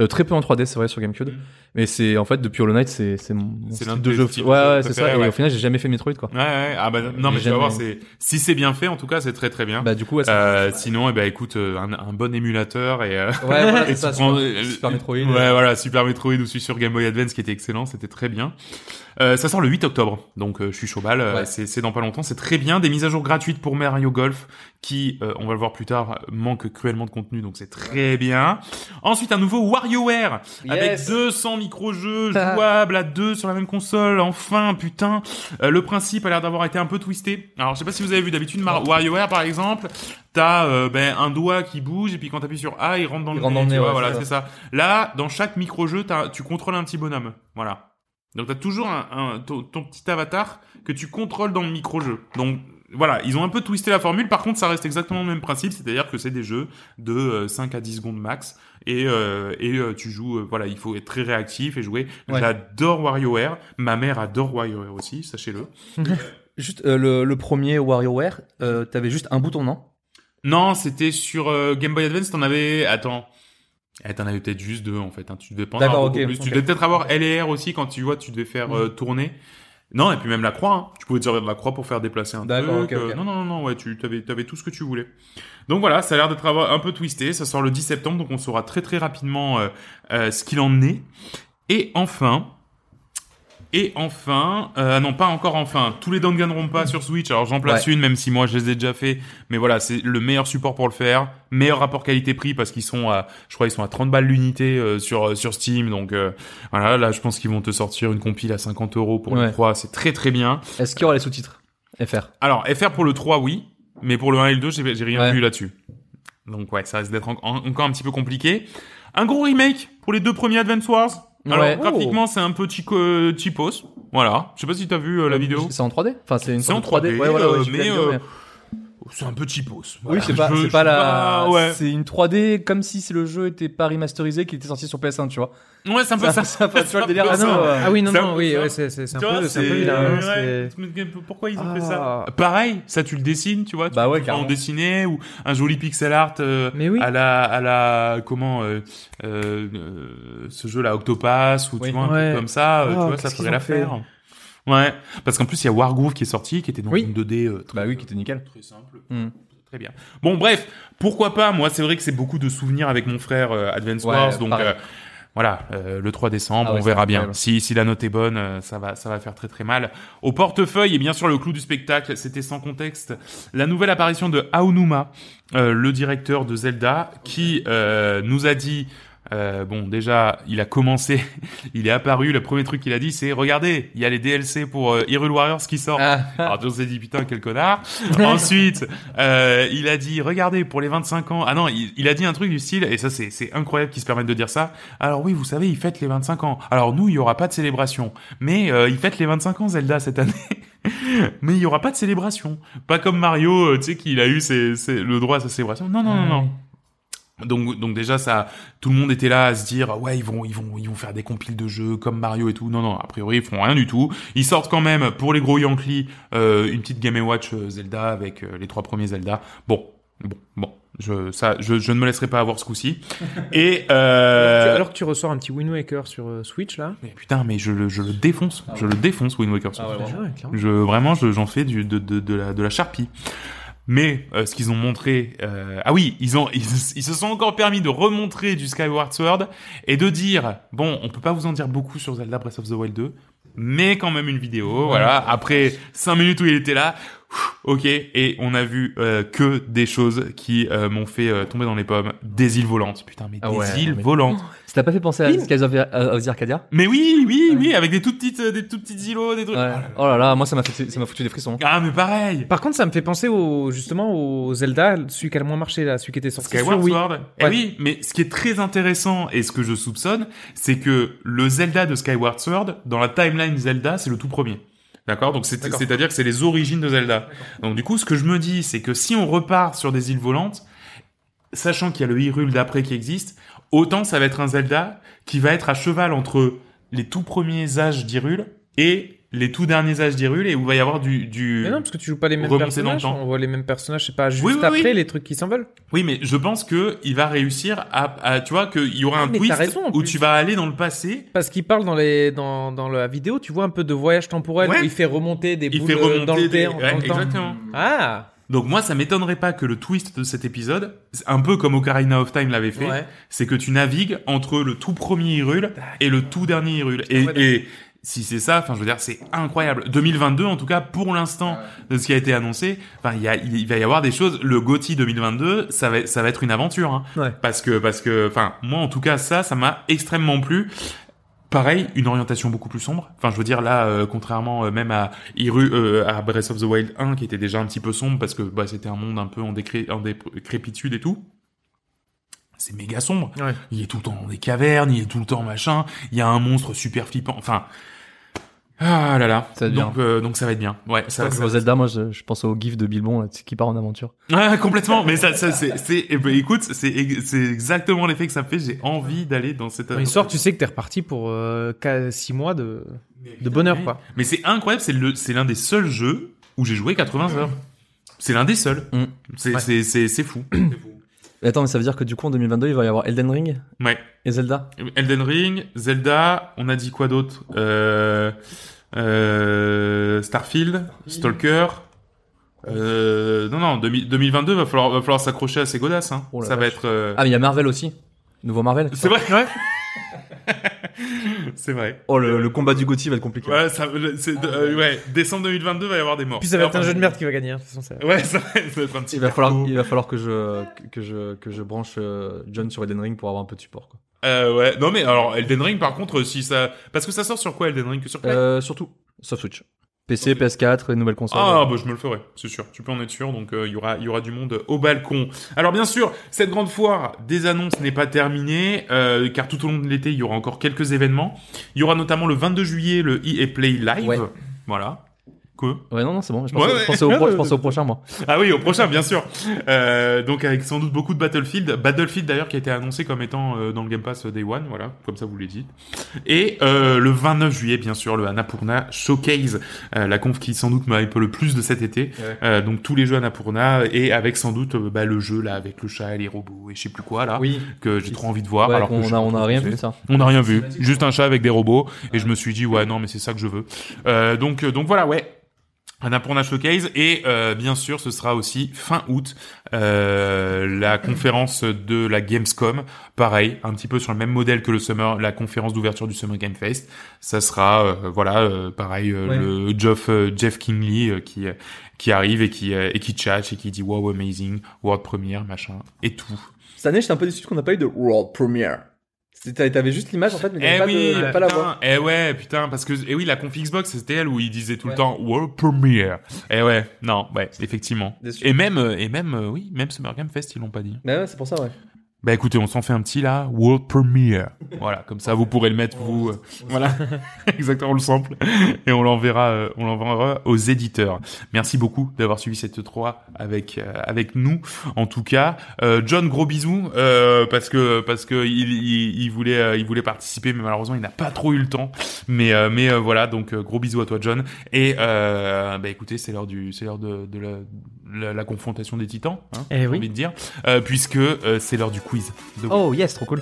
S5: Euh, très peu en 3D, c'est vrai sur GameCube.
S2: Mm.
S5: Mais c'est en fait depuis Hollow Knight, c'est c'est mon mon
S2: C'est
S5: style
S2: l'un de
S5: de
S2: tes
S5: jeu.
S2: styles
S5: Ouais ouais, c'est
S2: préférés,
S5: ça. Et
S2: ouais.
S5: au final, j'ai jamais fait Metroid quoi.
S2: Ouais, ouais. Ah, bah, non, mais tu vas
S5: J'aime
S2: voir,
S5: bien.
S2: c'est, si c'est bien fait, en tout cas, c'est très très bien.
S5: Bah du coup, ouais, c'est-
S2: Euh, sinon, eh ben, écoute, euh, un, un bon émulateur et, euh,
S5: ouais voilà, c'est
S2: et tu
S5: ça.
S2: prends,
S5: Super,
S2: euh,
S5: Super
S2: euh,
S5: Metroid.
S2: Ouais, voilà, Super Metroid ou celui sur Game Boy Advance qui était excellent, c'était très bien. Euh, ça sort le 8 octobre, donc euh, je suis chaud balle, euh,
S5: Ouais.
S2: c'est c'est dans pas longtemps, c'est très bien. Des mises à jour gratuites pour Mario Golf qui, euh, on va le voir plus tard, manque cruellement de contenu, donc c'est très bien. Ensuite, un nouveau WarioWare avec 200 micro-jeux
S5: Ah.
S2: jouables à deux sur la même console, enfin, putain. Euh, le principe a l'air d'avoir été un peu twisté. Alors, je sais pas si vous avez vu d'habitude Mar- WarioWare, par exemple, t'as euh, ben, un doigt qui bouge, et puis quand t'appuies sur A, il rentre dans
S5: Il
S2: le
S5: rentre
S2: nez,
S5: dans le
S2: tu
S5: nez,
S2: vois,
S5: ouais,
S2: voilà,
S5: c'est
S2: c'est ça. Là, dans chaque micro-jeu, t'as- tu contrôles un petit bonhomme, voilà. Donc, t'as toujours un, un- ton, ton petit avatar que tu contrôles dans le micro-jeu. Donc, voilà, ils ont un peu twisté la formule, par contre, ça reste exactement le même principe, c'est-à-dire que c'est des jeux de euh, 5 à 10 secondes max, et, euh, et euh, tu joues, euh, voilà, il faut être très réactif et jouer.
S5: Ouais.
S2: J'adore WarioWare, ma mère adore WarioWare aussi, sachez-le.
S3: Juste euh, le, le premier WarioWare, euh, t'avais juste un bouton, non
S2: Non, c'était sur euh, Game Boy Advance, t'en avais. Attends. Eh, t'en avais peut-être juste deux en fait. hein. Tu devais pas en
S3: D'accord,
S2: avoir
S3: ok,
S2: beaucoup plus.
S3: ok. Mm.
S2: Tu devais peut-être avoir L et R aussi quand tu vois, tu devais faire euh, tourner. Non, et puis même la croix. hein. Tu pouvais te servir de la croix pour faire déplacer un truc.
S3: D'accord, ok,
S2: euh,
S3: ok.
S2: Non, non, non, non, ouais, tu avais, tout ce que tu voulais. Donc voilà, ça a l'air d'être un peu twisté. Ça sort le 10 septembre, donc on saura très très rapidement euh, euh, ce qu'il en est. Et enfin. Et enfin, euh, non pas encore enfin, tous les Danganronpa sur Switch, alors j'en place une même si moi je les ai déjà fait, mais voilà, c'est le meilleur support pour le faire, meilleur rapport qualité-prix parce qu'ils sont à, je crois ils sont à 30 balles l'unité euh, sur euh, sur Steam, donc euh, voilà, là je pense qu'ils vont te sortir une compile à 50 euros pour le
S5: Ouais.
S2: 3, c'est très très bien.
S5: Est-ce qu'il y aura les sous-titres FR
S2: Alors FR pour le 3 oui, mais pour le 1 et le 2 j'ai j'ai rien
S5: Ouais.
S2: vu là-dessus. Donc ouais, ça risque d'être en- en- encore un petit peu compliqué. Un gros remake pour les deux premiers Advance Wars. Alors
S5: Ouais.
S2: graphiquement c'est un peu chico- euh, cheapos, voilà. Je sais pas si t'as vu euh, la vidéo.
S5: C'est en 3D Enfin, c'est une
S2: C'est en
S5: sorte de
S2: 3D,
S5: Ouais, voilà, ouais,
S2: euh,
S5: j'ai vu
S2: mais,
S5: la vidéo,
S2: euh,
S5: mais-
S2: C'est un peu cheapos.
S5: Oui,
S2: Voilà.
S5: c'est pas,
S2: Je-
S5: c'est
S2: je
S5: pas
S2: suis
S5: la.
S2: pas- ah ouais.
S5: C'est une 3D comme si le jeu était pas remasterisé, qu'il était sorti sur PS1, tu vois.
S2: Ouais, c'est un peu ça.
S5: ça, tu vois le délire.
S2: Ah
S4: Ah
S2: non,
S4: non,
S2: ouais.
S4: ah oui, non,
S2: C'est un
S4: non,
S2: peu
S4: oui,
S2: ça.
S4: ouais, c'est c'est- c'est un
S2: Tu vois,
S4: peu, c'est un peu
S2: c'est-
S4: vilain.
S2: ouais,
S4: c'est-
S2: mais Pourquoi ils ont
S4: Ah.
S2: fait ça Pareil, ça tu le dessines, tu vois. tu
S5: Bah ouais,
S2: peux en
S5: carrément.
S2: dessiner ou un joli pixel art euh,
S4: Mais oui.
S2: à la à la comment euh, euh, euh, ce jeu là Octopass ou
S5: Oui.
S2: tu vois un
S4: Ouais.
S2: truc comme ça, euh,
S4: Ah,
S2: tu vois ça
S4: qu'est-ce qu'ils
S2: ferait
S4: ont
S2: l'affaire. Ouais, parce qu'en plus il y a Wargroove qui est sorti, qui était dans
S4: Oui.
S2: une 2D euh, très,
S5: Bah oui, qui était nickel.
S2: très simple.
S5: Hmm.
S2: Très bien. Bon, bref, pourquoi pas Moi, c'est vrai que c'est beaucoup de souvenirs avec mon frère euh, Advance
S5: Ouais,
S2: Wars, donc
S5: pareil.
S2: euh, voilà, euh, le 3 décembre,
S5: Ah ouais,
S2: on verra
S5: c'est
S2: bien.
S5: incroyable.
S2: Si, si la note est bonne, euh, ça va, ça va faire très très mal. Au portefeuille et bien sûr le clou du spectacle, c'était sans contexte la nouvelle apparition de Aonuma, euh, le directeur de Zelda, qui euh, nous a dit. euh, bon, déjà, il a commencé, il est apparu. Le premier truc qu'il a dit, c'est regardez, il y a les DLC pour euh, Hyrule Warriors qui sortent.
S3: Ah.
S2: Alors on s'est dit putain quel connard. Ensuite, euh, il a dit regardez pour les 25 ans. Ah non, il, il a dit un truc du style et ça c'est c'est incroyable qu'ils se permettent de dire ça. Alors oui, vous savez, ils fêtent les 25 ans. Alors nous, il y aura pas de célébration, mais euh, ils fêtent les 25 ans Zelda cette année. mais il y aura pas de célébration. Pas comme Mario, euh, tu sais qu'il a eu ses- ses- le droit à sa célébration. Non non non non. Donc, donc déjà ça, tout le monde était là à se dire ouais ils vont ils vont ils vont faire des compiles de jeux comme Mario et tout. Non non a priori ils font rien du tout. Ils sortent quand même pour les gros Yankees euh, une petite Game Watch euh, Zelda avec euh, les trois premiers Zelda. Bon bon bon je ça je, je ne me laisserai pas avoir ce coup-ci. Et euh,
S4: Alors que tu ressors un petit Wind Waker sur euh, Switch là.
S2: mais putain mais je le je le défonce je le défonce Wind Waker. sur
S5: Ah ouais,
S2: Switch.
S5: vraiment.
S4: Ah Ouais, clairement.
S2: Je vraiment, je- j'en fais du, de, de, de la de la charpie. Mais euh, ce qu'ils ont montré, euh, ah oui, ils ont ils, ils se sont encore permis de remontrer du Skyward Sword et de dire bon, on peut pas vous en dire beaucoup sur Zelda Breath of the Wild 2, mais quand même une vidéo, voilà. Après cinq minutes où il était là, pff, ok, et on a vu euh, que des choses qui euh, m'ont fait euh, tomber dans les pommes, des îles volantes, putain, mais
S5: Ah
S2: des
S5: ouais,
S2: îles
S5: mais-
S2: volantes.
S5: Ça t'a pas fait penser à
S4: Pim.
S5: Skies of, euh, of the Arcadia
S2: Mais oui, oui, oui, avec des toutes petites euh, des toutes petites îlots, des trucs.
S5: Ouais. Oh là là, moi ça m'a fait, ça m'a foutu des frissons.
S2: Ah mais pareil.
S4: Par contre, ça me fait penser au, justement au Zelda, celui qui a le moins marché là, celui qui était sorti
S2: Skyward
S4: sur Wii.
S2: Sword. Eh
S4: Ouais.
S2: oui, mais ce qui est très intéressant et ce que je soupçonne, c'est que le Zelda de Skyward Sword, dans la timeline Zelda, c'est le tout premier. D'accord Donc c'est-
S4: D'accord.
S2: c'est-à-dire que c'est les origines de Zelda. Donc du coup, ce que je me dis, c'est que si on repart sur des îles volantes, sachant qu'il y a le Hyrule d'après qui existe, autant ça va être un Zelda qui va être à cheval entre les tout premiers âges d'Hyrule et les tout derniers âges d'Hyrule et où il va y avoir du, du...
S4: Mais non, parce que tu joues pas les mêmes
S2: Remonter
S4: personnages.
S2: dans le temps.
S4: On voit les mêmes personnages, je sais pas, juste
S2: Oui, oui,
S4: après
S2: oui.
S4: les trucs qui s'envolent.
S2: Oui, mais je pense que il va réussir à, à- tu vois, qu'il y aura
S4: Ah,
S2: un
S4: mais t'as
S2: twist
S4: raison, en
S2: où
S4: plus.
S2: tu vas aller dans le passé.
S4: Parce qu'il parle dans, les, dans, dans la vidéo, tu vois un peu de voyage temporel
S2: Ouais.
S4: où il fait remonter des
S2: Il
S4: boules euh,
S2: fait remonter
S4: dans le,
S2: des-
S4: temps,
S2: ouais,
S4: dans le temps.
S2: exactement.
S4: Ah
S2: Donc moi, ça m'étonnerait pas que le twist de cet épisode, c'est un peu comme Ocarina of Time l'avait fait,
S4: Ouais.
S2: c'est que tu navigues entre le tout premier Hyrule et le tout dernier Hyrule. Et,
S4: ouais,
S2: et si c'est ça, enfin, je veux dire, c'est incroyable. 2022, en tout cas, pour l'instant, de ce qui a été annoncé, enfin, il, y a- il va y avoir des choses. Le GOTY 2022, ça va, ça va être une aventure, hein.
S3: Ouais.
S2: Parce que, parce que, enfin, moi, en tout cas, ça, ça m'a extrêmement plu. Pareil, une orientation beaucoup plus sombre. Enfin, je veux dire là, euh, contrairement euh, même à Iru, euh, à Breath of the Wild 1, qui était déjà un petit peu sombre parce que bah, c'était un monde un peu en, décré- en décrépitude et tout. C'est méga sombre.
S4: Ouais.
S2: Il est tout le temps dans des cavernes, il est tout le temps machin. Il y a un monstre super flippant. Enfin, ah là là.
S3: Ça va être
S2: donc, euh, donc ça va être bien. Ouais, ça,
S5: Quand je vois Zelda, moi, je, je pense au gif de Bilbon là, tu sais, qui part en aventure.
S2: Ah, complètement. Mais ça, ça c'est, c'est- eh ben, écoute, c'est, ex- c'est exactement l'effet que ça me fait. J'ai envie d'aller dans cette.
S4: Quand il sort, tu sais que t'es reparti pour 6 mois de, de bonheur, quoi.
S2: Mais c'est incroyable, c'est le, c'est l'un des seuls jeux où j'ai joué 80 heures. C'est l'un des seuls.
S3: Mm.
S2: C'est,
S4: Ouais.
S2: c'est, c'est, c'est fou.
S5: Mais Attends, mais ça veut dire que du coup, en 2022, il va y avoir Elden Ring
S2: ouais.
S5: et Zelda
S2: Elden Ring, Zelda, on a dit quoi d'autre euh, euh, Starfield, Stalker. Euh, non, non, 2000 2022, va falloir, va falloir s'accrocher à ces godasses. Hein.
S5: Oh la
S2: ça va
S5: vache.
S2: être. euh,
S5: Ah, mais il y a Marvel aussi. Nouveau Marvel.
S2: c'est vrai,
S4: Ouais.
S2: c'est vrai.
S3: Oh, le, le combat du Gotti va être compliqué.
S2: Ouais, ça, le- c'est, euh, ouais, décembre 2022, va y avoir des morts.
S4: Ah Puis ça va être
S2: Enfin,
S4: un jeu de merde qui va gagner. hein, de toute façon, ça-
S2: Ouais, ça va ça va être un petit
S5: Il va falloir,
S2: carton.
S5: il va falloir que je, que je, que je branche euh, John sur Elden Ring pour avoir un peu de support. Quoi.
S2: Euh, ouais. Non, mais alors, Elden Ring, par contre, si ça. Parce que ça sort sur quoi, Elden Ring Que sur Play
S5: Euh, surtout, soft Switch. PC, PS4, et nouvelles consoles.
S2: Ah, bah, je me le ferai, c'est sûr. Tu peux en être sûr. Donc, euh, il y, aura, il y aura du monde au balcon. Alors, bien sûr, cette grande foire des annonces n'est pas terminée, euh, car tout au long de l'été, il y aura encore quelques événements. Il y aura notamment le 22 juillet le EA Play Live.
S5: Ouais.
S2: Voilà. Quoi
S5: Ouais, non, non, c'est bon. Je
S2: Ouais,
S5: pensais, je
S2: ouais.
S5: pensais au, pro- je pensais au prochain, moi.
S2: Ah oui, au prochain, bien sûr. Euh, donc avec sans doute beaucoup de Battlefield. Battlefield d'ailleurs qui a été annoncé comme étant euh, dans le Game Pass Day One, voilà, comme ça vous le dites. Et euh, le 29 juillet, bien sûr, le Annapurna Showcase, euh, la conf qui sans doute m'a hype le plus de cet été.
S3: Ouais.
S2: Euh, donc tous les jeux Annapurna et avec sans doute euh, bah, le jeu là avec le chat et les robots et je sais plus quoi là
S5: Oui. Bah,
S2: que j'ai trop envie de voir.
S5: Ouais,
S2: alors que
S5: on,
S2: je-
S5: a, on a rien vu, ça.
S2: on n'a rien vu, juste un chat avec des robots. Et je me suis dit, ouais, non, mais c'est ça que je veux. Euh, donc, euh, donc voilà, ouais. Un Annapurna Showcase et euh, bien sûr ce sera aussi fin août euh, la conférence de la Gamescom pareil un petit peu sur le même modèle que le summer la conférence d'ouverture du Summer Game Fest ça sera euh, voilà euh, pareil euh,
S3: Ouais.
S2: le Jeff euh, Jeff Kingley euh, qui euh, qui arrive et qui euh, et qui chat et qui dit wow amazing world premiere machin et tout
S3: Cette année, j'étais un peu déçu qu'on n'a pas eu de World Premiere. C'était- T'avais juste l'image en fait, mais t'avais
S2: Eh
S3: pas,
S2: oui,
S3: de- pas la
S2: putain,
S3: voix.
S2: eh ouais, putain, parce que eh oui, la conf Xbox, c'était elle où il disait tout le temps World Premiere. Eh ouais, non, ouais, effectivement.
S3: Déçu.
S2: Et même, euh, et même, euh, oui, même Summer Game Fest, ils l'ont pas dit.
S3: Bah ouais, c'est pour ça, ouais.
S2: Bah écoutez, on s'en fait un petit là, World Premiere. voilà, comme ça, vous pourrez le mettre vous. euh, voilà, exactement on le sample et on l'enverra, euh, on l'enverra aux éditeurs. Merci beaucoup d'avoir suivi cette 3 avec euh, avec nous. En tout cas, euh, John, gros bisous euh, parce que parce que il, il, il voulait euh, il voulait participer, mais malheureusement il n'a pas trop eu le temps. Mais euh, mais euh, voilà, donc euh, gros bisous à toi, John. Et euh, bah écoutez, c'est l'heure du c'est l'heure de, de la, la, la confrontation des Titans. Hein,
S4: Eh
S2: j'ai
S4: oui.
S2: envie de dire euh, puisque euh, c'est l'heure du quiz. De...
S5: Oh, yes, trop cool.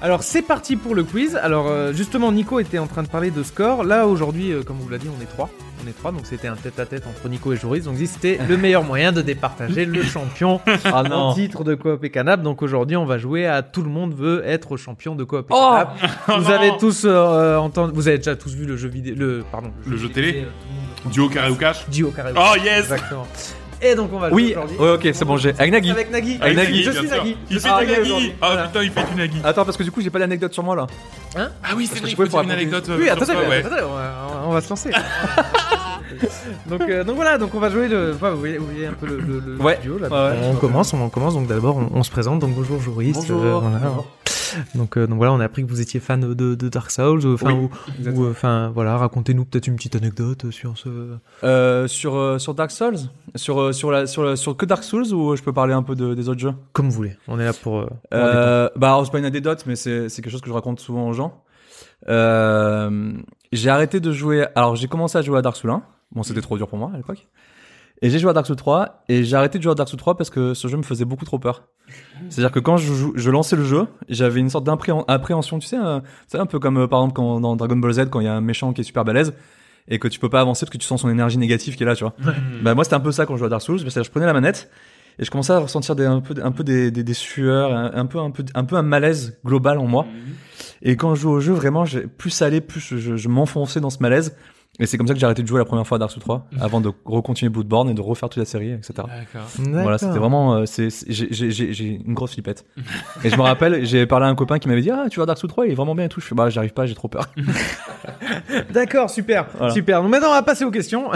S4: Alors c'est parti pour le quiz. Alors euh, justement Nico était en train de parler de score. Là aujourd'hui, euh, comme on vous l'a dit, on est trois. On est trois, donc c'était un tête-à-tête entre Nico et Joris. Donc c'était le meilleur moyen de départager le champion
S5: Ah
S4: en
S5: non.
S4: titre de Coop et Canap. Donc aujourd'hui, on va jouer à tout le monde veut être champion de Coop et Canap. vous
S2: Oh non.
S4: avez tous euh, entendu, vous avez déjà tous vu le jeu vidéo, le euh, pardon,
S2: Le jeu télé. Duo carré ou cash
S4: Duo Carré.
S2: Oh yes
S4: Exactement. Et donc on va
S5: Oui,
S4: jouer aujourd'hui
S5: ouais, ok, c'est bon, j'ai. Avec Nagui.
S4: avec Nagui.
S5: Avec Nagui,
S4: je
S2: bien
S4: suis
S2: sûr.
S4: Nagui.
S2: Il
S4: Je
S2: Ah, fait du
S4: suis Nagui
S2: Nagui
S4: aujourd'hui.
S2: Ah
S4: Voilà.
S2: putain, il fait du Nagui
S5: Attends, parce que du coup, j'ai pas d'anecdote sur moi là.
S2: Ah oui,
S5: Parce
S2: c'est vrai,
S5: que
S2: il
S5: je pouvais
S2: faut dire
S5: pour
S2: une
S5: raconter-
S2: anecdote. euh,
S4: Oui,
S2: sur
S4: attendez,
S2: toi,
S4: mais
S2: ouais.
S4: attendez, on va, on va se lancer. donc, euh, donc voilà, donc on va jouer le. enfin, vous, voyez, vous voyez un peu le, le- le
S5: Ouais.
S4: studio là.
S5: Ouais, ouais.
S4: on commence, on commence. Donc d'abord, on, on se présente. Donc bonjour, Joris.
S5: Bonjour.
S4: Euh, voilà. Donc, euh, donc voilà, on a appris que vous étiez fan de, de Dark Souls. euh, Enfin, ou- ou, euh, enfin, voilà, racontez-nous peut-être une petite anecdote sur ce.
S3: Euh, sur, euh, sur Dark Souls sur, euh, sur, la, sur, la- sur que Dark Souls ou je peux parler un peu de- des autres jeux
S4: Comme vous voulez. On est là pour. euh, pour en découdre.
S3: Euh, bah, alors, c'est pas une anecdote, mais c'est c'est quelque chose que je raconte souvent aux gens. Euh, j'ai arrêté de jouer. Alors, j'ai commencé à jouer à Dark Souls 1. Bon, c'était trop dur pour moi à l'époque. Et j'ai joué à Dark Souls 3. Et j'ai arrêté de jouer à Dark Souls 3 parce que ce jeu me faisait beaucoup trop peur. C'est-à-dire que quand je, jou- je lançais le jeu, j'avais une sorte d'appréhension. Tu sais, euh, c'est un peu comme euh, par exemple quand, dans Dragon Ball Z, quand il y a un méchant qui est super balèze et que tu peux pas avancer parce que tu sens son énergie négative qui est là, tu vois. Bah moi c'était un peu ça quand je jouais à Dark Souls, parce que je prenais la manette et je commençais à ressentir des, un peu, un peu des, des, des sueurs, un, un peu, un peu, un peu un malaise global en moi.
S4: Mm.
S3: Et quand je joue au jeu, vraiment, j'ai- plus ça allait, plus je, je m'enfonçais dans ce malaise. Et c'est comme ça que j'ai arrêté de jouer la première fois à Dark Souls 3, avant de recontinuer Bloodborne et de refaire toute la série, etc.
S2: D'accord.
S4: Mm. D'accord.
S3: Voilà, c'était vraiment, euh, c'est, c'est- j'ai- j'ai j'ai- j'ai une grosse flippette. Et je me rappelle, j'ai parlé à un copain qui m'avait dit, ah, tu vois Dark Souls 3, il est vraiment bien et tout. Je fais, bah, j'arrive pas, j'ai trop peur.
S4: D'accord, super,
S3: Voilà.
S4: super. Donc maintenant, on va passer aux questions.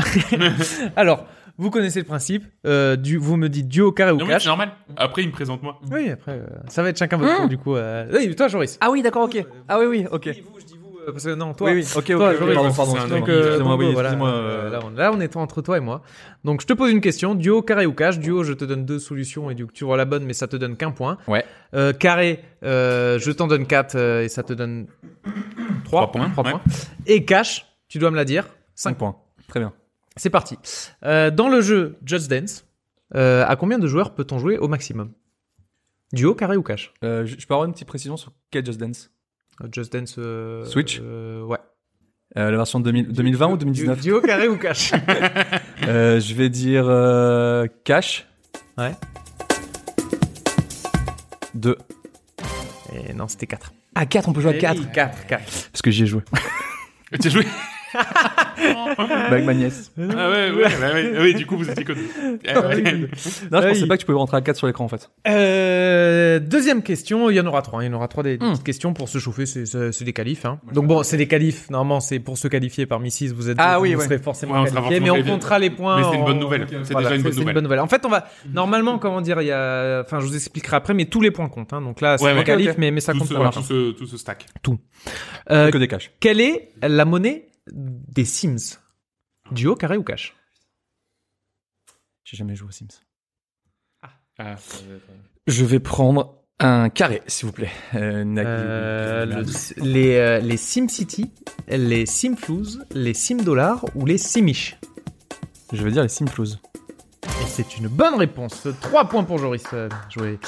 S4: Alors, vous connaissez le principe. euh, du, vous me dites duo au carré ou
S2: Non, mais
S4: cash.
S2: c'est normal. Après, il me présente moi.
S4: Oui, après, euh, ça va être chacun
S3: Hein
S4: votre tour, du coup. euh, Oui, toi, Joris.
S3: Ah oui, d'accord, ok. Ah oui, oui, ok.
S4: vous, je dis vous. Parce que non, toi.
S3: oui, oui, ok, ok.
S4: toi,
S3: ok,
S4: Joris,
S3: pardon,
S2: c'est
S3: pardon,
S2: un
S3: excusez-moi.
S4: Donc,
S2: Excusez-moi,
S4: euh,
S3: Excusez-moi,
S4: Tango,
S3: oui,
S4: voilà,
S3: excusez-moi.
S4: euh,
S3: euh,
S4: là, on, là, on est entre toi et moi. Donc, je te pose une question. Duo, carré ou cash Duo, je te donne deux solutions et du coup, tu vois la bonne, mais ça te donne qu'un point.
S3: Ouais.
S4: Euh, carré, euh, je t'en donne quatre euh, et ça te donne
S2: Trois points,
S4: trois
S2: ouais.
S4: points. Et cash, tu dois me la dire.
S3: Cinq
S4: Cinq
S3: points. Très bien.
S4: C'est parti. Euh, dans le jeu Just Dance, euh, à combien de joueurs peut-on jouer au maximum Duo, carré ou cash
S3: Euh, je je peux avoir une petite précision sur qu'est Just Dance
S4: Euh, Just Dance. euh,
S3: Switch
S4: euh, Ouais.
S3: Euh, La version 2000 2020 ou
S4: Du-
S3: 2019
S4: Duo, carré ou cash
S3: Euh, Je vais dire euh, Cash.
S4: Ouais.
S3: 2.
S4: Et Eh non, c'était Eh 4.
S3: Ah, 4, on peut jouer à 4
S4: 4, 4.
S3: Parce que j'y ai joué.
S2: Tu as joué
S3: Avec ma nièce.
S2: Ah ouais, ouais, ouais, ouais, ouais, du coup, vous étiez connus. Ah ouais.
S3: Non, je
S4: Ah,
S3: pensais
S4: il-
S3: pas que tu pouvais rentrer à 4 sur l'écran en fait.
S4: Euh, deuxième question, il y en aura trois. hein, Il y en aura trois des, des
S3: Hmm.
S4: petites questions pour se chauffer. C'est- C'est c'est des qualifs. hein. Donc bon, c'est des qualifs. Normalement, c'est pour se qualifier parmi six. Vous êtes
S3: Ah
S4: deux,
S3: oui,
S4: vous
S3: ouais.
S4: serez forcément
S2: Ouais, on sera
S4: qualifiés, mais
S2: forcément
S4: on
S2: qualifiés.
S4: comptera les points.
S2: Mais c'est une
S4: en-
S2: bonne nouvelle. C'est
S4: Voilà,
S2: déjà une
S4: c'est-
S2: bonne
S4: c'est une
S2: nouvelle.
S4: bonne nouvelle. En fait, on va normalement, comment dire, il y a. Enfin, je vous expliquerai après, mais tous les points comptent. hein. Donc là, c'est
S2: Ouais,
S4: un
S2: ouais.
S4: qualif,
S3: Ok, ok.
S4: mais, mais ça
S2: tout,
S4: compte.
S2: ce,
S4: ça
S2: ouais,
S4: marche.
S2: tout, ce, tout ce stack.
S4: Euh,
S3: Que des cash.
S4: quelle est la monnaie des Sims Duo, carré ou cash
S3: J'ai jamais joué aux Sims.
S2: Ah,
S3: Je vais prendre un carré, s'il vous plaît. Euh, Nagui-
S4: Euh, le- les, euh, les SimCity, les SimFlouz, les SimDollars ou les Simish
S3: Je vais dire les Sims Flows.
S4: Et c'est une bonne réponse. 3 points pour Joris. euh, joué.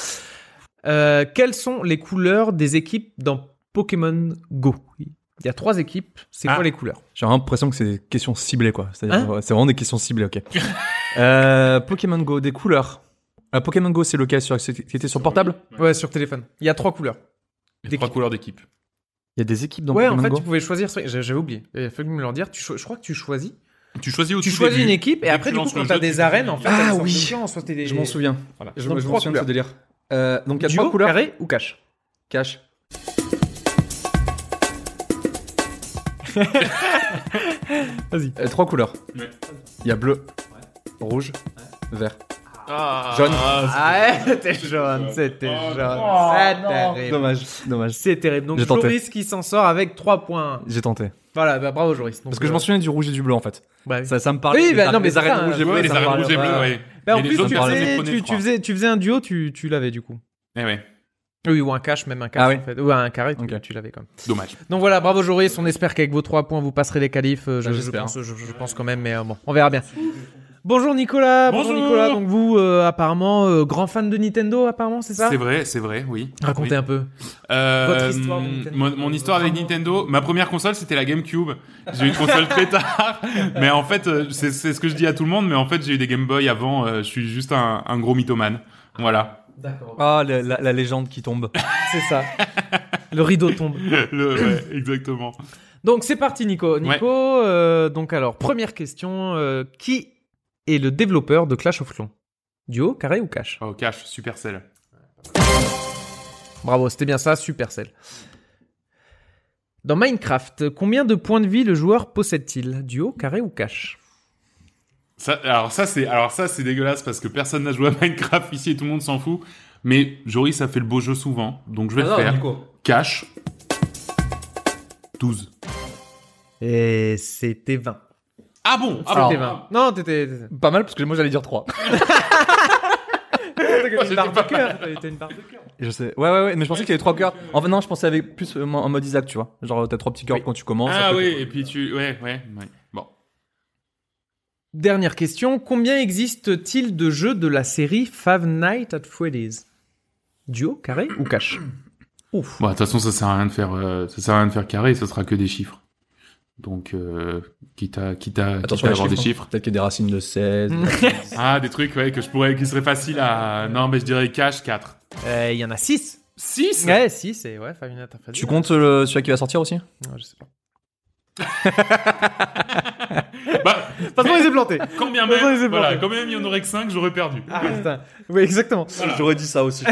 S4: Euh, quelles sont les couleurs des équipes dans Pokémon Go Il y a trois équipes. C'est
S2: Ah.
S4: quoi les couleurs
S3: J'ai vraiment l'impression que c'est des questions ciblées, quoi. C'est-à-dire,
S4: Hein
S3: ouais, c'est vraiment des questions ciblées, ok. euh, Pokémon Go, des couleurs. Euh, Pokémon Go, c'est lequel sur, C'était sur portable
S4: Ouais, sur téléphone. Il y a trois couleurs.
S2: Les trois couleurs d'équipe.
S3: Il y a des équipes dans
S4: ouais, en
S3: Pokémon
S4: fait,
S3: Go
S4: tu pouvais choisir. J'ai- J'avais oublié. Il faut me leur dire. Tu cho- je crois que tu choisis.
S2: Tu choisis au
S4: Tu
S2: tout
S4: choisis
S2: début.
S4: une équipe et
S2: Dès que
S4: après,
S2: tu
S4: du coup,
S2: lances le
S4: quand t'as
S2: jeu, tu
S4: des
S2: fais
S4: arènes,
S2: une
S4: en fait,
S3: Ah
S4: t'as des
S3: oui.
S4: sortes de plans, soit t'es des-
S3: Je m'en souviens.
S2: Voilà.
S3: Je,
S4: Donc,
S3: je m'en
S4: trois
S3: souviens de ce
S4: couleurs.
S3: délire. Euh, donc, il y a
S4: Duo,
S3: trois couleurs.
S4: carré ou cash
S3: Cash.
S4: Vas-y.
S3: Euh, trois couleurs. Il
S2: Ouais.
S3: y a bleu, rouge, vert.
S2: Ah,
S3: Jaune.
S2: ah,
S4: Ah, c'était jaune, c'était
S2: Oh,
S4: jaune.
S2: non.
S4: c'est
S3: oh,
S4: terrible.
S3: Dommage, dommage.
S4: C'est terrible. Donc
S3: J'ai tenté.
S4: Joris qui s'en sort avec 3 points.
S3: J'ai tenté.
S4: Voilà, bah, bravo Joris. Donc,
S3: Parce que je m'en
S4: euh,
S3: souviens du rouge et du bleu en fait.
S4: bah, oui.
S3: Ça, ça me parlait.
S4: Oui,
S3: Les
S4: bah,
S3: ar-
S4: non, mais
S3: les
S4: c'est
S3: arènes
S4: ça,
S3: rouges et
S2: ouais,
S3: bleues.
S2: les
S3: ça me
S2: arènes
S3: parlait.
S2: rouges et
S3: Ouais,
S2: bleues,
S3: ouais.
S2: ouais.
S4: Bah, en
S2: Et les
S4: plus,
S2: autres,
S4: tu
S2: ils les
S4: faisais,
S2: prenaient, je
S4: tu, tu
S2: crois.
S4: faisais, tu faisais un duo, tu, tu l'avais du coup.
S2: Eh ouais,
S4: Oui, ou un cash, même un cash
S3: Ah oui.
S4: en fait. Ou un carré, tu,
S3: Ok.
S4: tu l'avais quand même.
S2: dommage.
S4: Donc voilà, bravo Joris. On espère qu'avec vos 3 points, vous passerez les qualifs. Euh, Je,
S3: Bah,
S4: je
S3: j'espère.
S4: pense, je- je pense quand même, mais euh, bon, on verra bien. Bonjour Nicolas.
S2: Bonjour.
S4: Nicolas. Donc vous, euh, apparemment, euh, grand fan de Nintendo, apparemment, c'est ça
S2: C'est vrai, c'est vrai, oui.
S4: Racontez un peu.
S2: Euh,
S4: Votre histoire avec Nintendo.
S2: mon, mon histoire avec Nintendo, ma première console c'était la GameCube. J'ai eu une console très tard, mais en fait euh, c'est c'est ce que je dis à tout le monde, mais en fait j'ai eu des Game Boy avant. euh, je suis juste un, un gros mythomane. Voilà.
S4: D'accord.
S3: Ah, la, la- la légende qui tombe.
S4: Ah, C'est ça. Le rideau tombe.
S2: Le- ouais, exactement.
S4: Donc c'est parti Nico. Nico, euh, donc alors première question, euh, qui est le développeur de Clash of Clans Duo, carré ou cash
S2: Oh cash, Supercell.
S4: Bravo, c'était bien ça, Supercell. Dans Minecraft, combien de points de vie le joueur possède-t-il Duo, carré ou cash
S2: Ça, alors ça c'est alors ça c'est dégueulasse parce que personne
S3: Ah
S2: n'a joué à Minecraft ici et tout le monde s'en fout. Mais Jory ça fait le beau jeu souvent, donc je vais le faire. Cash. 12.
S4: Et c'était 20.
S2: Ah bon Ah
S4: C'était
S2: bon
S4: 20. Non, t'étais.
S3: Pas mal parce que moi j'allais dire 3.
S4: T'as une
S2: barre
S4: barre
S2: de
S4: de cœur. T'as une barre de cœur.
S3: Je sais. Ouais, ouais, ouais. Mais je pensais que t'avais trois cœurs. En fait, non, je pensais avec plus euh, en mode Isaac, tu vois. Genre, t'as trois petits cœurs
S4: Oui.
S3: quand tu commences.
S2: Ah
S3: après,
S2: oui,
S3: t'as-
S2: et puis tu... Ouais, ouais, ouais. Bon.
S4: Dernière question. Combien existe-t-il de jeux de la série Five Nights at Freddy's Duo, carré ou cash Ouf.
S2: Bon, Bah, de toute façon, ça sert à rien de faire, euh, ça sert à rien de faire carré, ça sera que des chiffres. Donc, euh, quitte à, quitte à, quitte
S5: Attention
S2: à
S5: à
S2: avoir
S5: les
S2: des chiffres.
S5: Peut-être qu'il y a des racines de 16.
S3: Hmm.
S4: Mm.
S2: Ah, des trucs, ouais, que je pourrais, qui seraient faciles à, non, mais je dirais cash 4.
S4: Euh, Il y en a 6.
S2: 6?
S4: Ouais, 6 et ouais, Five Nights at Freddy's.
S3: Tu comptes euh, le, celui qui va sortir aussi
S4: Non, je sais pas.
S2: Bah,
S4: Parce qu'on les a plantés.
S2: combien
S4: Ça,
S2: même,
S4: c'est
S2: voilà,
S4: parfait.
S2: combien même il y en aurait que 5, j'aurais perdu.
S4: Ah putain. Oui, exactement.
S3: J'aurais dit ça aussi.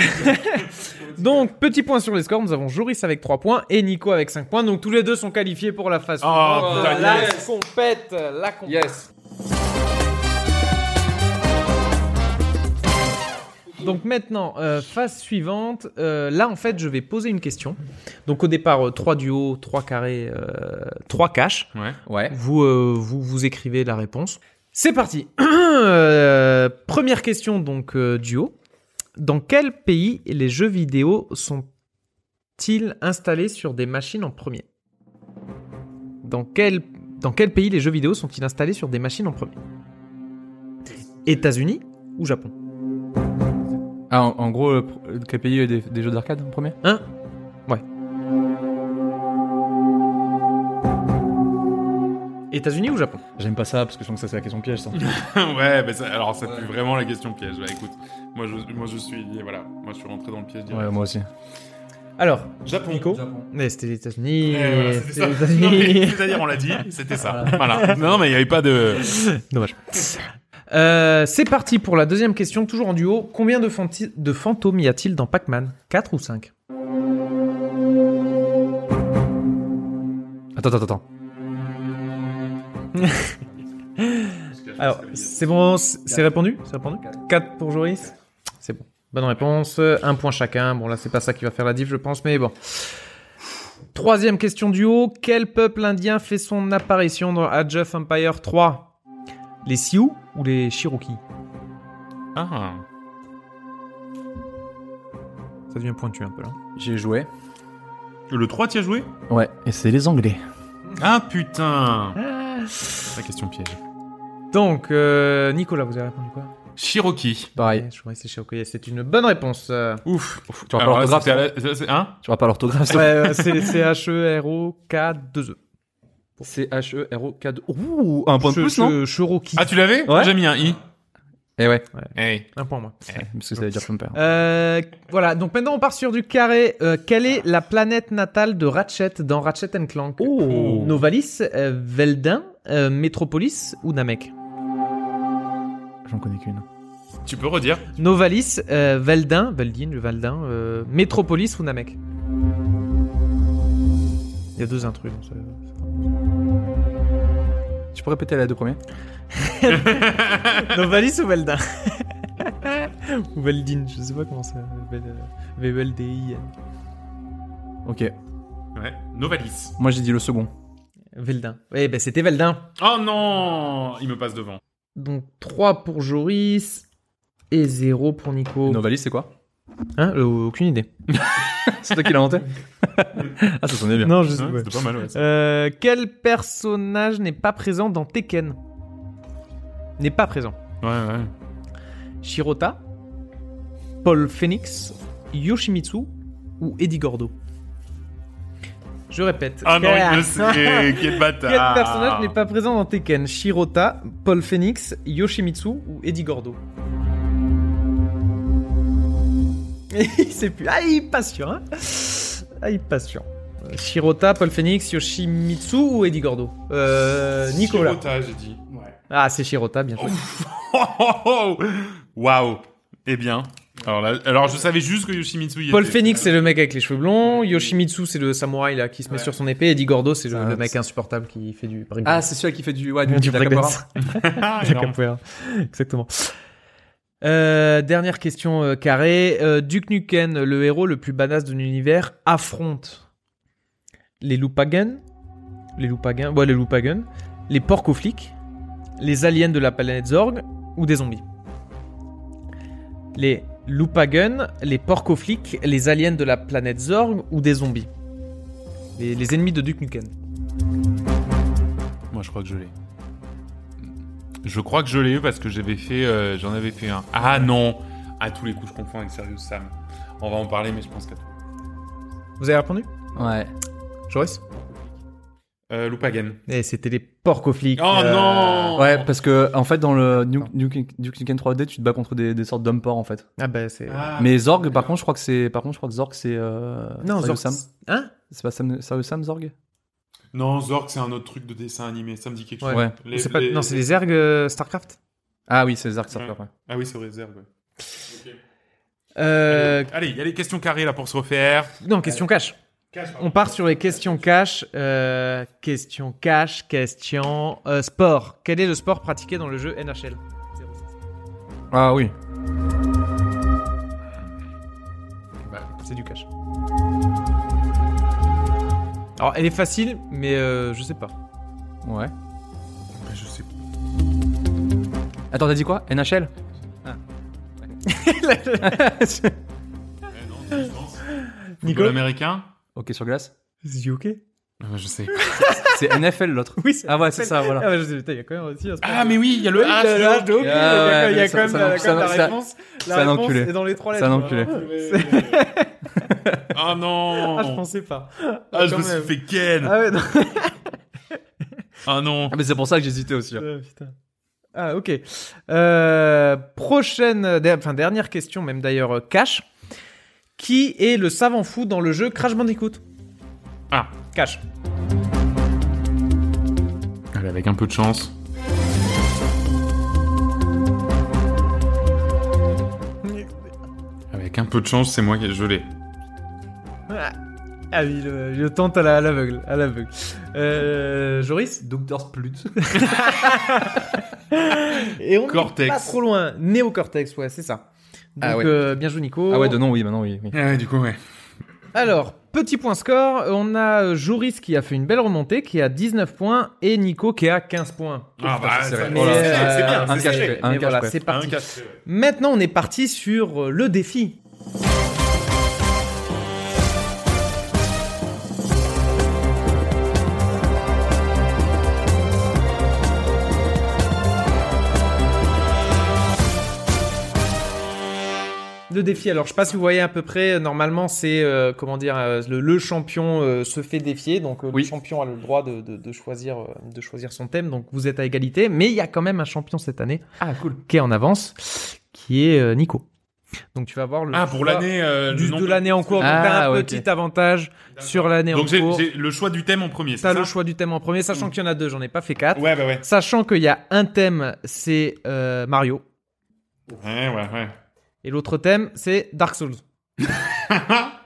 S4: Donc, petit point sur les scores. Nous avons Joris avec 3 points et Nico avec 5 points. Donc, tous les deux sont qualifiés pour la phase.
S2: Oh,
S4: suivante.
S2: putain,
S4: la
S2: yes.
S4: compète, la compète.
S3: yes.
S4: Donc maintenant, euh, phase suivante. Euh, là, en fait, je vais poser une question. Donc au départ, 3 duos, 3 carrés, 3 caches.
S2: Ouais.
S3: Ouais.
S4: Vous, euh, vous, vous écrivez la réponse. C'est parti. Euh, première question, donc euh, duo. Dans quel pays les jeux vidéo sont-ils installés sur des machines en premier dans quel, dans quel pays les jeux vidéo sont-ils installés sur des machines en premier États-Unis ou Japon
S3: Ah, en, en gros, le pr- le KPI des, des jeux d'arcade en premier
S4: Hein Ouais. États-Unis ou Japon
S5: J'aime pas ça parce que je pense que ça c'est la question piège. Ça.
S2: ouais, mais ça, alors, ça pue vraiment la question piège. Bah, écoute, moi, je, moi, je suis, voilà, moi, je suis rentré dans le piège direct.
S5: ouais, moi aussi.
S4: Alors,
S2: Japon.
S4: Nico Mais c'était les États-Unis.
S2: Ouais, voilà, c'était
S4: c'était
S2: ça.
S4: les
S2: Non, mais,
S4: États-Unis.
S2: C'est-à-dire, on l'a dit, c'était ça. Voilà. Non, mais il n'y avait pas de.
S4: Dommage. Euh, c'est parti pour la deuxième question, toujours en duo. Combien de, fanti- de fantômes y a-t-il dans Pac-Man 4 ou 5 Attends, attends, attends. Alors, c'est bon, c'est c'est répondu C'est répondu 4 pour Joris C'est bon. Bonne réponse, un point chacun. Bon, là, c'est pas ça qui va faire la diff, je pense, mais bon. Troisième question du haut. Quel peuple indien fait son apparition dans Age of Empire 3 Les Sioux ou les Cherokees
S2: Ah.
S4: Ça devient pointu un peu, hein. là.
S3: J'ai joué.
S2: Le 3, tu as joué
S5: Ouais, et c'est les Anglais.
S2: Ah putain
S4: Ah.
S2: La question piège.
S4: Donc, euh, Nicolas, vous avez répondu quoi
S2: Cherokee.
S5: Pareil.
S4: Ouais, Je crois que c'est Cherokee. C'est une bonne réponse. euh.
S2: Ouf.
S3: Tu vois pas l'orthographe ça
S2: Hein
S3: Tu vois pas l'orthographe ça
S4: Ouais, ouais, c'est c'est E H-E-R-O-K-2-E.
S5: E
S3: C-H-E-R-O-K-2. Ouh, un point de plus, non
S4: Che- Cherokee.
S2: Ah, tu l'avais
S3: Ouais.
S2: J'ai mis un i.
S3: Eh ouais.
S2: Hey.
S4: Un point, moi.
S5: Eh.
S3: Parce que ça veut dire Plumper.
S4: Euh, voilà, donc maintenant on part sur du carré. Euh, quelle est la planète natale de Ratchet dans Ratchet Clank
S2: Oh.
S4: Novalis, euh, Veldin, euh, Metropolis ou Namek
S5: J'en connais qu'une.
S2: Tu peux redire
S4: Novalis, euh, Veldin, Veldin, le Veldin, euh, Metropolis ou Namek Il y a deux intrus. donc ça-
S3: Tu peux répéter la deux premières
S4: Novalis ou Veldin Ou Veldin, je sais pas comment ça. euh, E V-E-L-D-I.
S3: Ok.
S2: Ouais. Novalis.
S3: Moi j'ai dit le second.
S4: Veldin. Eh ben c'était Veldin.
S2: Oh non Il me passe devant.
S4: Donc 3 pour Joris et 0 pour
S5: Oh.
S4: Nico.
S3: Novalis, c'est quoi
S4: Hein Euh, Aucune idée.
S3: C'est toi qui l'as inventé Ah, ça sonnait bien.
S4: Non, je
S2: Hein, C'était pas mal, ouais. ça.
S4: Euh, quel personnage n'est pas présent dans Tekken N'est pas présent.
S2: Ouais, ouais.
S4: Shirota, Paul Phoenix, Yoshimitsu ou Eddie Gordo Je répète.
S2: Ah non, il
S4: Quel-
S2: le sait Quel bâtard
S4: Quel personnage n'est pas présent dans Tekken Shirota, Paul Phoenix, Yoshimitsu ou Eddie Gordo Et Il sait plus. Ah, il est pas sûr, hein Ah, il est pas sûr. Euh, Shirota, Paul Phoenix, Yoshimitsu ou Eddie Gordo Euh. Nicolas.
S2: Shirota, j'ai dit. Ouais.
S4: Ah, c'est Shirota, bien joué.
S2: Oh, oh, oh. Waouh Eh bien. Alors là, alors je savais juste que Yoshimitsu y
S4: Paul
S2: était.
S4: Phoenix, c'est le mec avec les cheveux blonds. Yoshimitsu, c'est le samouraï là qui se met sur son épée. Eddie Gordo, c'est le,
S3: Ça,
S4: le mec
S3: c'est-
S4: insupportable qui fait du Ah, breakdance.
S3: Ah, c'est celui qui fait du. Ouais, du,
S4: du
S3: du
S4: breakdance.
S3: Nakamura.
S2: Ah,
S4: La
S2: énorme.
S4: capoeira. Exactement. Euh, dernière question euh, carrée. Euh, Duke Nukem, le héros le plus badass de l'univers, affronte les Loupagans, les Loupagans, ouais, les Loupagans, les porcs aux flics, les aliens de la planète Zorg ou des zombies. Les Loupagans, les porcs aux flics, les aliens de la planète Zorg ou des zombies. Les, les ennemis de Duke Nukem.
S2: Moi, je crois que je l'ai. Je crois que je l'ai eu parce que j'avais fait, euh, j'en avais fait un. Ah non À tous les coups, je confonds avec Serious Sam. On va en parler, mais je pense qu'à tout.
S4: Vous avez répondu
S3: Ouais.
S4: Joris
S2: Euh, Lupagen.
S4: Et Eh, c'était les porcs aux flics.
S2: Oh
S4: euh,
S2: non
S3: Ouais, parce que en fait, dans le New, New, Duke Nukem 3D, tu te bats contre des, des sortes d'hommes porcs en fait.
S4: Ah bah c'est.
S2: Ah,
S3: Mais Zorg, par contre, je crois que c'est, par contre, je crois que Zorg, c'est. euh, Serious
S4: Zorg-
S3: Sam.
S4: Hein
S3: C'est pas Sam, Serious Sam Zorg
S2: Non, Zork, c'est un autre truc de dessin animé. Ça me dit quelque chose.
S3: Ouais.
S2: Les-
S4: C'est pas-
S2: les-
S4: Non, c'est les ergs euh, StarCraft.
S3: Ah oui, c'est Zorg Surfer.
S2: Ouais.
S3: ouais.
S2: Ah oui, c'est réserve. ouais. Ok.
S4: Euh,
S2: Allez, il y a les questions carrées là pour se refaire.
S4: non, question cash. On part sur les questions cash. Euh, question cash, question euh, sport. Quel est le sport pratiqué dans le jeu NHL
S3: Ah oui.
S4: Bah, C'est du cash. Alors, elle est facile, mais euh, je sais pas.
S3: Ouais.
S2: je sais pas.
S3: Attends, t'as dit quoi NHL
S2: non, je pense.
S4: Nico Ah, bah,
S2: Nico américain
S3: Ok, sur glace.
S4: C'est du hockey
S2: Euh, Je sais.
S3: C'est NFL l'autre.
S4: Oui, c'est
S3: Ah ouais, c'est ça,
S4: Ah,
S3: voilà.
S4: bah, je sais, putain, il y a quand même aussi un sport.
S2: Ah, mais oui, il y a le
S4: Oui,
S2: H.
S4: le
S2: de-
S4: H de hockey, il y
S3: Ah ouais,
S4: a- il y a
S3: mais
S4: quand même
S3: ça-
S4: la
S3: ça-
S4: quand même la
S3: ça-
S4: réponse.
S3: c'est un
S4: La réponse
S3: enculé.
S4: est dans les trois
S3: C'est
S4: lettres.
S3: un
S4: voilà.
S3: enculé.
S2: Ah non
S4: Ah, je pensais pas. Bah,
S2: Ah, je
S4: Quand
S2: me suis
S4: même.
S2: fait Ken
S4: Ah ouais, non.
S2: Ah non
S3: Ah, mais c'est pour ça que j'hésitais aussi.
S4: Euh, putain. Ah, ok. Euh, prochaine, euh, der- enfin dernière question, même d'ailleurs, euh, Cash. Qui est le savant fou dans le jeu Crash Bandicoot
S2: Ah.
S4: Cash.
S2: Allez, avec un peu de chance. Avec un peu de chance, c'est moi qui je l'ai.
S4: Ah oui, le, je tente à la- à l'aveugle. à l'aveugle. Euh, Joris
S3: Doctor Splut.
S4: Et on n'est
S2: Cortex.
S4: pas trop loin. Néocortex, ouais, c'est ça. Donc,
S3: Ah ouais.
S4: euh, bien joué, Nico.
S3: Ah ouais, de nom, oui, maintenant, oui. oui.
S2: Ah ouais, du coup, ouais.
S4: Alors, petit point score. On a euh, Joris qui a fait une belle remontée, qui a 19 points, et Nico qui a 15 points.
S2: Ah bah,
S3: c'est
S2: ça-
S3: vrai.
S2: mais,
S4: Voilà.
S2: euh, c'est bien,
S3: Un
S2: c'est
S3: cash
S2: serré.
S3: près.
S4: Mais
S3: Un cash
S4: voilà,
S3: près.
S4: c'est parti.
S2: Un cash près, ouais.
S4: Maintenant, on est parti sur euh, le défi. Le défi, alors je sais pas si vous voyez à peu près, euh, normalement c'est, euh, comment dire, euh, le, le champion euh, se fait défier, donc euh,
S3: Oui.
S4: le champion a le droit de, de- de choisir, euh, de choisir son thème, donc vous êtes à égalité, mais il y a quand même un champion cette année
S3: Ah, cool.
S4: qui est en avance, qui est euh, Nico. Donc tu vas voir le
S2: Ah, pour
S4: choix
S2: l'année. euh,
S4: du-
S2: non-
S4: de l'année en cours. Donc,
S3: Ah,
S4: t'as un
S3: ouais,
S4: petit
S3: ok.
S4: avantage
S2: D'accord.
S4: sur l'année en
S2: Donc, j'ai
S4: cours.
S2: j'ai le choix du thème en premier, c'est
S4: T'as
S2: ça
S4: le choix du thème en premier, sachant
S2: Mm.
S4: qu'il y en a deux, j'en ai pas fait quatre.
S2: Ouais, bah ouais.
S4: Sachant qu'il y a un thème, c'est euh, Mario,
S2: Ouais, ouais, ouais.
S4: et l'autre thème, c'est Dark Souls.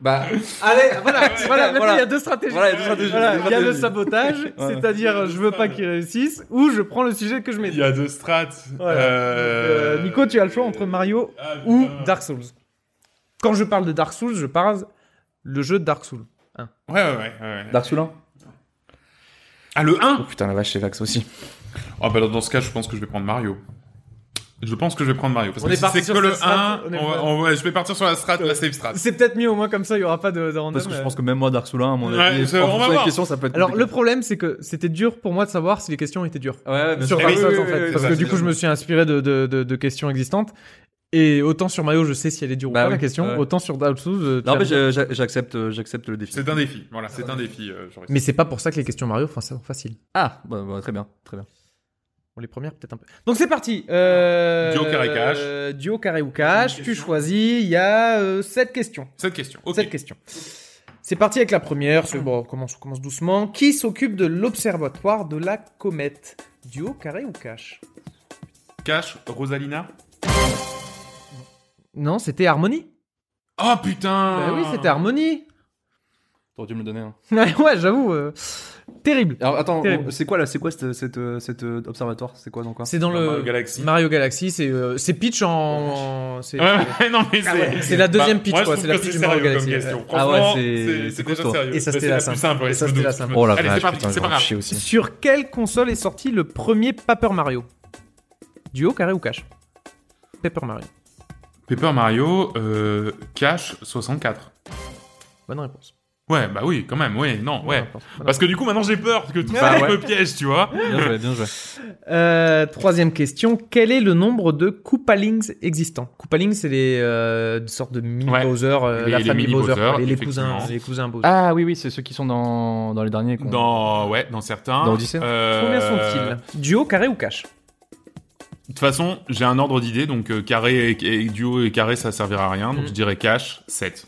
S3: Bah,
S4: Allez, voilà,
S3: voilà,
S4: maintenant,
S3: voilà.
S4: il y a deux stratégies.
S3: voilà, il y a deux stratégies.
S4: Voilà,
S3: deux
S4: il y a le
S3: stratégies.
S4: sabotage,
S3: Ouais.
S4: c'est-à-dire je veux pas qu'il réussisse, ou je prends le sujet que je mets.
S2: Il y a deux strates.
S4: Voilà.
S2: Euh,
S4: Euh, Nico, tu as le choix entre Mario
S2: Ah, putain.
S4: ou Dark Souls. Quand je parle de Dark Souls, je parle le jeu de Dark Souls.
S2: Ouais, ouais, ouais. ouais.
S3: Dark Souls 1
S2: Ah, le 1
S3: Oh putain, la vache, c'est Vax aussi.
S2: Ah bah dans dans ce cas, je pense que je vais prendre Mario. Je pense que je vais prendre Mario. Parce
S4: On
S2: que
S4: est
S2: si
S4: parti
S2: c'est
S4: sur
S2: que le 1,
S4: cette strat, on est
S2: on va-
S4: pas-
S2: on va- je vais partir sur la strat, la safe strat.
S4: C'est peut-être mieux au moins comme ça, il y aura pas de, de random.
S3: Parce que je
S4: euh.
S3: pense que même moi, Dark Souls 1, à mon
S2: Ouais,
S3: avis,
S2: c'est-
S3: en
S2: on va
S3: fonction des
S2: voir.
S3: questions, ça peut être.
S4: Alors le
S3: compliqué.
S4: problème c'est que c'était dur pour moi de savoir si les questions étaient dures.
S3: Ouais, bien
S4: Sur
S3: sûr.
S2: Eh
S4: Dark
S2: oui,
S4: Souls
S2: oui,
S4: en
S2: oui,
S4: fait.
S2: oui, c'est
S4: parce que
S2: ça,
S4: du
S2: c'est
S4: coup
S2: ça.
S4: je me suis inspiré de, de- de- de questions existantes. Et autant sur Mario je sais si elle est dure
S3: Bah
S4: ou pas la
S3: oui,
S4: question,
S3: ouais.
S4: autant sur Dark Souls... euh, tu
S3: Non,
S4: as
S3: mais
S4: raison.
S3: je- j'a- j'accepte, euh, j'accepte le défi.
S2: C'est un défi. Voilà, c'est un défi. euh, Joris.
S4: Mais c'est pas pour ça que les questions Mario enfin, sont faciles.
S3: Ah, bah, bah, très bien, très bien.
S4: Bon, les premières peut-être un peu. Donc c'est parti euh,
S2: Duo carré cash.
S4: euh, Duo carré ou cash,
S2: Une
S4: tu
S2: question.
S4: choisis, il y a 7 questions.
S2: Cette question. Ok.
S4: Cette question. C'est parti avec la première. C'est bon, on commence, on commence doucement. Qui s'occupe de l'observatoire de la comète Duo, carré ou cash
S2: Cash, Rosalina.
S4: Non, c'était Harmonie.
S2: Oh putain
S4: Ah. Bah oui, Bah c'était Harmonie.
S3: T'aurais dû me le donner. hein.
S4: ouais, j'avoue. euh. Terrible.
S3: Alors attends,
S4: Terrible.
S3: on- c'est quoi là C'est quoi cette, cette, euh, cette, euh, observatoire C'est quoi dans quoi
S4: C'est dans le
S2: Mario Galaxy.
S4: Mario Galaxy, c'est euh, c'est Peach en. c'est-
S2: Ouais, ouais, non, mais c'est.
S4: Ah
S2: Bah,
S4: ouais. C'est la deuxième pitch,
S2: moi, je
S4: quoi,
S2: trouve
S4: c'est la
S2: que
S4: pitch
S2: c'est
S4: du Mario
S2: sérieux comme
S4: Galaxy,
S2: question.
S4: ouais.
S2: Franchement,
S3: Ah ouais, c'est-
S2: c'est déjà
S3: c'est costaud.
S2: sérieux.
S4: Et ça,
S2: Mais
S4: c'était
S2: c'est
S4: la
S2: plus
S4: simple.
S2: simple. ouais,
S4: Et ça,
S2: je me
S4: c'était la
S2: doute, je me
S4: simple.
S2: doute.
S3: Oh la
S2: Allez, c'est
S3: vache,
S2: parti,
S3: putain,
S2: c'est pas
S3: je vais en
S2: grave.
S3: chier aussi.
S4: Sur quelle console est sorti le premier Paper Mario Duo, carré ou cash Paper Mario.
S2: Paper Mario, euh, Cash 64.
S4: Bonne réponse.
S2: Ouais, bah oui, quand même, oui, non,
S4: Bonne
S2: ouais.
S4: réponse. Bonne
S2: Parce que du coup, maintenant, j'ai peur que tout
S3: Bah
S2: ça
S3: ouais.
S2: me piège, tu vois.
S3: Bien joué, bien joué.
S4: Euh, troisième question. Quel est le nombre de Koopalings existants Koopalings, c'est les euh, sortes de mini
S2: Ouais.
S4: Bowser, euh,
S2: Les-
S4: la
S2: les
S4: famille
S2: mini
S4: Bowser,
S2: Bowser,
S4: quoi, les, les
S2: effectivement.
S4: cousins, les cousins Bowser.
S5: Ah oui, oui, c'est ceux qui sont dans, dans les derniers. qu'on-
S2: Dans, ouais, dans certains.
S5: Dans Odyssey
S2: Euh,
S4: Combien sont-ils Duo, carré ou cash
S2: De toute façon, j'ai un ordre d'idée, donc euh, carré et, et duo et carré, ça servira à rien. Donc
S4: Mm.
S2: je dirais cash 7.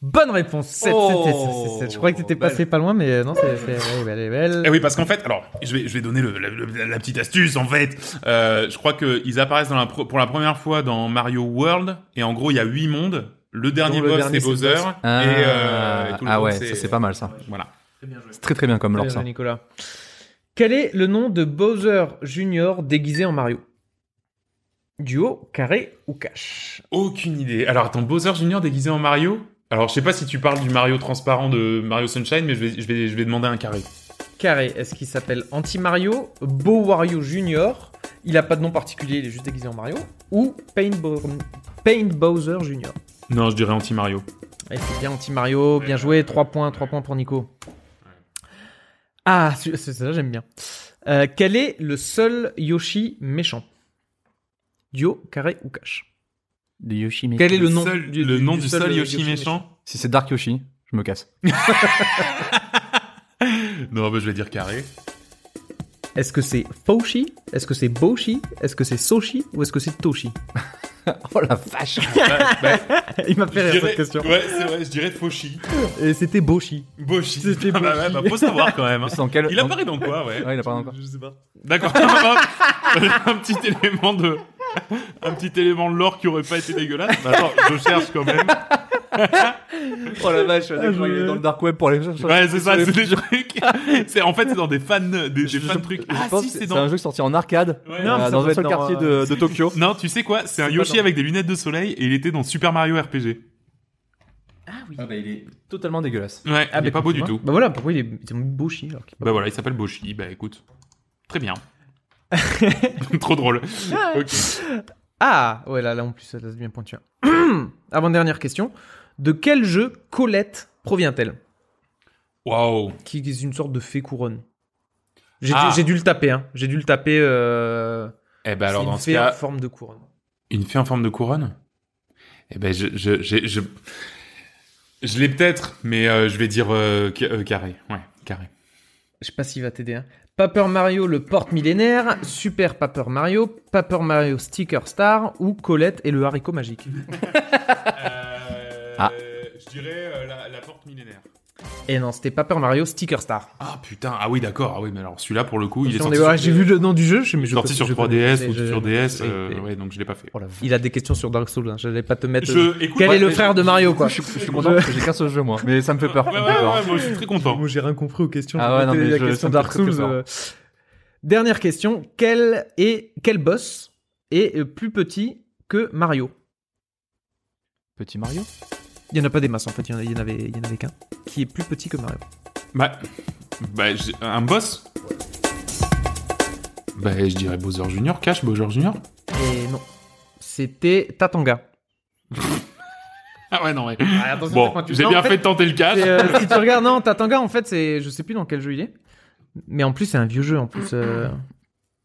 S4: Bonne réponse. 7,
S3: Oh,
S4: Je croyais que t'étais
S3: belle.
S4: passé pas loin, mais euh, non, c'est c'est- elle est belle, elle est belle.
S2: Eh oui, parce qu'en fait, alors, je vais, je vais donner le- la, le- la petite astuce, en fait. Euh, je crois que ils apparaissent dans la pro- pour la première fois dans Mario World, et en gros, il y a huit mondes. Le dernier
S4: Dont le
S2: boss,
S4: dernier,
S2: c'est
S4: c'est le
S2: Bowser.
S4: boss.
S2: Et,
S5: Ah,
S2: euh, et tout le
S5: ah
S2: monde,
S5: ouais, ça c'est pas mal ça.
S2: Voilà.
S5: C'est très très bien comme
S4: Très
S5: lore
S4: bien,
S5: ça.
S4: Nicolas. Quel est le nom de Bowser Junior déguisé en Mario Duo, carré ou cash
S2: Aucune idée. Alors, attends, Bowser Junior déguisé en Mario Alors, je sais pas si tu parles du Mario transparent de Mario Sunshine, mais je vais, je vais, je vais demander un carré.
S4: Carré, est-ce qu'il s'appelle Anti-Mario, Beau Wario Junior Il a pas de nom particulier, il est juste déguisé en Mario. Ou Paint, Bo- Paint Bowser Junior
S2: Non, je dirais anti-Mario.
S4: Et c'est bien anti-Mario, bien joué, 3 points, 3 points pour Nico. Ah, c'est ça, j'aime bien. Euh, quel est le seul Yoshi méchant Duo, carré ou cash
S5: De Yoshi.
S4: Quel est le
S2: Le
S4: nom
S2: seul- le nom du seul Yoshi méchant
S5: Si c'est Dark Yoshi, je me casse.
S2: Non, bah, je vais dire carré.
S4: Est-ce que c'est Foshi Est-ce que c'est Boshi Est-ce que c'est Soshi Ou est-ce que c'est Toshi
S5: Oh la vache.
S2: Bah, bah,
S4: Il m'a
S2: je
S4: fait rire
S2: dirais-
S4: cette question.
S2: Ouais, c'est vrai, je dirais Foshi.
S4: Et C'était Boshi.
S2: Boshi.
S4: C'était
S2: Ah bah,
S4: Boshi.
S2: ouais, bah, faut savoir quand même. hein.
S5: Dans quel...
S2: Il
S5: dans-
S2: apparaît dans quoi, ouais
S5: Euh, Ouais, il apparaît dans quoi
S2: Je sais pas. D'accord. un petit élément de... Un petit élément de lore qui aurait pas été dégueulasse. Mais attends, je cherche quand même.
S5: Oh la vache,
S4: d'accord, je- il est dans le
S5: dark web pour aller chercher.
S2: Ouais, c'est ça, c'est des trucs. C'est, en fait, c'est dans des fans, des, des
S5: Je- je-
S2: fans trucs.
S5: Je
S2: Ah,
S5: pense
S2: si,
S5: que
S2: c'est
S5: C'est
S2: dans.
S5: un jeu sorti en arcade
S2: Ouais.
S5: euh,
S4: Non, mais ça
S5: dans
S4: doit
S5: un
S4: être
S5: seul
S4: dans,
S5: quartier
S4: euh,
S5: de, de Tokyo.
S2: Non, tu sais quoi C'est un
S4: pas
S2: Yoshi
S4: dans-
S2: avec des lunettes de soleil et il était dans Super Mario RPG.
S5: Ah bah il est totalement dégueulasse.
S2: Ouais, il est pas beau du tout.
S4: Bah voilà, pourquoi il est, ils ont mis Boshi alors qu'il est pas
S2: Bah voilà, il s'appelle Boshi. Bah écoute, très bien. Trop drôle. Ok.
S4: Ah Ouais, là, là en plus, ça c'est bien pointu. hein. Avant-dernière question. De quel jeu Colette provient-elle
S2: Waouh.
S4: Qui est une sorte de fée couronne. J'ai
S2: Ah.
S4: dû, j'ai dû le taper, hein. J'ai dû le taper. Euh...
S2: Eh ben alors
S4: c'est
S2: dans
S4: une
S2: ce
S4: fée en
S2: cas,
S4: forme de couronne.
S2: une fée en forme de couronne. Eh ben je je je je, je l'ai peut-être, mais euh, je vais dire euh, ca- euh, carré. Ouais, carré.
S4: Je sais pas s'il va t'aider. Hein. Paper Mario, le porte-millénaire, Super Paper Mario, Paper Mario Sticker Star ou Colette et le haricot magique.
S5: Ah.
S2: Euh, Je dirais euh, la, porte millénaire.
S4: Et non, c'était Paper Mario Sticker Star.
S2: Ah putain, ah oui d'accord, ah oui mais alors celui-là pour le coup il est
S4: Attention,
S2: sorti,
S4: on est- ouais,
S2: sur,
S4: J'ai vu le nom du jeu, je mais
S2: il est
S4: je
S2: sorti
S4: connais-
S2: sur
S4: je
S2: 3DS
S4: connais-
S2: ou
S4: je-
S2: sur DS,
S4: je-
S2: euh,
S4: je-
S2: ouais donc je l'ai pas fait.
S5: Oh la vache.
S4: Il a des questions sur Dark Souls, hein. j'allais pas te mettre.
S2: Je, écoute,
S4: Quel
S2: ouais,
S4: est le
S2: mais-
S4: frère de Mario quoi
S5: Je, je suis content parce que j'ai qu'un seul jeu moi, mais ça me fait peur. ça
S2: Ouais,
S5: me
S2: ouais,
S5: fait
S2: ouais,
S5: peur.
S2: ouais, moi je suis très content.
S4: Moi j'ai rien compris aux questions.
S5: Ah ouais, non,
S4: C'était
S5: mais
S4: la
S5: je-
S4: question
S5: ça me
S4: Dark
S5: fait très
S4: Souls.
S5: peur.
S4: euh. Dernière question quel est quel boss est euh, plus petit que Mario
S5: Petit Mario
S4: Il y en a pas des masses en fait, il y en a- il y en avait, il y en avait qu'un qui est plus petit que Mario.
S2: Bah, bah j'ai- un boss Bah je dirais Bowser Junior, Cash Bowser Junior.
S4: Et non, c'était Tatanga.
S2: Ah ouais non ouais. Bon, j'ai bien fait de tenter le Cash.
S4: c'est, euh, si tu regardes, non, Tatanga, en fait, c'est, je sais plus dans quel jeu il est, mais en plus c'est un vieux jeu. En plus, euh,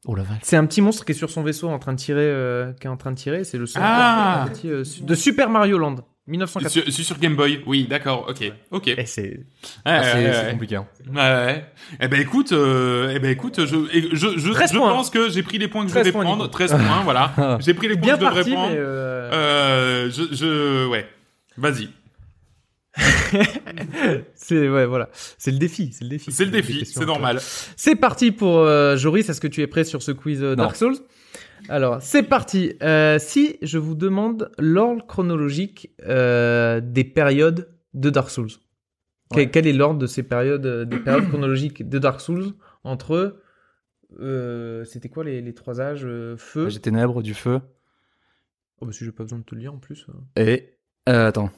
S5: Oh la vache.
S4: c'est un petit monstre qui est sur son vaisseau en train de tirer, euh, qui est en train de tirer. C'est le seul
S2: Ah.
S4: petit, euh, su- de Super Mario Land, 1980.
S2: Sur, sur Game Boy, oui d'accord, ok, ok.
S4: Et Eh, c'est
S2: Ouais,
S5: Ah,
S2: ouais,
S5: c'est c'est
S2: ouais.
S5: compliqué. hein.
S2: Ouais, ouais. Eh ben écoute, euh, eh ben écoute, je, et je, je,
S4: 13
S2: je
S4: points.
S2: pense que j'ai pris les points que je
S4: 13
S2: devais
S4: points,
S2: prendre.
S4: Nico.
S2: 13 points, voilà. J'ai pris les points
S4: bien
S2: que je devrais
S4: parti,
S2: prendre.
S4: mais euh,
S2: Euh, je, je, ouais. Vas-y.
S4: c'est ouais, voilà, c'est le défi, c'est le défi.
S2: C'est le
S4: des
S2: défi,
S4: questions
S2: c'est
S4: un peu-
S2: normal.
S4: C'est parti pour euh, Joris. Est-ce que tu es prêt sur ce quiz euh,
S5: Non.
S4: Dark Souls Alors, c'est parti. Euh, si je vous demande l'ordre chronologique euh, des périodes de Dark Souls, Quel, quel est l'ordre de ces périodes, euh, des périodes chronologiques de Dark Souls entre euh, c'était quoi les, les trois âges euh, Feu.
S3: J'ai ténèbres, du feu.
S4: Oh, bah, si j'ai pas besoin de te le lire en plus. euh.
S3: Et. euh, attends.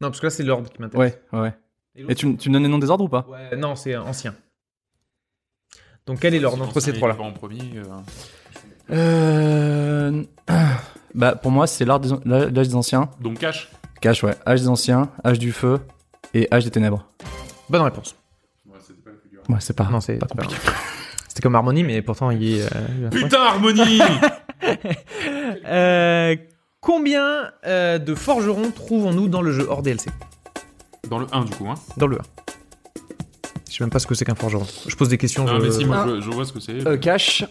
S4: Non, parce que là c'est l'ordre qui m'intéresse.
S3: Ouais, ouais, ouais. Et tu, m- tu me donnes les noms des ordres ou pas
S4: Ouais, Euh, non, c'est ancien. Donc quel est l'ordre entre ces trois-là
S2: En premier. euh,
S3: Euh. Bah, pour moi, c'est l'art des an- l'âge des anciens.
S2: Donc cash.
S3: Cache, ouais. Âge des anciens, âge du feu et âge des ténèbres.
S4: Bonne réponse.
S3: Ouais, c'est pas.
S4: Non, c'est
S3: pas
S4: c'est pas grave. C'était comme harmonie, mais pourtant il y est. euh,
S2: Putain, Harmonie
S4: Euh, combien euh, de forgerons trouvons-nous dans le jeu hors DLC
S2: Dans le 1, du coup. Hein.
S4: Dans le 1. Je sais même pas ce que c'est qu'un forgeron. Je pose des questions.
S2: Non,
S4: je-
S2: mais si, moi,
S3: Ah.
S2: je, je vois ce que c'est.
S3: Euh, cache.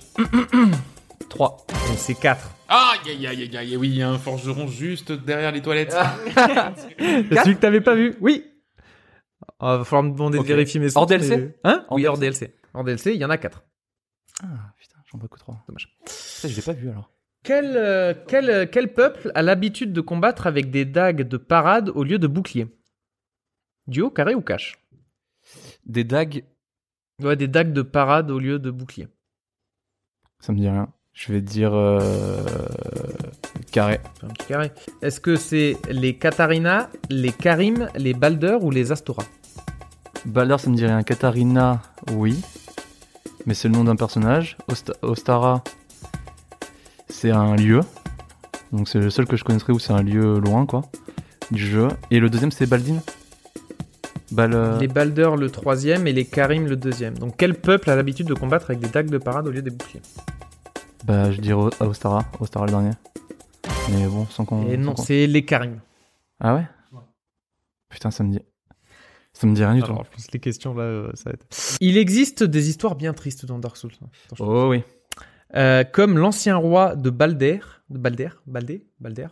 S3: 3.
S4: Donc, C'est 4.
S2: Aïe, aïe, aïe, aïe, aïe, oui, il y a un forgeron juste derrière les toilettes.
S4: C'est celui que t'avais pas vu Oui. Ah, va falloir me demander
S3: Ok.
S4: de vérifier mes
S3: Hors
S4: sources,
S3: DLC?
S4: mais- Hein
S3: Hors
S4: Oui, hors DLC. Hors DLC, il y en a 4.
S3: Ah, putain, j'en vois que 3.
S4: Dommage.
S3: Ça, je l'ai pas vu alors.
S4: Quel, euh, quel, euh, quel peuple a l'habitude de combattre avec des dagues de parade au lieu de boucliers Duo, carré ou cache
S3: Des dagues,
S4: Ouais, des dagues de parade au lieu de boucliers.
S3: ça me dit rien. Je vais dire. euh, Carré.
S4: Enfin, un petit carré. Est-ce que c'est les Katarina, les Karim, les Balder ou les Astora
S3: Balder, ça me dit rien. Katarina, oui. Mais c'est le nom d'un personnage. Osta- Ostara, c'est un lieu. Donc c'est le seul que je connaîtrais où c'est un lieu loin, quoi. Du jeu. Et le deuxième, c'est Baldine. Bal. euh,
S4: Les Balder le troisième et les Karim le deuxième. Donc quel peuple a l'habitude de combattre avec des dagues de parade au lieu des boucliers
S3: Bah, je dirais O- Ostara. Ostara le dernier. Mais bon, sans qu'on.
S4: Et
S3: sans
S4: non,
S3: qu'on-
S4: c'est les Karim.
S3: Ah ouais Putain, ça me dit. Ça me dit rien du tout.
S4: je pense que les questions là, euh, ça va être. Il existe des histoires bien tristes dans Dark Souls. hein, franchement.
S3: Oh oui.
S4: Euh, comme l'ancien roi de Balder, de Balder, Baldé, Balder,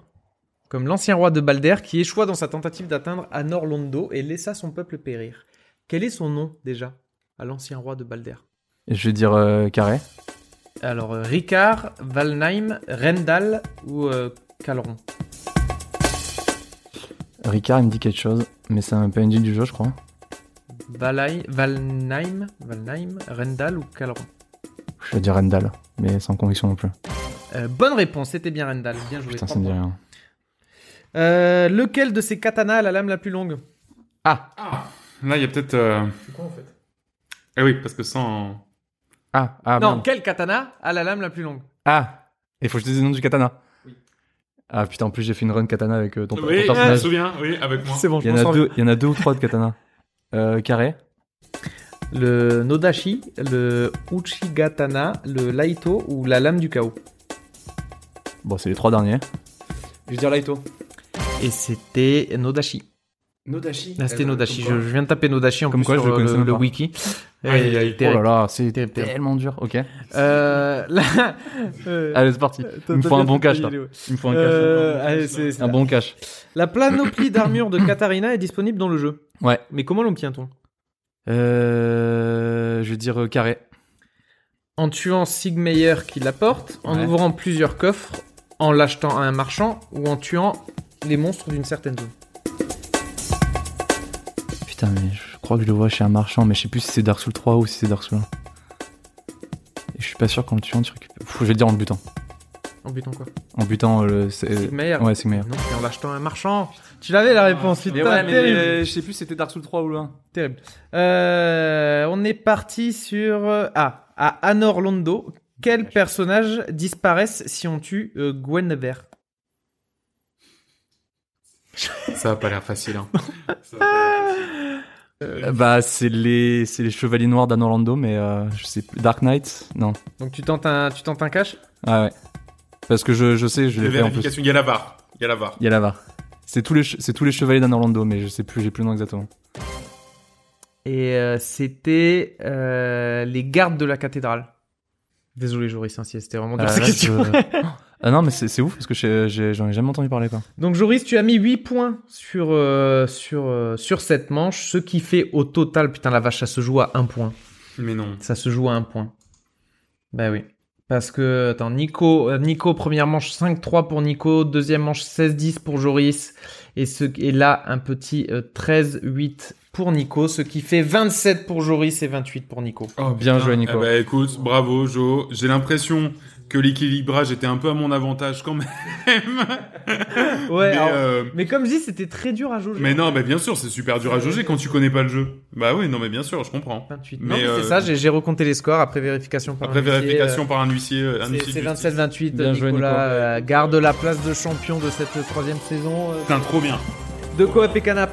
S4: comme l'ancien roi de Balder qui échoua dans sa tentative d'atteindre Anor Londo et laissa son peuple périr. Quel est son nom déjà à l'ancien roi de Balder
S3: Et Je vais dire euh, carré.
S4: Alors euh, Ricard, Valheim, Rendal ou euh, Calron
S3: Ricard, il me dit quelque chose, mais c'est un PNJ du jeu, je crois.
S4: Valheim, Valheim, Valheim, Rendal ou Calron
S3: Je vais dire Rendal, mais sans conviction non plus.
S4: Euh, Bonne réponse, c'était bien Rendal. Bien joué.
S3: Putain, ça
S4: trois
S3: me dit
S4: points.
S3: rien.
S4: Euh, lequel de ces katanas a la lame la plus longue Ah,
S2: Là, il y a peut-être. euh, Eh oui, parce que sans.
S3: Ah, ah,
S4: non,
S3: merde.
S4: quel katana a la lame la plus longue
S3: Ah Il faut que je te dise le nom du katana. Ah putain, en plus j'ai fait une run katana avec euh, ton, ton
S2: Oui, ah, je me
S3: personnage.
S2: souviens, oui, avec moi.
S4: bon,
S3: Il y, en a deux, il y en a deux ou trois de katana. Euh, carré.
S4: Le Nodashi, le Uchigatana, le Laito ou la lame du chaos.
S3: Bon, c'est les trois derniers. Je vais dire Laito.
S4: Et c'était Nodashi.
S6: Nodashi.
S4: Là,
S3: euh,
S4: c'était Nodashi. Je, je viens de taper Nodashi en
S3: Comme
S4: plus
S3: quoi, je
S4: sur
S3: le connaissais
S4: le,
S3: même
S4: le
S3: pas.
S4: wiki. Euh,
S2: Aïe, aïe, aïe.
S3: Oh là là, c'est
S4: Terrible, terrible.
S3: tellement dur. Ok.
S4: Euh, là, euh,
S3: Allez, c'est parti. Ah, Il me faut un bon cash là. Il me faut un cash.
S4: Euh, allez, c'est- c'est
S3: Un
S4: là.
S3: bon cash.
S4: La planoplie d'armure de Katarina est disponible dans le jeu.
S3: Ouais.
S4: Mais comment l'obtient-on
S3: Euh, je vais dire euh, carré.
S4: En tuant Sigmeyer qui la porte, en
S3: Ouais.
S4: ouvrant plusieurs coffres, en l'achetant à un marchand ou en tuant les monstres d'une certaine zone.
S3: Putain, mais je crois que je le vois chez un marchand, mais je sais plus si c'est Dark Souls 3 ou si c'est Dark Souls 1. Et je suis pas sûr qu'en le tuant, tu récupères. Pff, je vais dire en le butant.
S4: En butant quoi
S3: En butant euh, le. c'est-
S4: Sigmeyer.
S3: Ouais, c'est meilleur.
S4: Non, c'est en l'achetant à un marchand. Tu l'avais la réponse,
S3: Ah,
S4: putain, terrible.
S3: euh, je sais plus si c'était Dark Souls 3 ou le 1.
S4: terrible. Euh, on est parti sur... euh, Ah, à Anor Londo, quels personnages disparaissent si on tue euh, Guinevere
S2: Ça a pas l'air facile. Hein. Ça a pas l'air facile.
S3: Bah, c'est les... c'est les Chevaliers Noirs d'Anne Orlando, mais euh, je sais plus. Dark Knight Non.
S4: Donc tu tentes un, tu tentes un cash
S3: Ah ouais. Parce que je, je sais, je
S2: Les
S3: l'ai fait en plus.
S2: vérifications, il y a la barre. Il y a la barre.
S3: Il y a la barre. C'est tous les, che- c'est tous les Chevaliers d'Anne Orlando, mais je sais plus, j'ai plus le nom exactement.
S4: Et euh, c'était euh, les gardes de la cathédrale. Désolé Joris, hein, si c'était vraiment dur
S3: Ah,
S4: cette
S3: là,
S4: question.
S3: je- Ah non, mais c'est c'est ouf parce que j'ai- j'ai- j'en ai jamais entendu parler quoi.
S4: Donc Joris, tu as mis 8 points sur, euh, sur, euh, sur cette manche, ce qui fait au total, putain la vache, ça se joue à 1 point.
S2: Mais non.
S4: Ça se joue à 1 point. Bah oui. Parce que, attends, Nico, euh, Nico première manche 5-3 pour Nico, deuxième manche 16-10 pour Joris, et, ce, et là un petit euh, 13-8 pour Nico, ce qui fait 27 pour Joris et 28 pour Nico.
S2: Oh,
S7: Bien
S2: putain.
S7: joué, Nico.
S2: Eh ben, écoute, bravo, Jo. J'ai l'impression que l'équilibrage était un peu à mon avantage quand même.
S4: Ouais,
S2: mais,
S4: alors- mais,
S2: euh,
S4: comme je dis, c'était très dur à jauger.
S2: mais non, mais bien sûr, c'est super dur à jauger quand tu connais pas le jeu. Bah oui, non, mais bien sûr, je comprends.
S4: 28.
S2: mais,
S4: non, mais
S2: euh,
S4: c'est ça, j'ai j'ai recompté les scores après vérification par
S2: Après
S4: un huissier,
S2: vérification par un huissier,
S4: euh,
S2: un
S4: c'est-
S2: huissier
S4: C'est
S2: de
S4: 27
S2: justice.
S4: 28
S7: Bien joué,
S4: Nicolas
S7: Nico.
S4: euh, garde la place de champion de cette euh, troisième saison euh,
S2: Putain, trop bien.
S4: de Coop et Canap.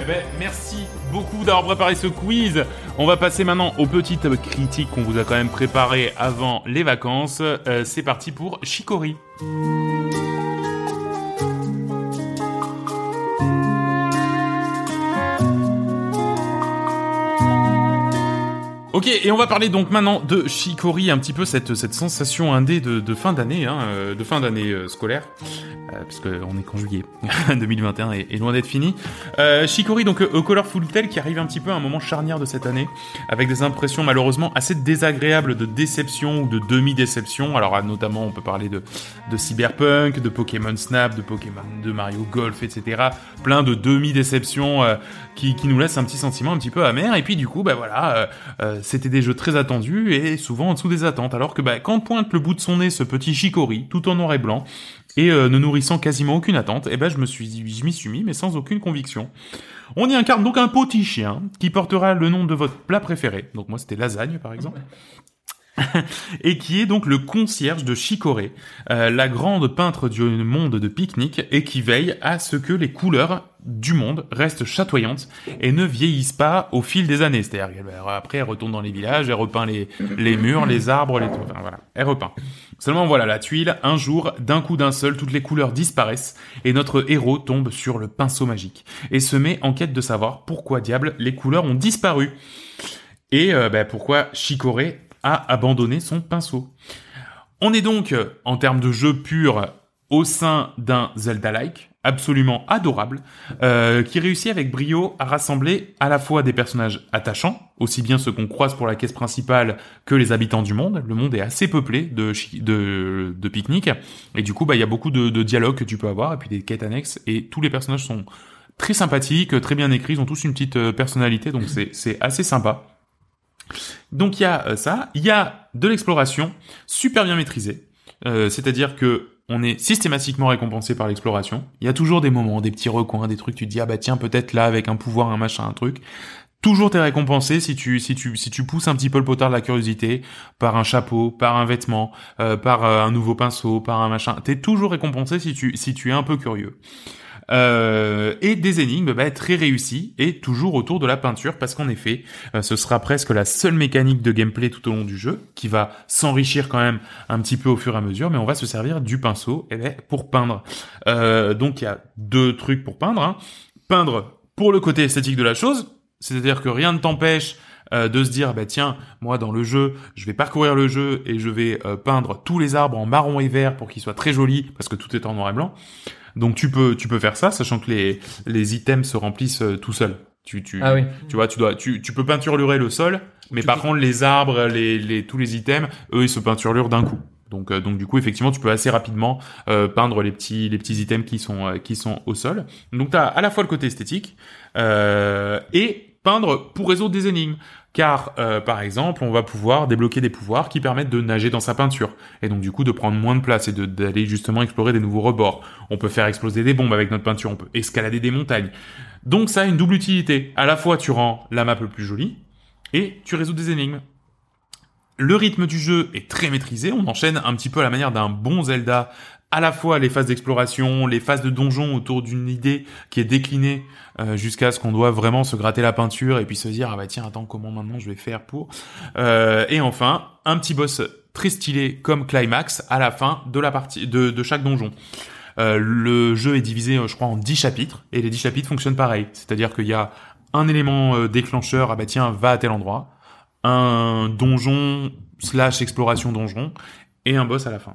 S2: Eh ben, merci beaucoup d'avoir préparé ce quiz. On va passer maintenant aux petites euh, critiques qu'on vous a quand même préparées avant les vacances. Euh, c'est parti pour Chicory. Ok, et on va parler donc maintenant de Chicory, un petit peu cette, cette sensation indé de, de fin d'année, hein, euh, de fin d'année euh, scolaire, euh, parce qu'on est qu'en juillet, 2021 est, est loin d'être fini. Euh, Chicory, donc euh, Colorful Tale, qui arrive un petit peu à un moment charnière de cette année, avec des impressions malheureusement assez désagréables de déception ou de demi-déception. Alors ah, notamment, on peut parler de, de Cyberpunk, de Pokémon Snap, de Pokémon, de Mario Golf, etc. Plein de demi-déceptions euh, qui, qui nous laissent un petit sentiment un petit peu amer. Et puis du coup, bah voilà, euh, euh, c'était des jeux très attendus et souvent en dessous des attentes. Alors que bah, quand pointe le bout de son nez ce petit Chicory, tout en noir et blanc, et euh, ne nourrissant quasiment aucune attente, eh ben je me suis, je m'y suis mis, mais sans aucune conviction. On y incarne donc un petit chien qui portera le nom de votre plat préféré. Donc moi c'était lasagne par exemple. et qui est donc le concierge de Chicorée, euh, la grande peintre du monde de pique-nique, et qui veille à ce que les couleurs du monde restent chatoyantes et ne vieillissent pas au fil des années. C'est-à-dire qu'elle va- après elle retourne dans les villages, elle repeint les, les murs, les arbres, les enfin, voilà, elle repeint. Seulement voilà, la tuile, un jour, d'un coup d'un seul, toutes les couleurs disparaissent et notre héros tombe sur le pinceau magique et se met en quête de savoir pourquoi diable les couleurs ont disparu et euh, bah, pourquoi Chicoré a abandonné son pinceau. On est donc, euh, en termes de jeu pur, au sein d'un Zelda-like absolument adorable, euh, qui réussit avec brio à rassembler à la fois des personnages attachants, aussi bien ceux qu'on croise pour la caisse principale que les habitants du monde. Le monde est assez peuplé de, chi- de, de pique-niques, et du coup, bah, il y a beaucoup de, de dialogues que tu peux avoir, et puis des quêtes annexes, et tous les personnages sont très sympathiques, très bien écrits, ils ont tous une petite euh, personnalité, donc c'est c'est assez sympa. Donc il y a euh, ça, il y a de l'exploration super bien maîtrisée, Euh, c'est-à-dire que on est systématiquement récompensé par l'exploration. Il y a toujours des moments, des petits recoins, des trucs tu te dis ah bah tiens peut-être là avec un pouvoir, un machin, un truc. Toujours t'es récompensé si tu si tu si tu pousses un petit peu le potard de la curiosité par un chapeau, par un vêtement, euh, par euh, un nouveau pinceau, par un machin. T'es toujours récompensé si tu si tu es un peu curieux. Euh, et des énigmes bah, très réussies et toujours autour de la peinture parce qu'en effet euh, ce sera presque la seule mécanique de gameplay tout au long du jeu qui va s'enrichir quand même un petit peu au fur et à mesure mais on va se servir du pinceau eh ben, pour peindre Euh, donc il y a deux trucs pour peindre hein. peindre pour le côté esthétique de la chose c'est-à-dire que rien ne t'empêche euh, de se dire bah tiens moi dans le jeu je vais parcourir le jeu et je vais euh, peindre tous les arbres en marron et vert pour qu'ils soient très jolis parce que tout est en noir et blanc donc tu peux tu peux faire ça, sachant que les les items se remplissent euh, tout seuls. Tu
S3: Ah
S2: tu
S7: oui.
S2: tu vois tu dois tu tu peux peinturer le sol, mais par contre les arbres, les les tous les items, eux ils se peinturent d'un coup. Donc euh, donc du coup effectivement tu peux assez rapidement euh, peindre les petits les petits items qui sont euh, qui sont au sol. Donc t'as à la fois le côté esthétique euh, et peindre pour résoudre des énigmes. Car, euh, par exemple, on va pouvoir débloquer des pouvoirs qui permettent de nager dans sa peinture, et donc du coup de prendre moins de place et de- d'aller justement explorer des nouveaux rebords. On peut faire exploser des bombes avec notre peinture, on peut escalader des montagnes. Donc ça a une double utilité. À la fois, tu rends la map le plus jolie et tu résous des énigmes. Le rythme du jeu est très maîtrisé. On enchaîne un petit peu à la manière d'un bon Zelda. À la fois les phases d'exploration, les phases de donjon autour d'une idée qui est déclinée euh, jusqu'à ce qu'on doit vraiment se gratter la peinture et puis se dire ah bah tiens attends comment maintenant je vais faire pour Euh, et enfin un petit boss très stylé comme climax à la fin de la partie de, de chaque donjon. Euh, le jeu est divisé, euh, je crois, en 10 chapitres, et les 10 chapitres fonctionnent pareil. C'est-à-dire qu'il y a un élément euh, déclencheur, ah bah tiens, va à tel endroit, un donjon slash exploration donjon, et un boss à la fin.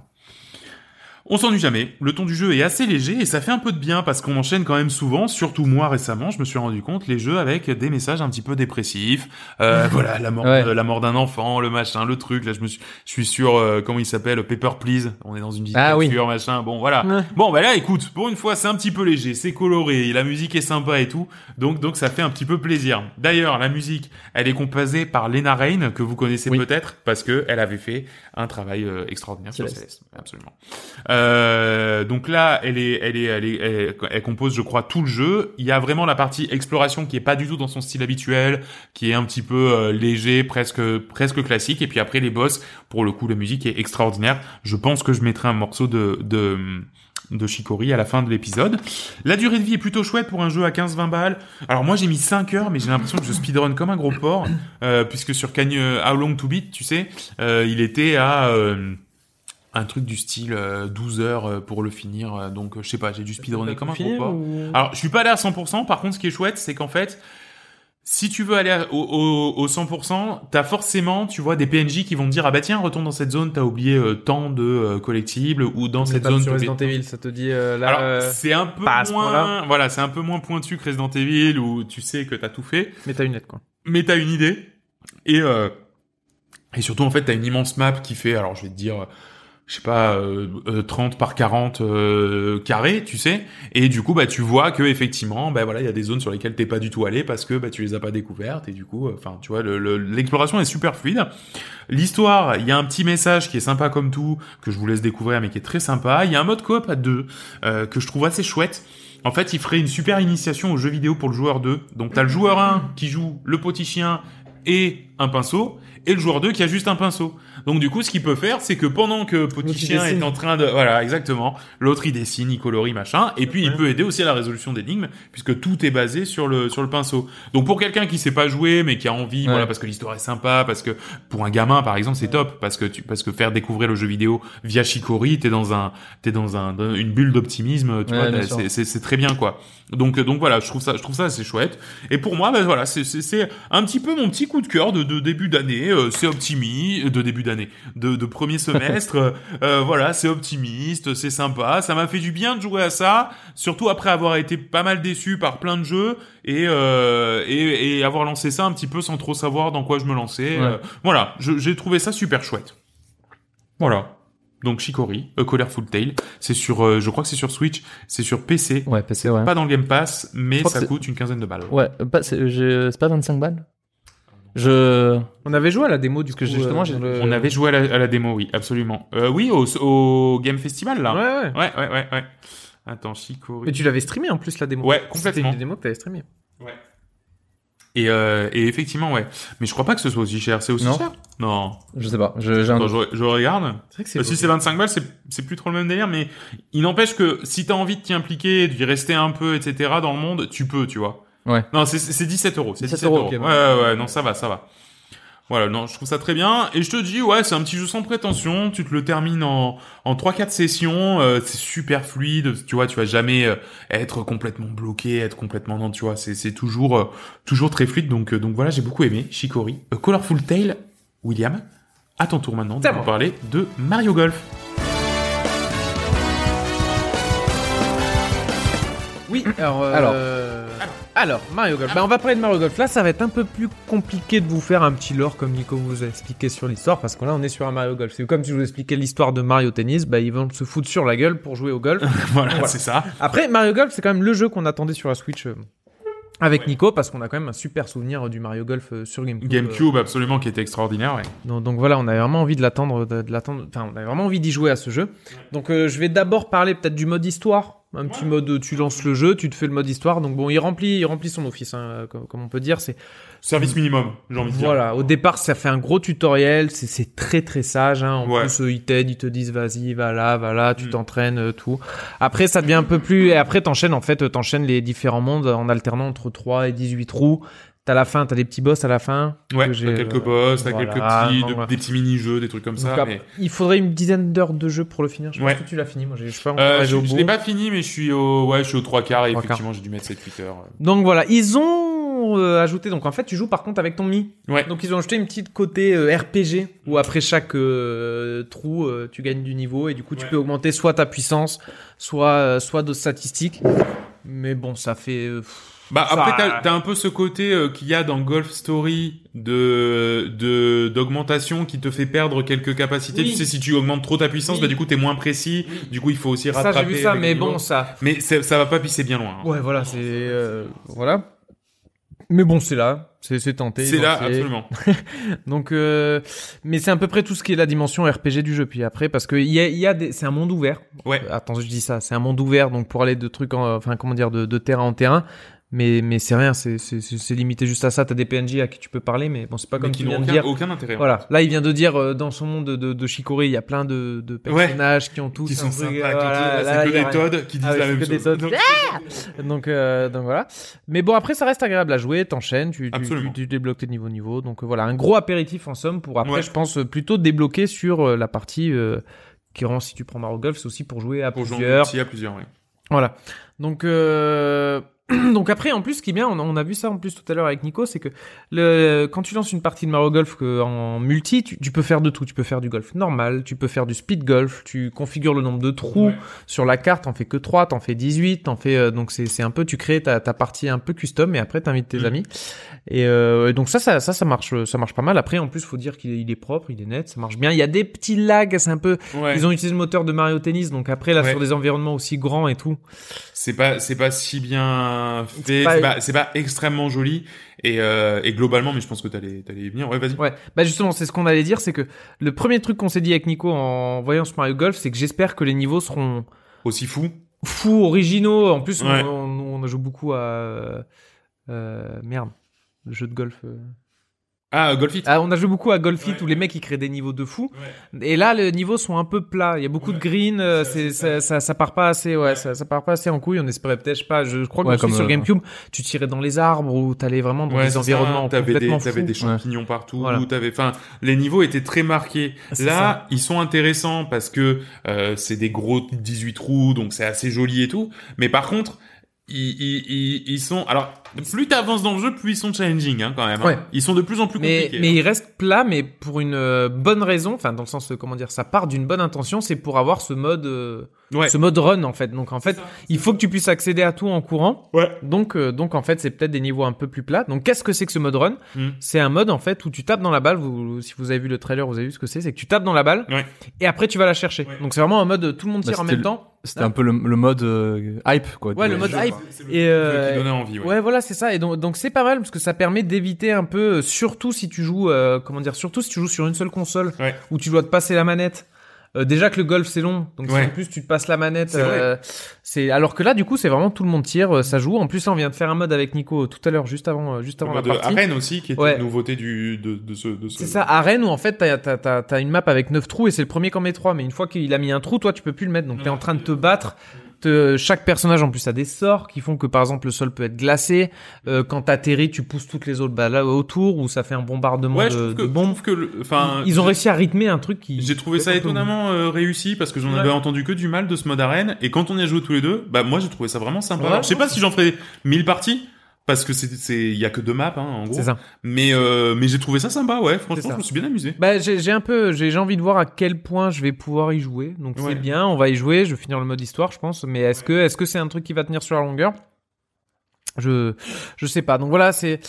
S2: On s'ennuie jamais, le ton du jeu est assez léger et ça fait un peu de bien parce qu'on enchaîne quand même souvent, surtout moi récemment, je me suis rendu compte, les jeux avec des messages un petit peu dépressifs, euh, voilà, la mort,
S7: Ouais.
S2: euh, la mort d'un enfant, le machin, le truc, là je me suis, je suis sur, euh, comment il s'appelle, Paper Please, on est dans une dictature,
S4: Ah oui.
S2: machin, bon voilà.
S4: Ouais.
S2: Bon bah là écoute, pour une fois c'est un petit peu léger, c'est coloré, la musique est sympa et tout, donc, donc ça fait un petit peu plaisir. D'ailleurs, la musique, elle est composée par Lena Rain, que vous connaissez
S4: Oui.
S2: peut-être, parce que elle avait fait un travail euh, extraordinaire sur
S4: Céleste.
S2: Céleste, absolument. Euh, donc là, elle est, elle est, elle est, elle, elle compose, je crois, tout le jeu. Il y a vraiment la partie exploration qui est pas du tout dans son style habituel, qui est un petit peu euh, léger, presque, presque classique. Et puis après les boss, pour le coup, la musique est extraordinaire. Je pense que je mettrai un morceau de, de de Chicory à la fin de l'épisode. La durée de vie est plutôt chouette pour un jeu à 15-20 balles. Alors moi j'ai mis 5 heures mais j'ai l'impression que je speedrun comme un gros porc euh, puisque sur Cagne How Long to Beat, tu sais, euh, il était à euh, un truc du style euh, 12 heures euh, pour le finir. euh, Donc euh, je sais pas, j'ai dû speedrunner
S4: Bah,
S2: comme un hein. gros porc. Alors, je suis pas allé à 100%. Par contre, ce qui est chouette, c'est qu'en fait, si tu veux aller à- au, au, au 100%, t'as forcément, tu vois, des PNJ qui vont te dire, ah bah tiens, retourne dans cette zone, t'as oublié euh, tant de euh, collectibles ou dans cette zone.
S4: sur
S2: t'as oublié-
S4: Resident Evil, ça te dit euh, là.
S2: Alors,
S4: euh,
S2: c'est un peu
S4: pas à ce
S2: moins,
S4: point-là.
S2: voilà, c'est un peu moins pointu que Resident Evil où tu sais que t'as tout fait
S4: Mais t'as une lettre quoi.
S2: mais t'as une idée et euh, et surtout en fait t'as une immense map qui fait alors je vais te dire je sais pas euh, euh, 30 par 40 euh, carrés tu sais et du coup bah tu vois que effectivement bah voilà il y a des zones sur lesquelles t'es pas du tout allé parce que bah tu les as pas découvertes et du coup euh, enfin tu vois le- le- l'exploration est super fluide l'histoire il y a un petit message qui est sympa comme tout que je vous laisse découvrir mais qui est très sympa il y a un mode coop à deux euh, que je trouve assez chouette en fait, il ferait une super initiation aux jeux vidéo pour le joueur 2. Donc, t'as le joueur 1 qui joue le petit chien et un pinceau, et le joueur 2 qui a juste un pinceau. Donc, du coup, ce qu'il peut faire, c'est que pendant que petit
S4: L'autre, il
S2: chien est
S4: dessine.
S2: en train de, voilà, exactement, l'autre il dessine, il colorie, machin, et puis il peut aider aussi à la résolution d'énigmes, puisque tout est basé sur le, sur le pinceau. Donc, pour quelqu'un qui sait pas jouer, mais qui a envie, voilà, parce que l'histoire est sympa, parce que, pour un gamin, par exemple, c'est top, parce que tu, parce que faire découvrir le jeu vidéo via Chicory, t'es dans un, t'es dans un, dans une bulle d'optimisme, tu
S7: Ouais,
S2: vois,
S7: bien
S2: t'as-
S7: sûr.
S2: c'est- c'est c'est très bien quoi. Donc euh, donc voilà, je trouve ça je trouve ça assez chouette. Et pour moi, ben voilà, c'est c'est- c'est un petit peu mon petit coup de cœur de, de début d'année. euh, c'est optimiste de début d'année, de, de premier semestre. euh, euh, voilà, c'est optimiste, c'est sympa. Ça m'a fait du bien de jouer à ça, surtout après avoir été pas mal déçu par plein de jeux et euh, et, et avoir lancé ça un petit peu sans trop savoir dans quoi je me lançais.
S7: Ouais.
S2: euh, voilà, je- j'ai trouvé ça super chouette. Voilà. Donc Chicory, A Colorful Tale, c'est sur, euh, je crois que c'est sur Switch, c'est sur PC,
S7: Ouais, PC, ouais.
S2: pas dans le Game Pass, mais
S7: crois que
S2: ça
S7: c'est-
S2: coûte une quinzaine de balles.
S7: Ouais, euh, pas- c'est j'ai- c'est pas 25 balles Je.
S4: On avait joué à la démo du
S7: Parce que
S4: coup,
S7: justement,
S4: euh,
S7: j'ai-
S4: dans le-
S2: On avait joué à la, à la démo, oui, absolument. Euh, oui, au, au Game Festival là.
S4: Ouais ouais.
S2: ouais, ouais, ouais. ouais. Attends,
S4: Mais
S2: Chicory.
S4: tu l'avais streamé en plus la démo.
S2: Ouais,
S4: C'était
S2: complètement.
S4: une démo que t'avais streamé.
S2: Et, euh, et effectivement, ouais. Mais je crois pas que ce soit aussi cher. C'est aussi
S3: Non.
S2: cher Non.
S3: Je sais pas. je- J'ai un
S2: Attends, je, je regarde.
S4: C'est vrai que c'est.
S2: Bah, si c'est 25 balles, c'est c'est plus trop le même délire, mais il n'empêche que si t'as envie de t'y impliquer, d'y rester un peu, etc. dans le monde, tu peux, tu vois.
S3: Ouais.
S2: Non, c'est- c'est c'est 17 euros. C'est 17
S3: euros,
S2: euros.
S3: ok,
S2: Ouais,
S3: bah.
S2: ouais, ouais, non, ça va, ça va. Voilà, non, je trouve ça très bien. Et je te dis, ouais, c'est un petit jeu sans prétention. Tu te le termines en, en 3-4 sessions. euh, c'est super fluide. Tu vois, tu vas jamais euh, être complètement bloqué, être complètement non, tu vois. C'est c'est toujours, euh, toujours très fluide. Donc, euh, donc voilà, j'ai beaucoup aimé. Chicory. A Colorful Tale, William. À ton tour maintenant de
S4: C'est à
S2: nous
S4: moi.
S2: parler de Mario Golf.
S4: Oui, alors. euh,
S3: Alors.
S4: euh, alors, Mario Golf. Bah, on va parler de Mario Golf. Là, ça va être un peu plus compliqué de vous faire un petit lore comme Nico vous a expliqué sur l'histoire, parce que là, on est sur un Mario Golf. C'est comme si je vous expliquais l'histoire de Mario Tennis. Bah, ils vont se foutre sur la gueule pour jouer au golf.
S2: Voilà,
S4: Voilà.
S2: c'est ça.
S4: Après, Mario Golf, c'est quand même le jeu qu'on attendait sur la Switch euh, avec Nico, parce qu'on a quand même un super souvenir euh, du Mario Golf euh, sur GameCube.
S2: GameCube, absolument, qui était extraordinaire, ouais.
S4: Donc, donc voilà, on avait vraiment envie de l'attendre, de, de l'attendre. Enfin, on avait vraiment envie d'y jouer à ce jeu. Donc euh, je vais d'abord parler peut-être du mode histoire. Un petit mode, euh, tu lances le jeu, tu te fais le mode histoire. Donc bon, il remplit, il remplit son office, hein, euh, comme, comme on peut dire. C'est
S2: Service minimum, j'ai envie de dire.
S4: voilà. Au départ, ça fait un gros tutoriel. C'est- C'est très très sage. hein. En
S2: Ouais.
S4: plus, euh, ils t'aident, ils te disent vas-y, va là, va là, tu
S2: Mm.
S4: t'entraînes, euh, tout. Après, ça devient un peu plus. Et après, t'enchaînes en fait, euh, t'enchaînes les différents mondes en alternant entre 3 et 18 trous. T'as la fin, t'as des petits boss à la fin.
S2: Ouais, t'as
S4: que j'ai,
S2: quelques
S4: euh,
S2: boss, t'as
S4: voilà,
S2: quelques petits, de-
S4: voilà.
S2: des petits mini-jeux, des trucs comme ça.
S4: Donc,
S2: mais-
S4: Il faudrait une dizaine d'heures de jeu pour le finir. Je
S2: Ouais.
S4: pense que tu l'as fini. Moi, j'ai- je suis pas encore
S2: Euh,
S4: arrivé
S2: je
S4: au
S2: je
S4: bout.
S2: l'ai pas fini, mais je suis au, ouais, je suis au 3 quarts et
S4: Trois quarts.
S2: effectivement, j'ai dû mettre 7-8 heures. euh.
S4: Donc voilà, ils ont ont euh, ajouté. Donc en fait, tu joues par contre avec ton Mi.
S2: Ouais.
S4: Donc ils ont ajouté une petite côté euh, RPG où après chaque euh, trou, euh, tu gagnes du niveau et du coup tu
S2: Ouais.
S4: peux augmenter soit ta puissance, soit euh, soit d'autres statistiques. Mais bon, ça fait. euh,
S2: Bah
S4: Ça-
S2: après t'as, t'as un peu ce côté euh, qu'il y a dans Golf Story de, de d'augmentation qui te fait perdre quelques capacités.
S4: Oui.
S2: Tu sais si tu augmentes trop ta puissance,
S4: Oui.
S2: bah du coup t'es moins précis. Du coup il faut aussi
S4: ça
S2: rattraper.
S4: j'ai vu ça,
S2: avec le
S4: mais
S2: niveau.
S4: bon, ça.
S2: Mais ça, ça va pas pisser bien loin. hein.
S4: Ouais, voilà, c'est euh, voilà. Mais bon, c'est là, c'est c'est tenté.
S2: C'est
S4: donc
S2: là absolument.
S4: Donc, euh, mais c'est à peu près tout ce qui est la dimension RPG du jeu. Puis après, parce que il y a, il y a des, c'est un monde ouvert.
S2: Ouais.
S4: Euh, Attends, je dis ça, c'est un monde ouvert, donc pour aller de trucs, en- enfin comment dire, de, de terrain en terrain. Mais mais c'est rien, c'est c'est- c'est c'est limité juste à ça. T'as des PNJ à qui tu peux parler, mais bon, c'est pas
S2: Mais
S4: comme
S2: qui
S4: tu
S2: n'ont
S4: viens de
S2: aucun,
S4: dire.
S2: aucun intérêt. hein.
S4: Voilà, là il vient de dire euh, dans son monde de, de Chicorée, il y a plein de, de personnages qui ont tous
S2: Qui sont
S4: un truc,
S2: sympas. qui
S4: euh,
S2: ont tout-
S4: voilà, là,
S2: c'est que
S4: il y a
S2: des
S4: rien.
S2: Todd qui disent
S4: Ah oui,
S2: la
S4: c'est
S2: même
S4: que des
S2: chose.
S4: Todd.
S2: Donc-
S4: Donc, euh, donc voilà. Mais bon, après, ça reste agréable à jouer. T'enchaînes, tu, tu,
S2: Absolument.
S4: tu, tu débloques tes niveaux niveau. Donc euh, voilà, un gros apéritif en somme pour après,
S2: Ouais.
S4: je pense, euh, plutôt débloquer sur euh, la partie euh, qui rend, si tu prends Mario Golf, c'est aussi pour jouer à
S2: Pour jouer en
S4: plusieurs.
S2: multi à plusieurs. ouais.
S4: Voilà. Donc, euh, donc après, en plus, ce qui est bien, on a, on a vu ça en plus tout à l'heure avec Nico, c'est que le, quand tu lances une partie de Mario Golf que- en multi, tu, tu peux faire de tout. Tu peux faire du golf normal, tu peux faire du speed golf, tu configures le nombre de trous sur la carte, t'en fais que 3, t'en fais 18, t'en fais... euh, donc c'est c'est un peu, tu crées ta, ta partie un peu custom et après t'invites tes
S2: Mhm.
S4: amis. Et euh, donc ça, ça, ça, ça marche, ça marche pas mal. Après, en plus, faut dire qu'il est, il est propre, il est net, ça marche bien. Il y a des petits lags, c'est un peu...
S2: Ouais.
S4: Ils ont utilisé le moteur de Mario Tennis, donc après, là,
S2: Ouais.
S4: sur des environnements aussi grands et tout,
S2: C'est pas c'est pas si bien fait.
S4: C'est pas-
S2: C'est pas, c'est pas extrêmement joli. Et, euh, et globalement, mais je pense que t'allais t'allais y venir. Ouais, vas-y.
S4: Ouais, bah justement, c'est ce qu'on allait dire, c'est que le premier truc qu'on s'est dit avec Nico en voyant ce Mario Golf, c'est que j'espère que les niveaux seront
S2: Aussi fou.
S4: fous, originaux. En plus, on-
S2: Ouais.
S4: on, on joue beaucoup à... euh, merde, le jeu de golf. euh.
S2: Ah, Golf It.
S4: Ah, on a joué beaucoup à Golf Hit
S2: Ouais,
S4: où les mecs, ils créent des niveaux de fous.
S2: Ouais.
S4: Et là, les niveaux sont un peu plats. Il y a beaucoup de green, euh, c'est, ça, ça, ça part pas assez, ouais, ça, ça part pas assez en couille. On espérait peut-être, je sais pas, je crois que
S7: Ouais,
S4: sur
S7: comme, euh,
S4: GameCube, tu tirais dans les arbres ou t'allais vraiment dans
S2: Ouais,
S4: des
S2: c'est
S4: environnements
S2: ça, T'avais des,
S4: complètement
S2: t'avais
S4: fous.
S2: des champignons partout.
S4: Voilà. Ah,
S2: T'avais, enfin, les niveaux étaient très marqués.
S4: C'est
S2: Là, ils sont intéressants parce que euh, c'est des gros 18 trous, donc c'est assez joli et tout. Mais par contre, ils, ils, ils, ils sont. Alors, plus t'avances dans le jeu, plus ils sont challenging hein, quand même. hein.
S4: Ouais.
S2: Ils sont de plus en plus
S4: mais,
S2: compliqués.
S4: mais
S2: hein.
S4: il reste plat, mais pour une euh, bonne raison, enfin dans le sens, euh, comment dire, ça part d'une bonne intention, c'est pour avoir ce mode, euh,
S2: hein. Ouais.
S4: ce mode run en fait. Donc en fait, il faut que tu puisses accéder à tout en courant.
S2: Ouais.
S4: Donc euh, donc en fait, c'est peut-être des niveaux un peu plus plats. Donc qu'est-ce que c'est que ce mode run
S2: Mm.
S4: C'est un mode en fait où tu tapes dans la balle. Vous, si vous avez vu le trailer, vous avez vu ce que c'est, c'est que tu tapes dans la balle
S2: Ouais.
S4: et après tu vas la chercher.
S2: Ouais.
S4: Donc c'est vraiment un mode euh, tout le monde
S7: Bah,
S4: tire en
S7: c'était
S4: même
S7: le-
S4: temps.
S7: C'était un peu le, le mode euh, hype, quoi.
S4: Ouais,
S7: de-
S4: le mode hype.
S2: et
S4: Et euh,
S2: qui donnait envie. Ouais.
S4: Ouais, voilà, c'est ça. Et donc, donc c'est pas mal parce que ça permet d'éviter un peu, euh, surtout si tu joues, euh, comment dire, surtout si tu joues sur une seule console
S2: Ouais.
S4: où tu dois te passer la manette. Euh, déjà que le golf c'est long, donc si
S2: Ouais.
S4: en plus tu te passes la manette,
S2: C'est vrai.
S4: euh, c'est alors que là du coup c'est vraiment tout le monde tire, euh, ça joue. En plus là, on vient de faire un mode avec Nico euh, tout à l'heure, juste avant, euh, juste avant la
S2: Comme de
S4: partie.
S2: Arène aussi, qui était
S4: Ouais.
S2: une nouveauté du de, de ce de ce.
S4: C'est ça, à Rennes où en fait t'as t'as- t'as- t'as une map avec 9 trous et c'est le premier qui en met 3 mais une fois qu'il a mis un trou, toi tu peux plus le mettre donc t'es en train de te battre. Te- chaque personnage en plus a des sorts qui font que par exemple le sol peut être glacé. Euh, quand t'atterris, tu pousses toutes les autres balles là- autour ou ça fait un bombardement
S2: Ouais, je
S4: euh, de,
S2: trouve que,
S4: de bombes.
S2: je trouve que le- enfin,
S4: Ils ont
S2: j'ai-
S4: réussi à rythmer un truc qui.
S2: J'ai trouvé ça
S4: qui est un peu-
S2: étonnamment euh, réussi parce que j'en
S4: Ouais.
S2: avais entendu que du mal de ce mode arène et quand on y a joué tous les deux, bah moi j'ai trouvé ça vraiment sympa.
S4: Ouais.
S2: je sais pas si j'en ferai 1000 parties parce que c'est c'est il y a que deux maps hein, en gros.
S4: C'est ça.
S2: Mais euh, mais j'ai trouvé ça sympa ouais, franchement
S4: ça.
S2: je me suis bien amusé.
S4: Bah, j'ai j'ai un peu, j'ai j'ai envie de voir à quel point je vais pouvoir y jouer. Donc
S2: Ouais.
S4: c'est bien, on va y jouer. Je vais finir le mode histoire, je pense. Mais est-ce que, est-ce que c'est un truc qui va tenir sur la longueur Je, je sais pas. Donc voilà, c'est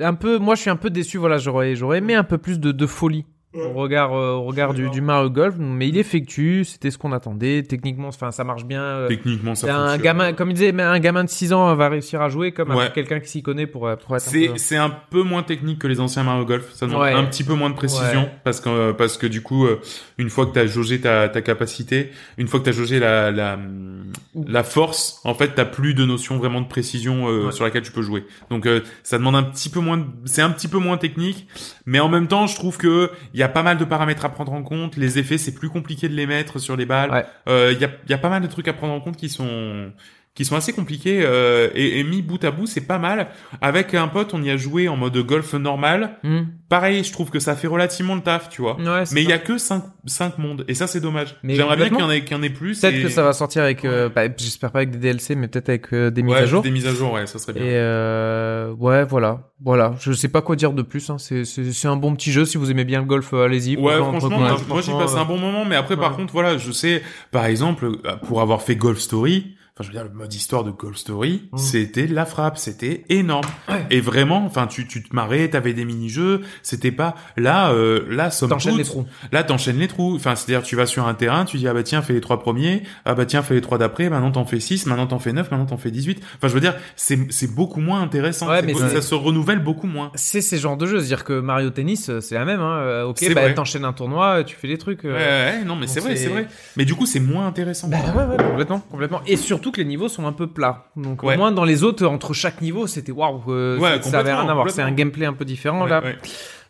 S4: un peu, moi je suis un peu déçu. Voilà, j'aurais, j'aurais aimé un peu plus de, de folie au regard, euh, au regard du, du Mario Golf. Mais il effectue, c'était ce qu'on attendait. Techniquement, enfin ça marche bien. euh,
S2: Techniquement ça
S4: c'est un
S2: fonctionne.
S4: gamin, comme il disait, mais un gamin de 6 ans va réussir à jouer comme
S2: Ouais.
S4: avec quelqu'un qui s'y connaît pour, euh, pour être. un
S2: C'est
S4: peu-
S2: c'est un peu moins technique que les anciens Mario Golf. Ça demande
S4: Ouais.
S2: un petit peu moins de précision
S4: Ouais.
S2: parce que euh, parce que du coup euh, une fois que t'as jaugé ta ta capacité, une fois que t'as jaugé la la hum, la force, en fait t'as plus de notion vraiment de précision euh,
S4: Ouais.
S2: sur laquelle tu peux jouer. Donc euh, ça demande un petit peu moins, de- c'est un petit peu moins technique, mais en même temps je trouve que il y a pas mal de paramètres à prendre en compte. Les effets c'est plus compliqué de les mettre sur les balles.
S4: Ouais.
S2: Euh, Il y a il y a pas mal de trucs à prendre en compte qui sont qui sont assez compliqués euh, et, et mis bout à bout, c'est pas mal. Avec un pote, on y a joué en mode golf normal.
S4: Hmm.
S2: Pareil, je trouve que ça fait relativement le taf, tu vois.
S4: Ouais, Mm. c'est
S2: Mais il y
S4: ça.
S2: a que 5 cinq mondes et ça c'est dommage.
S4: Mais
S2: J'aimerais bien qu'il y
S4: complètement.
S2: en ait qu'il y en ait plus.
S4: Peut-être
S2: et-
S4: que ça va sortir avec, euh, bah, j'espère pas avec des DLC, mais peut-être avec euh, des mises
S2: Ouais,
S4: à jour.
S2: des mises à jour, ouais, ça serait bien.
S4: Et euh, ouais, voilà, voilà. Je sais pas quoi dire de plus. hein. C'est, c'est, c'est un bon petit jeu si vous aimez bien le golf, euh, allez-y.
S2: Ouais,
S4: Pourquoi on
S2: franchement,
S4: peut-
S2: moi,
S4: ouais.
S2: moi, j'y passe un bon moment, mais après, par
S4: Ouais.
S2: contre, voilà, je sais, par exemple, euh, pour avoir fait Golf Story, enfin, je veux dire, le mode histoire de Golf
S4: Mm.
S2: Story, c'était de la frappe, c'était énorme. Et vraiment, enfin, tu, tu te marrais, t'avais des mini-jeux, c'était pas, là, euh, là, somme
S4: T'enchaînes les
S2: toute,
S4: trous.
S2: Là, t'enchaînes les trous. Enfin, c'est-à-dire, tu vas sur un terrain, tu dis, ah bah tiens, fais les trois premiers, ah bah tiens, fais les trois d'après, maintenant t'en fais six, maintenant t'en fais neuf, maintenant t'en fais 18. Enfin, je veux dire, c'est, c'est beaucoup moins intéressant.
S4: Ouais,
S2: C'est
S4: mais
S2: beau-
S4: c'est-
S2: ça se renouvelle beaucoup moins.
S4: C'est ces genres de jeux, c'est-à-dire que Mario Tennis, euh, c'est la même. Hein. Euh, Ok,
S2: C'est
S4: bah,
S2: vrai.
S4: t'enchaînes un tournoi, tu fais des trucs. euh,
S2: Ouais, ouais, non, mais
S4: donc
S2: c'est vrai,
S4: c'est-
S2: c'est vrai. Mais du coup, c'est moins intéressant.
S4: Bah ouais, ouais, complètement, complètement. Et surtout que les niveaux sont un peu plats. Donc
S2: Ouais.
S4: au moins dans les autres, entre chaque niveau, c'était waouh, euh,
S2: Ouais,
S4: c'est- ça avait rien à
S2: complètement,
S4: voir. C'est un
S2: complètement.
S4: gameplay un peu différent
S2: Ouais,
S4: là.
S2: ouais.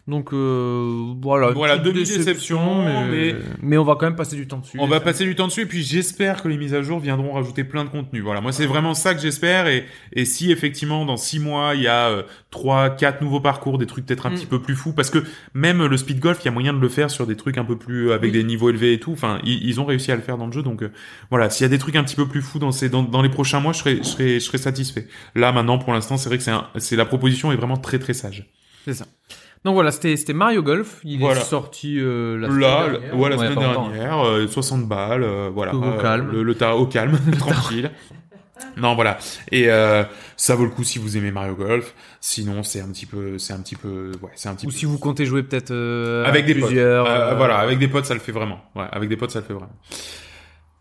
S4: Donc euh, voilà.
S2: Voilà,
S4: petite
S2: demi-déception,
S4: mais...
S2: mais-
S4: mais on va quand même passer du temps dessus.
S2: On va passer du temps dessus et puis j'espère que les mises à jour viendront rajouter plein de contenu. Voilà, moi c'est vraiment ça que j'espère et, et si effectivement dans six mois il y a euh, trois, quatre nouveaux parcours, des trucs peut-être un
S4: Mm.
S2: petit peu plus fous parce que même le speed golf, il y a moyen de le faire sur des trucs un peu plus euh, avec des niveaux élevés et tout. Enfin, ils, ils ont réussi à le faire dans le jeu donc euh, voilà, s'il y a des trucs un petit peu plus fous dans ces dans, dans les prochains mois, je serais je serais je serais satisfait. Là maintenant pour l'instant, c'est vrai que c'est un- c'est la proposition est vraiment très très sage.
S4: Donc voilà, c'était c'était Mario Golf. Il
S2: Voilà.
S4: est sorti euh, la semaine
S2: Là,
S4: dernière.
S2: ouais, la
S7: Ouais,
S2: semaine
S7: pas longtemps.
S2: dernière, euh, 60 balles, euh, voilà.
S4: Au
S2: Euh,
S4: calme.
S2: Le, le tas au calme, tranquille. Non, voilà. Et euh, ça vaut le coup si vous aimez Mario Golf. Sinon, c'est un petit peu, c'est un petit peu, ouais, c'est un petit
S4: Ou
S2: peu.
S4: si vous comptez jouer peut-être euh,
S2: avec des
S4: plusieurs.
S2: potes. Euh,
S4: euh,
S2: Voilà, avec des potes, ça le fait vraiment. Ouais, avec des potes, ça le fait vraiment.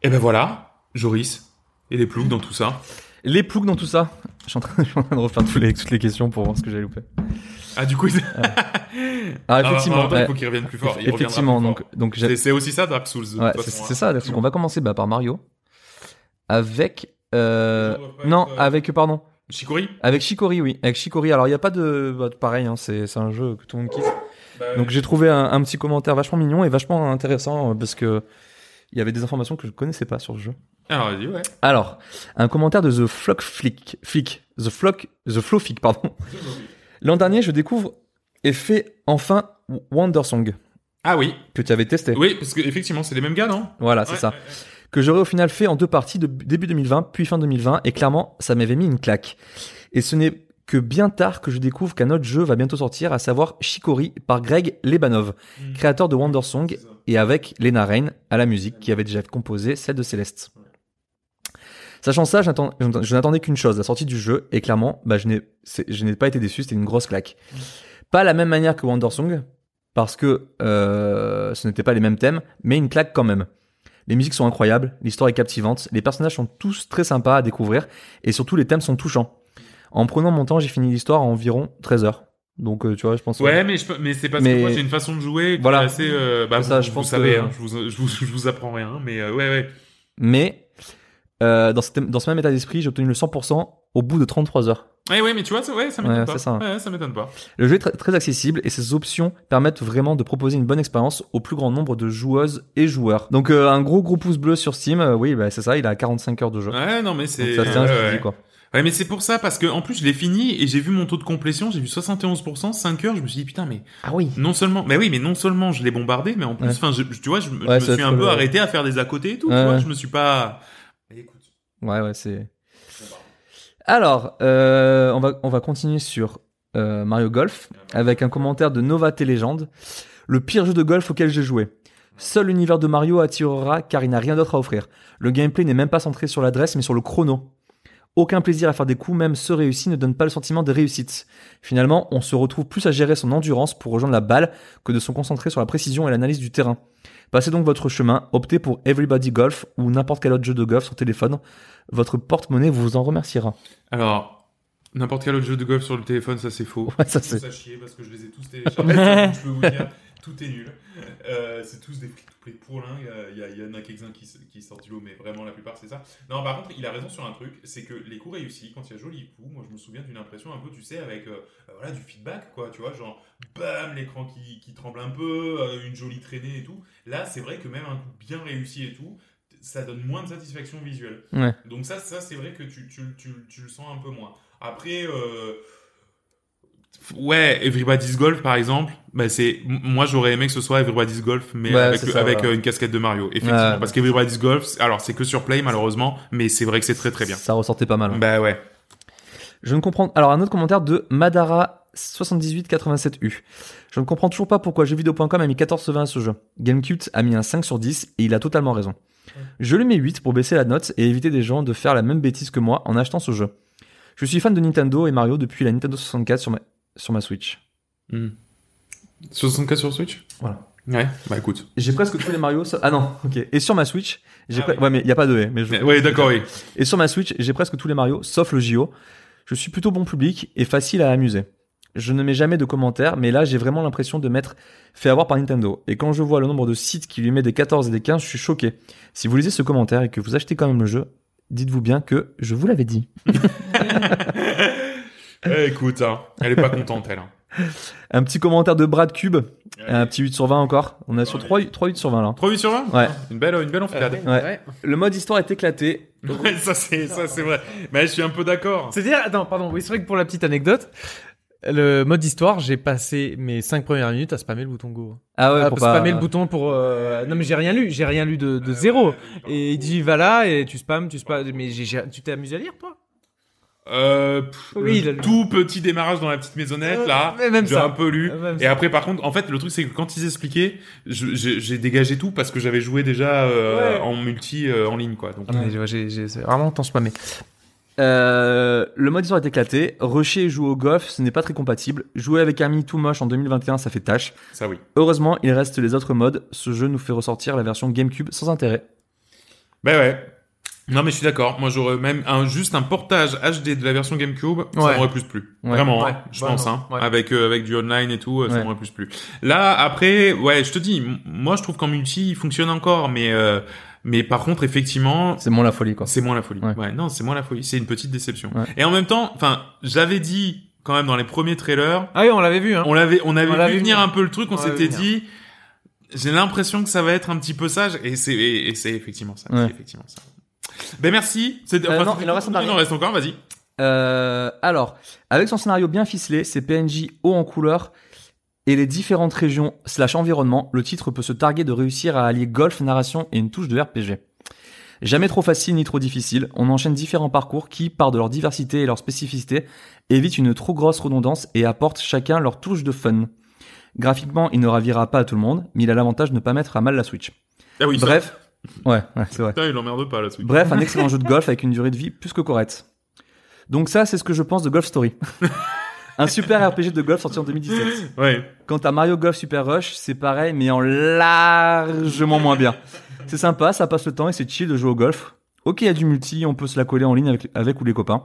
S2: Et ben voilà, Joris et les ploucs dans tout ça.
S3: Les ploucs dans tout ça. Je suis en train, je suis en train de refaire tous les, toutes les questions pour voir ce que j'ai loupé.
S2: Ah, du coup,
S3: Ah,
S2: Ah, en
S3: effectivement.
S2: même temps, il
S3: ouais.
S2: faut qu'ils reviennent plus fort. il
S3: effectivement.
S2: reviendra
S3: Donc,
S2: plus fort.
S3: donc j'ai-
S2: c'est c'est aussi ça Dark Souls. de
S3: Ouais,
S2: toute
S3: c'est
S2: façon,
S3: c'est
S2: hein.
S3: ça. Donc on va commencer bah, par Mario, avec
S2: Les
S3: euh,
S2: gens doivent pas
S3: non,
S2: être, euh,
S3: avec pardon,
S2: Chicory.
S3: avec Shikori, oui, avec Shikori. Alors il y a pas de bah, pareil, hein, c'est c'est un jeu que tout le monde kiffe.
S2: Bah,
S3: Donc j'ai trouvé un, un petit commentaire vachement mignon et vachement intéressant euh, parce que il y avait des informations que je connaissais pas sur le jeu.
S2: Alors, Ah, vas-y, ouais.
S3: Alors, un commentaire de The Flock Flick, Flick, The Flock, The Flowfic, pardon. L'an dernier, je découvre et fais enfin Wonder Song
S2: Ah oui.
S3: que tu avais testé.
S2: Oui, parce que effectivement, c'est les mêmes gars, non
S3: Voilà, Ah, c'est
S2: Ouais,
S3: ça.
S2: ouais, ouais.
S3: Que j'aurais au final fait en deux parties de début 2020 puis fin 2020 et clairement, ça m'avait mis une claque. Et ce n'est que bien tard que je découvre qu'un autre jeu va bientôt sortir, à savoir Shikori par Greg Lebanov,
S2: Mm.
S3: créateur de Wonder Song
S2: C'est ça.
S3: et avec Lena Rain à la musique qui avait déjà composé celle de Céleste. Sachant ça, j'attends- j'attends- je n'attendais qu'une chose, la sortie du jeu, et clairement, bah, je n'ai c'est- je n'ai pas été déçu, c'était une grosse claque. Pas la même manière que Wandersong, parce que euh, ce n'était pas les mêmes thèmes, mais une claque quand même. Les musiques sont incroyables, l'histoire est captivante, les personnages sont tous très sympas à découvrir, et surtout les thèmes sont touchants. En prenant mon temps, j'ai fini l'histoire en environ 13 heures. Donc euh, tu vois, je pense...
S2: Ouais, mais, je, peux- mais c'est parce
S3: Mais-
S2: que moi j'ai une façon de jouer. qui
S3: Voilà.
S2: est Assez, euh, bah,
S3: Ça,
S2: vous,
S3: je
S2: vous
S3: pense
S2: savez,
S3: que-
S2: hein, je, vous, je, vous, je vous apprends rien, mais euh, ouais, ouais.
S3: Mais euh, dans, ce, dans ce même état d'esprit, j'ai obtenu le 100% au bout de 33 heures.
S2: Eh Ouais, ouais, mais tu vois, ça, ouais, ça m'étonne
S3: Ouais,
S2: pas.
S3: c'est ça.
S2: Ouais, ça m'étonne pas.
S3: Le jeu est très, très accessible et ses options permettent vraiment de proposer une bonne expérience au plus grand nombre de joueuses et joueurs. Donc euh, un gros gros pouce bleu sur Steam, euh, oui, bah, c'est ça, il a 45 heures de jeu.
S2: Ouais, non, mais
S3: Donc
S2: c'est.
S3: ça tient,
S2: ouais,
S3: je te
S2: ouais.
S3: dis, quoi.
S2: Ouais, mais c'est pour ça, parce que en plus je l'ai fini et j'ai vu mon taux de complétion, j'ai vu 71%, 5 heures, je me suis dit putain, mais
S3: Ah oui.
S2: non seulement, mais oui, mais non seulement je l'ai bombardé, mais en plus,
S3: Ouais.
S2: enfin, je- je- tu vois, je, me- je
S3: Ouais,
S2: me
S3: ça
S2: suis
S3: te
S2: un peu
S3: le-
S2: arrêté à faire des à côté et tout,
S3: Ouais,
S2: tu vois,
S3: ouais.
S2: je me suis pas.
S3: Ouais, ouais, c'est. Alors, euh, on, va, on va continuer sur euh, Mario Golf avec un commentaire de Nova Télégende. Le pire jeu de golf auquel j'ai joué. Seul l'univers de Mario attirera car il n'a rien d'autre à offrir. Le gameplay n'est même pas centré sur l'adresse mais sur le chrono. Aucun plaisir à faire des coups, même ceux réussis ne donnent pas le sentiment de réussite. Finalement, on se retrouve plus à gérer son endurance pour rejoindre la balle que de se concentrer sur la précision et l'analyse du terrain. Passez donc votre chemin, optez pour Everybody Golf ou n'importe quel autre jeu de golf sur téléphone. Votre porte-monnaie vous en remerciera.
S2: Alors, n'importe quel autre jeu de golf sur le téléphone, ça c'est faux.
S3: Ouais, ça
S2: Je trouve
S3: c'est.
S2: ça chier parce que je les ai tous téléchargés. donc je peux vous dire, tout est nul. Euh, c'est tous des free-to-play pour l'un. Il y, a- il y en a quelques-uns qui, s- qui sortent du lot, mais vraiment la plupart c'est ça. Non, par contre, il a raison sur un truc c'est que les coups réussis, quand il y a joli coup, moi je me souviens d'une impression un peu, tu sais, avec euh, euh, voilà, du feedback, quoi. Tu vois, genre bam, l'écran qui, qui tremble un peu, euh, une jolie traînée et tout. Là, c'est vrai que même un coup bien réussi et tout. ça donne moins de satisfaction visuelle.
S3: Ouais.
S2: Donc ça, ça c'est vrai que tu, tu- tu- tu le sens un peu moins. Après, euh, ouais, Everybody's Golf par exemple, bah, c'est, m- moi j'aurais aimé que ce soit Everybody's Golf, mais
S3: Ouais,
S2: avec,
S3: c'est ça,
S2: avec
S3: voilà.
S2: euh, une casquette de Mario, effectivement.
S3: Ouais.
S2: Parce qu'Everybody's Golf, c'est- alors c'est que sur Play malheureusement, mais c'est vrai que c'est très très bien.
S3: Ça ressortait pas mal. ouais.
S2: Bah ouais.
S3: Je ne comprends. Alors, un autre commentaire de Madara. 7887U. Je ne comprends toujours pas pourquoi jeuxvideo.com a mis 14 sur 20 à ce jeu. GameCute a mis un 5 sur 10 et il a totalement raison. Je lui mets 8 pour baisser la note et éviter des gens de faire la même bêtise que moi en achetant ce jeu. Je suis fan de Nintendo et Mario depuis la Nintendo 64 sur ma, sur ma Switch.
S2: 64 sur Switch
S3: Voilà.
S2: Ouais, bah écoute.
S3: J'ai presque tous les Mario. ça- Ah non, ok. Et sur ma Switch, j'ai
S2: Ah
S3: pre-
S2: oui.
S3: Ouais, mais il n'y a pas de et, mais je-
S2: Ouais, d'accord, oui.
S3: Et sur ma Switch, j'ai presque tous les Mario, sauf le JO. Je suis plutôt bon public et facile à amuser. Je ne mets jamais de commentaires, mais là j'ai vraiment l'impression de m'être fait avoir par Nintendo. Et quand je vois le nombre de sites qui lui met des 14 et des 15, je suis choqué. Si vous lisez ce commentaire et que vous achetez quand même le jeu, dites-vous bien que je vous l'avais dit.
S2: Eh, écoute, hein, elle est pas contente, elle. hein.
S3: Un petit commentaire de Brad Cube, un
S2: Allez.
S3: petit 8 sur 20 encore. On est sur 3, 3 8 sur 20 là.
S2: 3 8 sur 20
S3: Ouais.
S2: Une belle, une belle enfilade.
S3: Ouais. Le mode histoire est éclaté.
S4: Euh,
S2: Ouais, ça c'est ça c'est vrai. Mais je suis un peu d'accord.
S4: C'est-à-dire, attends, pardon, oui, c'est vrai que pour la petite anecdote, le mode histoire, j'ai passé mes 5 premières minutes à spammer le bouton Go.
S3: Ah ouais,
S4: à
S3: pour
S4: spammer le
S3: pas-
S4: bouton pour. euh, Non, mais j'ai rien lu, j'ai rien lu de, de zéro. Et il dit, va là, et tu spammes, tu spammes. Mais j'ai- j'ai- tu t'es amusé à lire, toi
S2: Euh, pff,
S4: Oui,
S2: le
S4: il a lu.
S2: tout petit démarrage dans la petite maisonnette
S4: Euh,
S2: là.
S4: mais même
S2: J'ai
S4: ça.
S2: un peu lu.
S4: Euh, même
S2: Et après, par contre, en fait, le truc c'est que quand ils expliquaient, je- j'ai j'ai dégagé tout parce que j'avais joué déjà euh,
S4: Ouais.
S2: en multi euh, en ligne quoi. Donc,
S4: Ah, mais j'ai- j'ai- j'ai- c'est vraiment tant spammé.
S3: Euh, le mode histoire est éclaté. Rusher et jouer au golf, ce n'est pas très compatible. Jouer avec Ami tout moche en 2021, ça fait tâche.
S2: ça oui.
S3: Heureusement, il reste les autres modes. Ce jeu nous fait ressortir la version GameCube sans intérêt.
S2: Ben ouais. Non mais je suis d'accord. Moi j'aurais même un juste un portage HD de la version GameCube, ça
S4: Ouais.
S2: m'aurait plus plu.
S3: Ouais.
S2: Vraiment,
S4: Ouais.
S2: hein, je
S4: Ouais,
S2: pense
S4: non.
S2: hein.
S4: Ouais.
S2: Avec euh, avec du online et tout, euh, ça
S3: Ouais.
S2: m'aurait plus plu. Là après, ouais, je te dis, m- moi je trouve qu'en multi, il fonctionne encore mais euh, mais par contre effectivement,
S3: C'est moins la folie, quoi.
S2: c'est moins la folie. Ouais,
S3: Ouais.
S2: non, c'est moins la folie, c'est une petite déception.
S3: Ouais.
S2: Et en même temps, enfin, j'avais dit quand même dans les premiers trailers,
S4: Ah oui, on l'avait vu, hein.
S2: on l'avait on avait
S4: On
S2: vu
S4: l'avait
S2: venir,
S4: vu
S2: un peu le truc, on,
S4: On l'avait
S2: s'était
S4: vu
S2: dit j'ai l'impression que ça va être un petit peu sage et c'est et, et c'est effectivement ça,
S3: Ouais.
S2: c'est effectivement ça. Ben merci. C'est-
S3: Euh, non,
S2: c'était-
S3: il en reste un dernier.
S2: il en reste encore, vas-y.
S3: Euh, alors, avec son scénario bien ficelé, ses PNJ haut en couleur et les différentes régions slash environnement, le titre peut se targuer de réussir à allier golf, narration et une touche de RPG. Jamais trop facile ni trop difficile, on enchaîne différents parcours qui, par de leur diversité et leur spécificité, évitent une trop grosse redondance et apportent chacun leur touche de fun. Graphiquement, il ne ravira pas à tout le monde, mais il a l'avantage de ne pas mettre à mal la Switch.
S2: Ah oui, ça-
S3: Bref, ouais, ouais, c'est vrai.
S2: Putain, il emmerde pas là, ce week-end.
S3: Bref, un excellent jeu de golf avec une durée de vie plus que correcte. Donc ça, c'est ce que je pense de Golf Story. un super RPG de golf sorti en 2017.
S2: Ouais.
S3: Quant à Mario Golf Super Rush, c'est pareil, mais en largement moins bien. C'est sympa, ça passe le temps et c'est chill de jouer au golf. Ok, il y a du multi, on peut se la coller en ligne avec, avec ou les copains.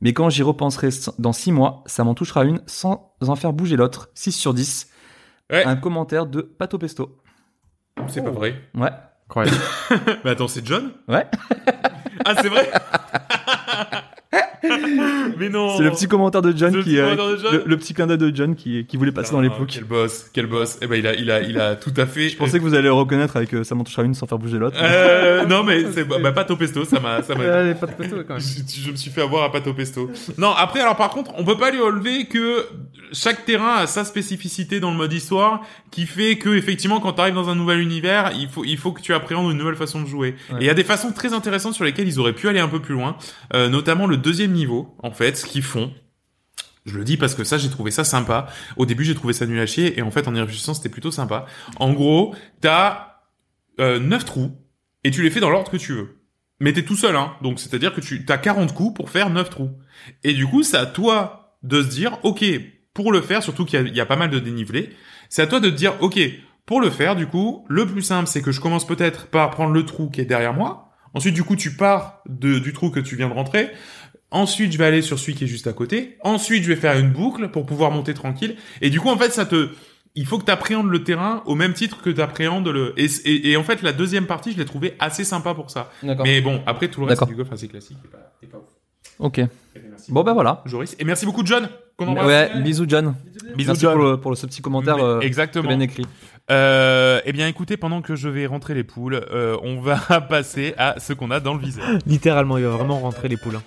S3: Mais quand j'y repenserai s- dans 6 mois, ça m'en touchera une sans en faire bouger l'autre. 6 sur 10.
S2: Ouais.
S3: Un commentaire de Pato Pesto.
S2: C'est pas vrai.
S3: Ouais.
S4: Incroyable.
S2: Mais attends, c'est John
S3: Ouais.
S2: Ah, c'est vrai Mais non
S3: C'est le petit commentaire de John
S2: C'est Oh. le
S3: qui
S2: petit
S3: euh,
S2: commentaire de John
S3: le, le petit clin d'œil de John qui, qui voulait passer dans les
S2: Ah,
S3: ploucs.
S2: Quel boss, quel boss. Eh ben, il a, il a, il a tout à fait.
S3: Je pensais que vous allez le reconnaître avec euh, ça m'en touchera une sans faire bouger l'autre.
S2: Euh, non, mais c'est bah, bah, Pato Pesto, ça m'a. ça m'a-
S3: Euh,
S4: Allez, pas de photo, quand même.
S2: Je, je me suis fait avoir à Pato Pesto. Non, après, alors par contre, on peut pas lui enlever que chaque terrain a sa spécificité dans le mode histoire, qui fait que effectivement, quand t'arrives dans un nouvel univers, il faut il faut que tu appréhendes une nouvelle façon de jouer.
S3: Ouais.
S2: Et il y a des façons très intéressantes sur lesquelles ils auraient pu aller un peu plus loin, euh, notamment le deuxième niveau, en fait, ce qu'ils font. Je le dis parce que ça, j'ai trouvé ça sympa. Au début, j'ai trouvé ça nul à chier, et en fait, en y réfléchissant, c'était plutôt sympa. En gros, t'as euh, 9 trous, et tu les fais dans l'ordre que tu veux. Mais t'es tout seul, hein. Donc, c'est-à-dire que tu as 40 coups pour faire 9 trous. Et du coup, c'est à toi de se dire, OK, pour le faire, surtout qu'il y, a- il y a pas mal de dénivelé, c'est à toi de te dire, OK, pour le faire, du coup, le plus simple, c'est que je commence peut-être par prendre le trou qui est derrière moi. Ensuite, du coup, tu pars de- du trou que tu viens de rentrer. Ensuite, je vais aller sur celui qui est juste à côté. Ensuite, je vais faire une boucle pour pouvoir monter tranquille. Et du coup, en fait, ça te, il faut que tu appréhendes le terrain au même titre que tu appréhendes le. Et, et- et en fait, la deuxième partie, je l'ai trouvé assez sympa pour ça.
S3: D'accord.
S2: Mais bon, après, tout le reste, c'est
S3: D'accord.
S2: du golf assez classique. Et pas, et pas ouf.
S3: Ok.
S2: Et merci
S3: Bon
S2: beaucoup,
S3: bah voilà.
S2: Joris. Et merci beaucoup, John. qu'on embrasse.
S3: Ouais, bisous John.
S2: Bisous,
S3: Merci
S2: John.
S3: pour le, pour le- ce petit commentaire
S2: Mais-
S3: euh, très
S2: exactement.
S3: bien écrit.
S2: Euh, eh bien, écoutez, pendant que je vais rentrer les poules, euh, on va passer à ce qu'on a dans le viseur.
S4: Littéralement, il va vraiment rentrer les hein. poulains.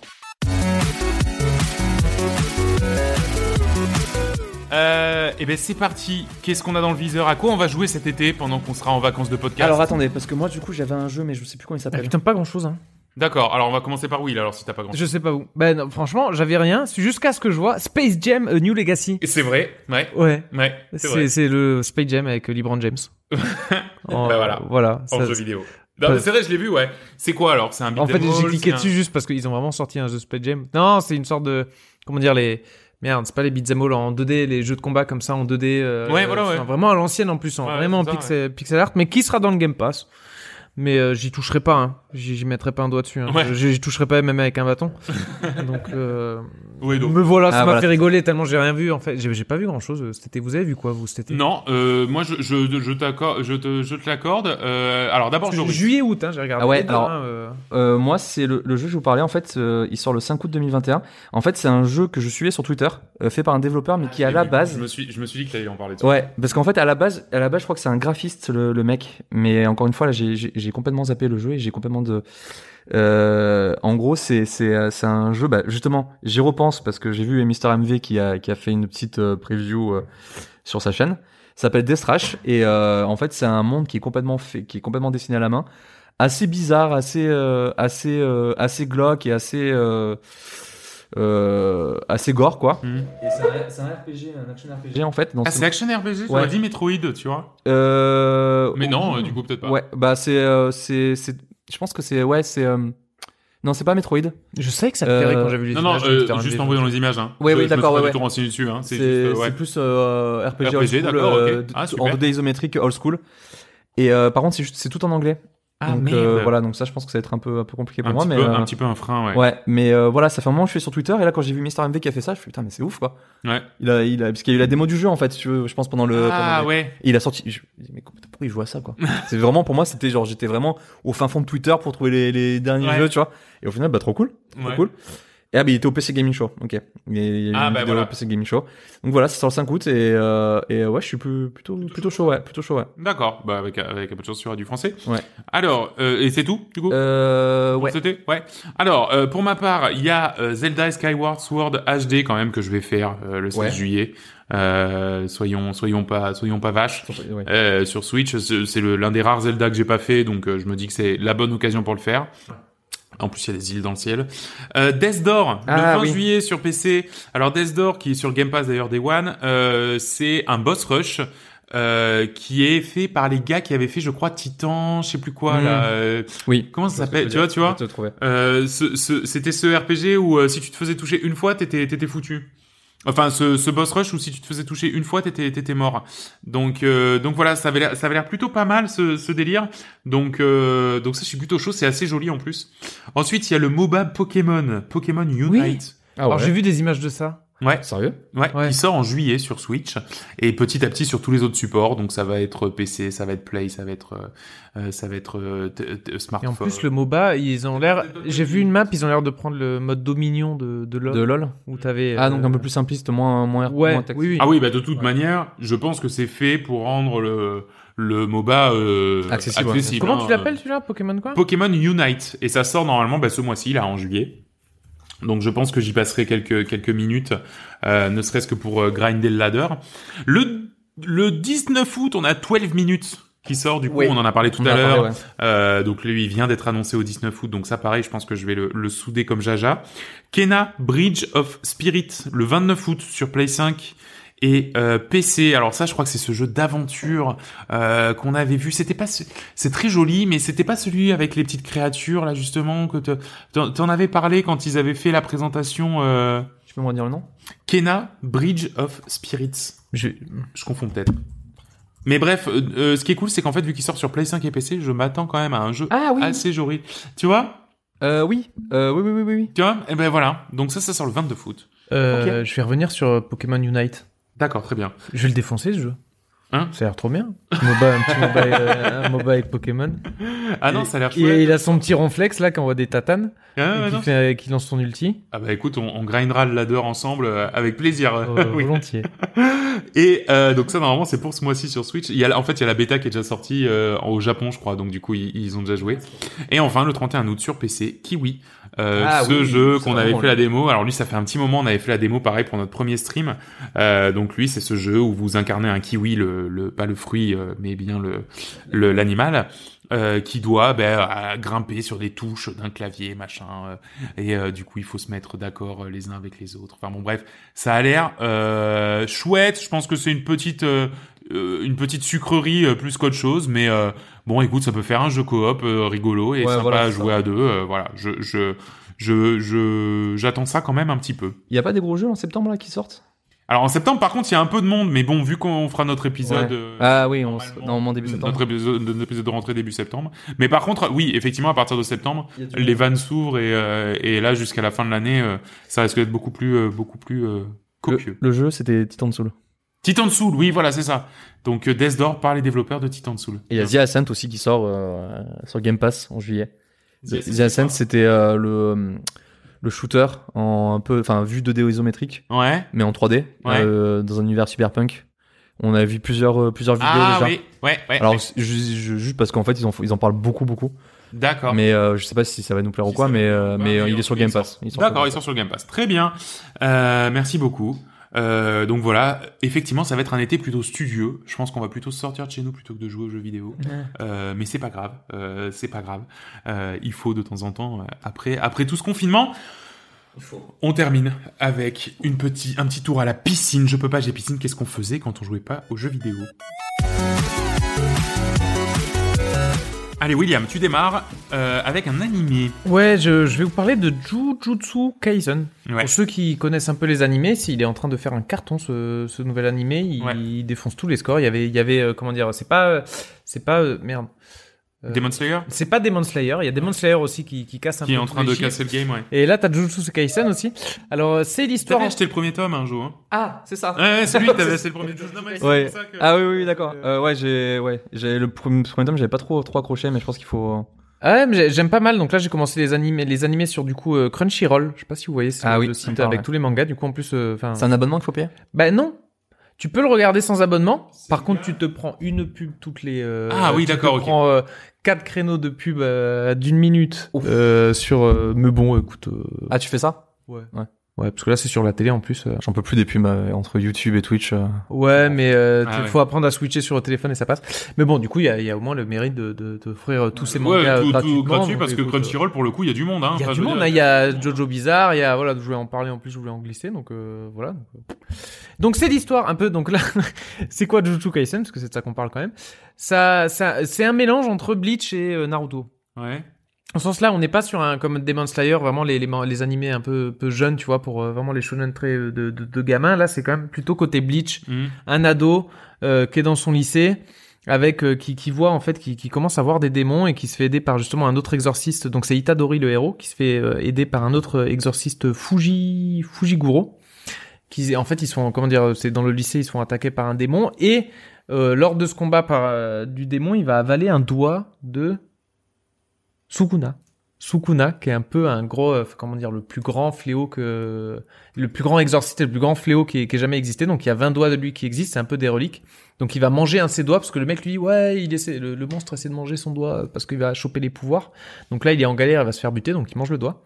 S2: Euh, eh bien, c'est parti. Qu'est-ce qu'on a dans le viseur À quoi on va jouer cet été pendant qu'on sera en vacances de podcast
S3: Alors attendez, parce que moi du coup j'avais un jeu mais je sais plus comment il
S4: Ah,
S3: s'appelle.
S4: putain, pas grand chose, hein.
S2: D'accord. Alors, on va commencer par Will. Alors, si t'as pas grand.
S4: Je sais pas où. Ben, non, franchement, j'avais rien. C'est Jusqu'à ce que je vois Space Jam A New Legacy.
S2: Et C'est vrai. Ouais.
S4: Ouais.
S2: Ouais. C'est vrai.
S4: C'est c'est le Space Jam avec euh, LeBron James. En-
S2: Bah voilà.
S4: Ben, Voilà.
S2: En
S4: Ça-
S2: jeu vidéo. Non,
S4: Ouais.
S2: mais c'est vrai, je l'ai vu. Ouais. C'est quoi alors C'est un beat'em
S4: En fait, j'ai
S2: all, c'est
S4: cliqué
S2: un-
S4: dessus juste parce qu'ils ont vraiment sorti un jeu Space Jam. Non, c'est une sorte de. Comment dire les. Merde, c'est pas les beat'em all en 2D, les jeux de combat comme ça en 2D. euh,
S2: Ouais, voilà,
S4: c'est
S2: ouais.
S4: Vraiment à l'ancienne en plus, en
S2: Ouais, ouais,
S4: vraiment en
S2: c'est ça,
S4: pixel, pixel art, mais qui sera dans le Game Pass. Mais euh, j'y toucherai pas, hein. j'y j'y mettrai pas un doigt dessus. hein.
S2: Ouais.
S4: Je- J'y toucherai pas même avec un bâton. donc, euh,
S2: Ouais, donc.
S4: me voilà,
S8: Ah,
S4: ça m'a
S8: voilà.
S4: fait rigoler tellement j'ai rien vu en fait. J'ai j'ai pas vu grand chose. C'était vous avez vu quoi vous C'était
S2: Non, euh, moi je je je, t'accorde- je te je te l'accorde. Euh, alors d'abord, je
S4: juillet août, hein, j'ai regardé.
S8: Ah ouais,
S4: les deux,
S8: alors-
S4: hein, euh.
S3: Euh, moi c'est le, le jeu que je vous parlais en fait, euh, il sort le 5 août 2021. En fait c'est un jeu que je suivais sur Twitter, euh, fait par un développeur
S2: Ah,
S3: mais qui à la base
S2: Je me suis je me suis dit que t'allais en parler. dessus.
S3: Ouais, parce qu'en fait, à la base, à la base, je crois que c'est un graphiste le, le mec, mais encore une fois, là, j'ai- j'ai j'ai complètement zappé le jeu et j'ai complètement de. Euh, en gros, c'est c'est euh, c'est un jeu. Bah, justement, j'y repense parce que j'ai vu Mister MV qui a qui a fait une petite euh, preview euh, sur sa chaîne. Ça s'appelle Deathrash et euh, en fait, c'est un monde qui est complètement fait, qui est complètement dessiné à la main, assez bizarre, assez euh, assez euh, assez glauque et assez euh, euh, assez gore quoi.
S2: Mhm.
S3: Et c'est un, RPG, un action RPG en fait. Dans
S2: Ah,
S3: ce-
S2: c'est action RPG. Tu
S3: Ouais.
S2: m'as dit Metroid, tu vois.
S3: euh...
S2: Mais non, euh, du coup peut-être pas.
S3: Ouais, bah c'est, euh, c'est, c'est, je pense que c'est, ouais, c'est, euh, non, c'est pas Metroid.
S4: Je sais que ça me fait
S3: Euh,
S4: rire quand j'ai vu les
S2: Non, non,
S4: images.
S2: euh,
S4: donc c'était un
S2: juste
S4: des-
S2: envoyer dans les images. Hein.
S3: Oui,
S2: Je-
S3: oui,
S2: je me suis
S3: d'accord,
S2: pas
S3: ouais,
S2: du tout renseigné dessus. Hein. C'est
S3: C'est,
S2: juste, euh, ouais.
S3: c'est plus euh, RPG,
S2: RPG,
S3: old school,
S2: d'accord,
S3: euh,
S2: ok.
S3: de-
S2: Ah, super.
S3: en 2D isométrique old school. Et euh, par contre, c'est, juste- c'est tout en anglais.
S2: Ah,
S3: donc
S2: merde.
S3: euh, voilà, donc ça, je pense que ça va être un peu, un peu compliqué pour
S2: un,
S3: moi,
S2: petit
S3: mais
S2: peu,
S3: euh,
S2: un petit peu un frein, ouais.
S3: ouais. mais euh, voilà, ça fait un moment que je suis sur Twitter et là, quand j'ai vu Mister MV qui a fait ça, je suis putain, mais c'est ouf quoi.
S2: Ouais.
S3: Il a, il a, parce qu'il y a eu la démo du jeu en fait, si tu veux, je pense pendant le. pendant
S2: ah
S3: le-
S2: ouais.
S3: Et il a sorti. Je me dis, mais comment- pourquoi il joue à ça, quoi C'est vraiment, pour moi, c'était genre, j'étais vraiment au fin fond de Twitter pour trouver les, les derniers
S2: Ouais.
S3: jeux, tu vois. Et au final, bah, trop cool. Trop
S2: Ouais.
S3: cool. Et ah, bah, il était au PC Gaming Show. Ok. Il y a- il y a eu
S2: Ah,
S3: une
S2: bah,
S3: vidéo
S2: voilà.
S3: au PC Gaming Show. Donc voilà, ça sort le 5 août et, euh, et euh, ouais, je suis plus, plutôt, plutôt chaud, ouais. Plutôt chaud, ouais.
S2: D'accord. Bah avec avec un peu de chance, il y aura du français.
S3: Ouais.
S2: Alors euh, et c'est tout du coup.
S3: Euh, ouais.
S2: C'était ouais. Alors euh, pour ma part, il y a euh, Zelda Skyward Sword HD quand même que je vais faire euh, le 16
S3: Ouais.
S2: juillet. Euh, soyons soyons pas soyons pas vaches.
S3: Ouais.
S2: Euh, sur Switch, c'est c'est le- l'un des rares Zelda que j'ai pas fait, donc euh, je me dis que c'est la bonne occasion pour le faire. En plus, il y a des îles dans le ciel. Euh, Death Door,
S3: Ah,
S2: le 20
S3: oui.
S2: juillet sur PC. Alors Death Door, qui est sur le Game Pass d'ailleurs Day One, euh, c'est un boss rush euh, qui est fait par les gars qui avaient fait, je crois, Titan, je sais plus quoi.
S3: Mhm.
S2: Là, euh,
S3: Oui.
S2: comment ça s'appelle
S3: Je
S2: Tu vois,
S3: te-
S2: tu vois
S3: je te trouvais.
S2: euh, ce- ce- C'était ce RPG où euh, si tu te faisais toucher une fois, t'étais t'étais foutu. Enfin, ce, ce boss rush où si tu te faisais toucher une fois, t'étais t'étais mort. Donc euh, donc voilà, ça avait l'air ça avait l'air plutôt pas mal ce, ce délire. Donc euh, donc ça, je suis plutôt chaud. C'est assez joli en plus. Ensuite, il y a le MOBA Pokémon Pokémon Unite.
S3: Ah,
S4: Alors
S3: ouais.
S4: j'ai vu des images de ça.
S2: Ouais.
S3: Sérieux
S2: Ouais,
S4: Ouais.
S2: qui sort en juillet sur Switch et petit à petit sur tous les autres supports. Donc ça va être PC, ça va être Play, ça va être euh, euh, ça va être euh, t- t-
S4: Et en
S2: smartphone.
S4: plus, le MOBA, ils ont l'air. J'ai vu une map, ils ont l'air de prendre le mode Dominion de, de LoL.
S3: De LOL
S4: Où t'avais.
S3: Ah, donc
S4: euh,
S3: un peu plus simpliste, moins, moins,
S4: Ouais,
S3: moins tactile.
S4: oui, oui.
S2: Ah oui, bah de toute manière, je pense que c'est fait pour rendre le le MOBA euh,
S3: Accessible,
S2: accessible.
S3: ouais.
S4: Comment
S2: hein.
S4: tu l'appelles celui-là Pokémon quoi
S2: Pokémon Unite et ça sort normalement bah, ce mois-ci là en juillet. Donc je pense que j'y passerai quelques quelques minutes, euh, ne serait-ce que pour euh, grinder le ladder. Le le 19 août, on a 12 minutes qui sort du coup,
S3: Ouais.
S2: on en a parlé tout
S3: On en
S2: à
S3: a parlé,
S2: l'heure.
S3: ouais.
S2: Euh, donc lui, il vient d'être annoncé au 19 août, donc ça pareil, je pense que je vais le, le souder comme Jaja. Kena Bridge of Spirit, le 29 août sur Play 5 et euh, PC. Alors ça, je crois que c'est ce jeu d'aventure euh, qu'on avait vu. C'était pas, ce- c'est très joli, mais c'était pas celui avec les petites créatures là justement que te- t'en t'en avais parlé quand ils avaient fait la présentation. euh,
S3: Tu peux me redire le nom
S2: Kena Bridge of Spirits.
S4: Je-
S2: Je confonds peut-être. Mais bref, euh, euh, ce qui est cool, c'est qu'en fait, vu qu'il sort sur Play 5 et PC, je m'attends quand même à un jeu
S3: Ah oui
S2: assez joli. Tu vois
S3: euh, oui. Euh, oui, oui, oui, oui, oui.
S2: Tu vois Et ben voilà. Donc ça, ça sort le 22 foot.
S4: Euh, Je vais revenir sur euh, Pokémon Unite.
S2: D'accord, très bien.
S4: Je vais le défoncer ce jeu.
S2: Hein
S4: Ça a l'air trop bien. MOBA, un petit MOBA, euh, un MOBA avec Pokémon.
S2: Ah non, ça a l'air
S4: Il,
S2: chouette.
S4: il a son petit ronflex là qui envoie des tatanes,
S2: Ah, ouais,
S4: et qui,
S2: non.
S4: fait- euh, qui lance son ulti.
S2: Ah bah écoute, on, on grindera le ladder ensemble euh, avec plaisir.
S4: Euh,
S2: Oui.
S4: Volontiers.
S2: Et euh, donc ça normalement c'est pour ce mois-ci sur Switch. Il y a, la- en fait il y a la bêta qui est déjà sortie euh, au Japon je crois, donc du coup ils, ils ont déjà joué. Et enfin le 31 août sur PC, Kiwi, euh,
S5: Ah
S2: ce
S5: oui,
S2: jeu
S5: c'est
S2: qu'on avait
S5: vraiment
S2: fait la démo. Alors lui ça fait un petit moment on avait fait la démo pareil pour notre premier stream. Euh, donc lui c'est ce jeu où vous incarnez un kiwi, le, le pas le fruit euh, mais bien le le- l'animal. euh, qui doit ben, à grimper sur des touches d'un clavier machin euh, et euh, du coup il faut se mettre d'accord euh, les uns avec les autres enfin bon bref ça a l'air euh, chouette. Je pense que c'est une petite euh, euh, une petite sucrerie euh, plus qu'autre chose, mais euh, bon, écoute, ça peut faire un jeu coop euh, rigolo et
S5: Ouais,
S2: sympa
S5: voilà,
S2: à
S5: c'est
S2: jouer à deux. euh, voilà, je je je je j'attends ça quand même un petit peu.
S5: Il y a pas des gros jeux en septembre là qui sortent
S2: Alors en septembre, par contre, il y a un peu de monde, mais bon, vu qu'on fera notre épisode.
S5: Ouais.
S2: euh,
S5: Ah oui, on
S2: normalement,
S5: non, mon début septembre.
S2: Mmh, Notre épisode, notre épisode de rentrée début septembre. Mais par contre, oui, effectivement, à partir de septembre, les vannes s'ouvrent et, euh, et là, jusqu'à la fin de l'année, euh, ça risque d'être beaucoup plus, euh, beaucoup plus euh, copieux.
S5: Le, le jeu, c'était Titan Soul.
S2: Titan Soul, oui, voilà, c'est ça. Donc euh, Death Door par les développeurs de Titan Soul.
S7: Et il y a The Ascent aussi qui sort euh, sur Game Pass en juillet.
S2: The
S7: The,
S2: Ascent,
S7: The Ascent, c'était euh, le, euh, le shooter en un peu, enfin, vue 2D isométrique,
S2: Ouais.
S7: mais en 3D,
S2: Ouais.
S7: euh, dans un univers cyberpunk. On a vu plusieurs, euh, plusieurs vidéos
S2: Ah
S7: déjà.
S2: oui, ouais, ouais.
S7: Alors,
S2: ouais.
S7: ju- ju- juste parce qu'en fait, ils en, font- ils en parlent beaucoup, beaucoup.
S2: d'accord.
S7: Mais euh, je sais pas si ça va nous plaire
S2: Si
S7: ou quoi,
S2: ça va
S7: mais,
S2: nous plaire
S7: euh,
S2: ou pas,
S7: mais euh,
S2: mais
S7: il est sur
S2: il
S7: Game
S2: sort.
S7: Pass. Il est sur
S2: D'accord,
S7: Game
S2: il
S7: Pass.
S2: sort sur le Game Pass. Très bien. Euh, merci beaucoup. Euh, donc voilà, effectivement, ça va être un été plutôt studieux. Je pense qu'on va plutôt sortir de chez nous plutôt que de jouer aux jeux vidéo. Euh, mais c'est pas grave, euh, c'est pas grave. Euh, il faut de temps en temps, euh, après, après tout ce confinement, on termine avec une petite, un petit tour à la piscine. Je peux pas, j'ai piscine. Qu'est-ce qu'on faisait quand on jouait pas aux jeux vidéo Allez, William, tu démarres euh, avec un animé.
S4: Ouais, je, je vais vous parler de Jujutsu Kaisen.
S2: Ouais.
S4: Pour ceux qui connaissent un peu les animés, s'il est en train de faire un carton ce, ce nouvel animé, il
S2: Ouais.
S4: défonce tous les scores. Il y avait, il y avait euh, comment dire, c'est pas, euh, c'est pas, euh, merde. Euh,
S2: Demon Slayer
S4: C'est pas Demon Slayer. Il y a Demon Slayer aussi qui, qui casse un
S2: qui
S4: peu
S2: est en
S4: tous
S2: train
S4: les
S2: de
S4: chiffres.
S2: casser le game, ouais.
S4: Et là, t'as Jujutsu Kaisen aussi. Alors, euh, c'est l'histoire.
S2: T'avais acheté le premier tome un jour. Hein.
S5: Ah, c'est ça.
S2: Ouais, ouais, c'est lui, t'avais acheté le premier tome. Non, mais c'est
S5: Ouais.
S2: pour ça que-
S5: Ah oui, oui, oui, d'accord. Euh, ouais, j'ai, ouais, j'ai le premier premier tome, j'avais pas trop, trop accroché, mais je pense qu'il faut.
S4: Ah ouais, mais j'ai- j'aime pas mal. Donc là, j'ai commencé les animés, les animés sur du coup euh, Crunchyroll. Je sais pas si vous voyez, c'est
S5: Ah oui,
S4: le
S5: ça me
S4: site
S5: parle,
S4: avec
S5: ouais.
S4: tous les mangas. Du coup, en plus, euh, enfin.
S5: C'est un abonnement qu'il faut payer
S4: Bah non. Tu peux le regarder sans abonnement. Par contre, tu te prends une pub toutes les. euh,
S2: Ah oui,
S4: tu te
S2: d'accord, ok.
S4: prends euh, quatre créneaux de pub euh, d'une minute euh, sur. euh, mais bon, écoute. euh,
S5: Ah, tu fais ça
S4: Ouais, parce que là, c'est sur la télé en plus. euh.
S5: J'en peux plus des pubs euh, entre YouTube et Twitch. euh.
S4: Ouais, mais euh,
S2: Ah
S4: t-
S2: ouais.
S4: faut apprendre à switcher sur le téléphone et ça passe. Mais bon, du coup, il y a, il y a au moins le mérite de de- d'offrir tous ces
S2: Ouais,
S4: mangas
S2: tout,
S4: gratuitement.
S2: tout gratuit
S4: donc,
S2: parce que
S4: écoute, euh,
S2: Crunchyroll, pour le coup, il y a du monde. Hein,
S4: Il y
S2: Enfin,
S4: a
S2: je
S4: du
S2: veux
S4: monde,
S2: dire,
S4: hein, il y a Jojo Bizarre, il y a, voilà, je voulais en parler en plus, je voulais en glisser, donc euh, voilà. Donc, euh. Donc, c'est l'histoire un peu, donc là, c'est quoi Jujutsu Kaisen, parce que c'est de ça qu'on parle quand même. Ça, ça, c'est un mélange entre Bleach et euh, Naruto.
S2: Ouais.
S4: En ce sens-là, on n'est pas sur un, comme Demon Slayer, vraiment les, les, man- les animés un peu, peu jeunes, tu vois, pour euh, vraiment les shonen très euh, de, de, de gamins. Là, c'est quand même plutôt côté Bleach,
S2: Hmm.
S4: un ado euh, qui est dans son lycée avec euh, qui, qui voit en fait qui, qui commence à voir des démons et qui se fait aider par justement un autre exorciste donc c'est Itadori le héros qui se fait euh, aider par un autre exorciste Fuji Fujiguro qui en fait ils sont comment dire c'est dans le lycée ils sont attaqués par un démon et euh, lors de ce combat par euh, du démon il va avaler un doigt de Sukuna Sukuna qui est un peu un gros euh, comment dire le plus grand fléau que le plus grand exorciste, et le plus grand fléau qui ait, qui ait jamais existé. Donc il y a 20 doigts de lui qui existent, c'est un peu des reliques. Donc il va manger un de ses doigts parce que le mec lui dit ouais, il essaie, le, le monstre essaie de manger son doigt parce qu'il va choper les pouvoirs. Donc là il est en galère, il va se faire buter, donc il mange le doigt.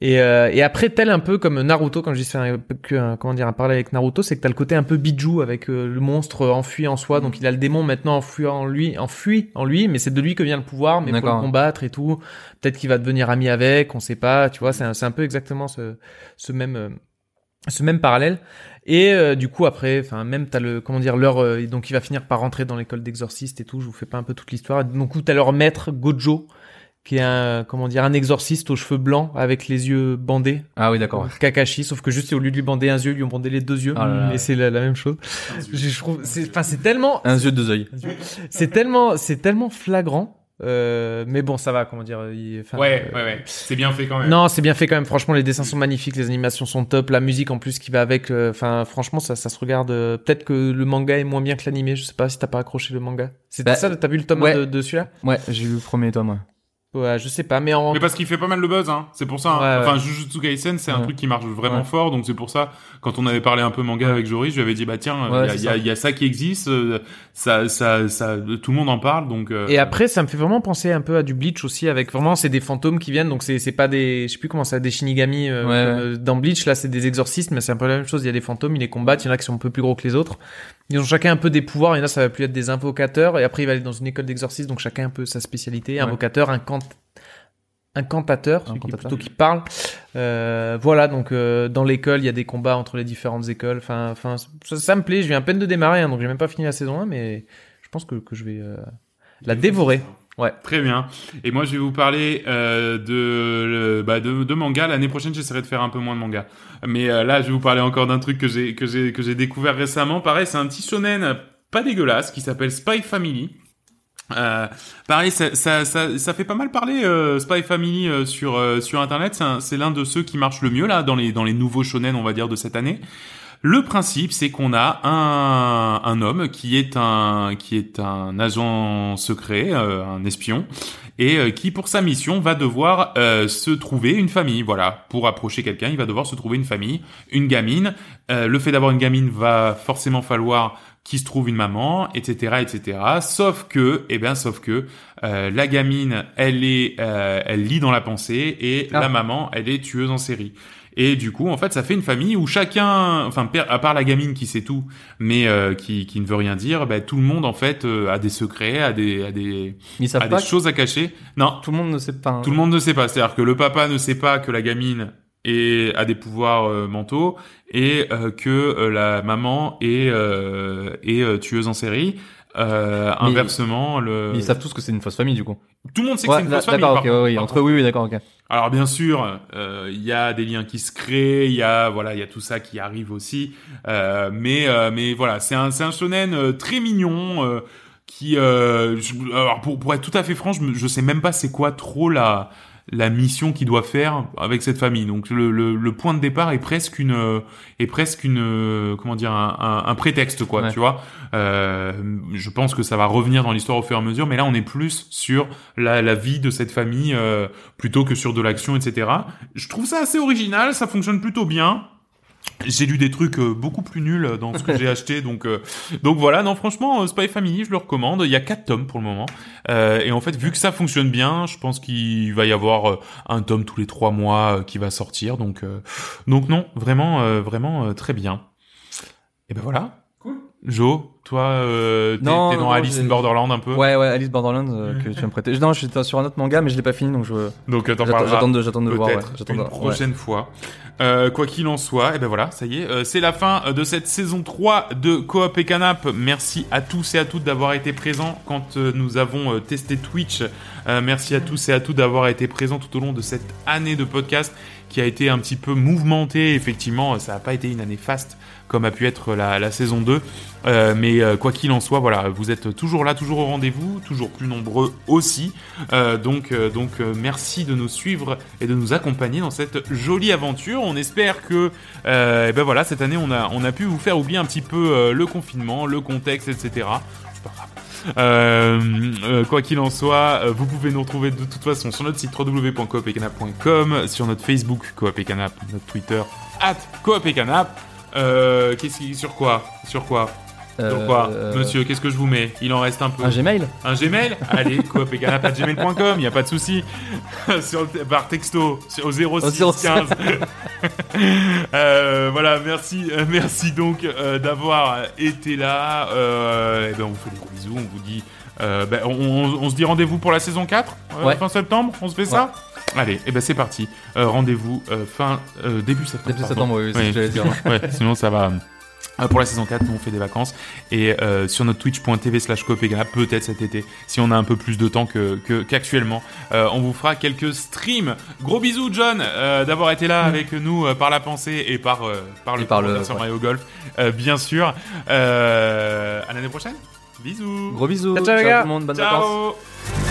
S4: Et, euh, et après tel un peu comme Naruto, quand je dis c'est un peu que un- comment dire un parallèle avec Naruto, c'est que t'as le côté un peu bijou avec euh, le monstre enfui en soi. Donc il a le démon maintenant enfui en lui, enfui en lui, mais c'est de lui que vient le pouvoir, mais pour le
S5: D'accord.
S4: combattre et tout. Peut-être qu'il va devenir ami avec, on sait pas. Tu vois, c'est un, c'est un peu exactement ce, ce même euh, ce même parallèle et euh, du coup après enfin même t'as le comment dire leur euh, donc il va finir par rentrer dans l'école d'exorciste et tout je vous fais pas un peu toute l'histoire donc où t'as leur maître Gojo qui est un comment dire un exorciste aux cheveux blancs avec les yeux bandés
S5: Ah oui, d'accord.
S4: comme Kakashi sauf que juste au lieu de lui bander un yeux ils lui ont bandé les deux yeux
S5: Ah là là.
S4: et c'est la, la même chose je, je trouve c'est enfin c'est tellement
S5: Un yeux, deux yeux.
S4: c'est tellement c'est tellement flagrant Euh, mais bon, ça va, comment dire. il- enfin,
S2: Ouais,
S4: euh,
S2: ouais, ouais. C'est bien fait quand même.
S4: Non, c'est bien fait quand même. Franchement, les dessins sont magnifiques, les animations sont top, la musique en plus qui va avec. euh, Enfin, franchement, ça, ça se regarde. euh, Peut-être que le manga est moins bien que l'animé. Je sais pas si t'as pas accroché le manga. C'était
S7: Bah,
S4: ça. T'as vu le tome
S7: ouais.
S4: de, de celui-là
S7: Ouais, j'ai vu le premier tome, ouais.
S4: Ouais, je sais pas. Mais en
S2: Mais parce qu'il fait pas mal le buzz, hein. C'est pour ça. hein.
S4: Ouais, ouais.
S2: Enfin, Jujutsu Kaisen, c'est un
S7: Ouais.
S2: truc qui marche vraiment
S7: Ouais.
S2: fort. Donc c'est pour ça. Quand on avait parlé un peu manga avec Joris, je lui avais dit bah tiens, il
S7: Ouais,
S2: y a-
S7: c'est
S2: il y, a-
S7: ça.
S2: il y a ça qui existe. euh, Ça, ça, ça, tout le monde en parle. Donc. euh,
S4: Et après, ça me fait vraiment penser un peu à du Bleach aussi, avec vraiment, c'est des fantômes qui viennent, donc c'est c'est pas des, je sais plus comment ça, des Shinigami
S7: Ouais,
S4: euh, comme, euh, dans Bleach, là c'est des exorcistes, mais c'est un peu la même chose, il y a des fantômes, ils les combattent, il y en a qui sont un peu plus gros que les autres. Ils ont chacun un peu des pouvoirs, il y en a ça va plus être des invocateurs, et après il va aller dans une école d'exorcisme, donc chacun un peu sa spécialité, invocateur, incant... incantateur, celui qui,
S7: Incantateur.
S4: plutôt qui parle. Euh, voilà, donc euh, dans l'école, il y a des combats entre les différentes écoles, enfin, enfin ça, ça me plaît, je viens à peine de démarrer, hein, donc j'ai même pas fini la saison 1, mais je pense que, que je vais... euh, la dévorer.
S2: Très bien. Et moi, je vais vous parler euh, de, euh, bah, de, de manga. L'année prochaine, j'essaierai de faire un peu moins de manga. Mais euh, là, je vais vous parler encore d'un truc que j'ai que j'ai que j'ai découvert récemment. Pareil, c'est un petit shonen pas dégueulasse qui s'appelle Spy Family. Euh, pareil, ça, ça, ça, ça fait pas mal parler euh, Spy Family euh, sur euh, sur internet. C'est un- C'est l'un de ceux qui marche le mieux là dans les dans les nouveaux shonen, on va dire de cette année. Le principe, c'est qu'on a un, un homme qui est un qui est un agent secret, euh, un espion, et euh, qui pour sa mission va devoir euh, se trouver une famille. Voilà, pour approcher quelqu'un, il va devoir se trouver une famille, une gamine. Euh, le fait d'avoir une gamine va forcément falloir qu'il se trouve une maman, etc., etc. Sauf que, eh bien, sauf que euh, la gamine, elle est, euh, elle lit dans la pensée, et la maman, elle est tueuse en série. Et du coup, en fait, ça fait une famille où chacun, enfin, per- à part la gamine qui sait tout, mais euh, qui, qui ne veut rien dire, bah, tout le monde en fait euh, a des secrets, a des, a des,
S7: Mais ils savent
S2: a des
S7: pas.
S2: choses à cacher. Non,
S7: Tout le monde ne sait pas. hein.
S2: tout le monde ne sait pas. C'est-à-dire que le papa ne sait pas que la gamine est, a des pouvoirs euh, mentaux et euh, que euh, la maman est, euh, est euh, tueuse en série. Euh,
S7: Mais-
S2: inversement, le...
S7: Mais ils savent tous que c'est une fausse famille, du coup.
S2: tout le monde sait que
S7: Ouais,
S2: c'est une
S7: là-
S2: fausse famille.
S7: D'accord,
S2: par
S7: ok, ouais, ouais,
S2: par
S7: entre oui, oui, d'accord, ok.
S2: alors bien sûr, euh, il y a des liens qui se créent, il y a voilà, il y a tout ça qui arrive aussi. Euh, mais euh, mais voilà, c'est un c'est un shonen euh, très mignon euh, qui euh, je- alors pour pour être tout à fait franc, je, me- je sais même pas c'est quoi trop la la mission qu'il doit faire avec cette famille. Donc le, le, le point de départ est presque une euh, est presque une euh, comment dire un, un, un prétexte quoi,
S7: Ouais.
S2: tu vois. Euh, je pense que ça va revenir dans l'histoire au fur et à mesure, mais là on est plus sur la, la vie de cette famille euh, plutôt que sur de l'action, etc. Je trouve ça assez original, ça fonctionne plutôt bien. J'ai lu des trucs euh, beaucoup plus nuls euh, dans ce que j'ai acheté, donc euh, donc voilà. Non, franchement, euh, Spy Family, je le recommande. Il y a quatre tomes pour le moment, Euh, et en fait, vu que ça fonctionne bien, je pense qu'il va y avoir euh, un tome tous les trois mois euh, qui va sortir. Donc euh, donc non, vraiment euh, vraiment euh, très bien. Et ben voilà. Cool. Jo, toi, euh, t'es
S7: Non,
S2: t'es dans
S7: non,
S2: Alice
S7: j'ai-
S2: in Borderland un peu.
S7: Ouais, ouais, Alice Borderlands euh, que tu vas me prêter. Non, je suis sur un autre manga, mais je l'ai pas fini, donc je.
S2: Donc euh, t'en
S7: J'attends
S2: parleras.
S7: j'attends de, j'attends de voir. Ouais.
S2: peut-être
S7: J'attends de
S2: une
S7: voir, ouais.
S2: prochaine fois. Euh, quoi qu'il en soit, et ben voilà, ça y est, euh, c'est la fin euh, de cette saison 3 de Coop et Canap. Merci à tous et à toutes d'avoir été présents quand euh, nous avons euh, testé Twitch. Euh, merci à tous et à toutes d'avoir été présents tout au long de cette année de podcast qui a été un petit peu mouvementée. Effectivement, euh, ça n'a pas été une année faste comme a pu être la, la saison 2. Euh, mais euh, quoi qu'il en soit, voilà, vous êtes toujours là, toujours au rendez-vous, toujours plus nombreux aussi. Euh, donc, euh, donc euh, merci de nous suivre et de nous accompagner dans cette jolie aventure. On espère que, euh, eh ben voilà, cette année, on a, on a pu vous faire oublier un petit peu euh, le confinement, le contexte, etc. C'est pas grave. Euh, euh, quoi qu'il en soit, euh, vous pouvez nous retrouver de toute façon sur notre site www.coopetcanap.com, sur notre Facebook Coop et Canap, notre Twitter at Coop et Canap. Euh, qu'est-ce qui, sur quoi, sur quoi, sur
S7: Euh,
S2: quoi,
S7: euh,
S2: monsieur, qu'est-ce que je vous mets Il en reste un peu.
S7: Un Gmail
S2: Un Gmail Allez, coopégalap.gmail.com, il n'y a pas de souci. Sur le- par texto, sur- au 06
S7: Au
S2: 15. Euh, voilà, merci, euh, merci donc euh, d'avoir été là. Euh, et ben, on vous fait des gros bisous, on vous dit... euh, ben, on, on- on se dit rendez-vous pour la saison 4 euh,
S7: Ouais.
S2: fin septembre on se fait ça allez et ben c'est parti Euh, rendez-vous euh, fin euh, début septembre
S7: Début
S2: pardon.
S7: septembre, oui, oui, c'est ce que
S2: Oui.
S7: j'allais dire.
S2: Ouais, sinon ça va. Euh, Pour la saison 4, nous on fait des vacances et euh, sur notre twitch.tv slash copegana, peut-être cet été, si on a un peu plus de temps que que- qu'actuellement, euh, on vous fera quelques streams. Gros bisous John euh, d'avoir été là avec nous euh, par la pensée et par euh, par le
S7: Mm. Et par le-
S2: commentaire sur Mario Golf, euh, bien sûr. Euh, à l'année prochaine. Bisous.
S7: Gros bisous.
S4: Ciao, ciao, les gars.
S7: tout le monde, bonnes vacances.
S2: Ciao.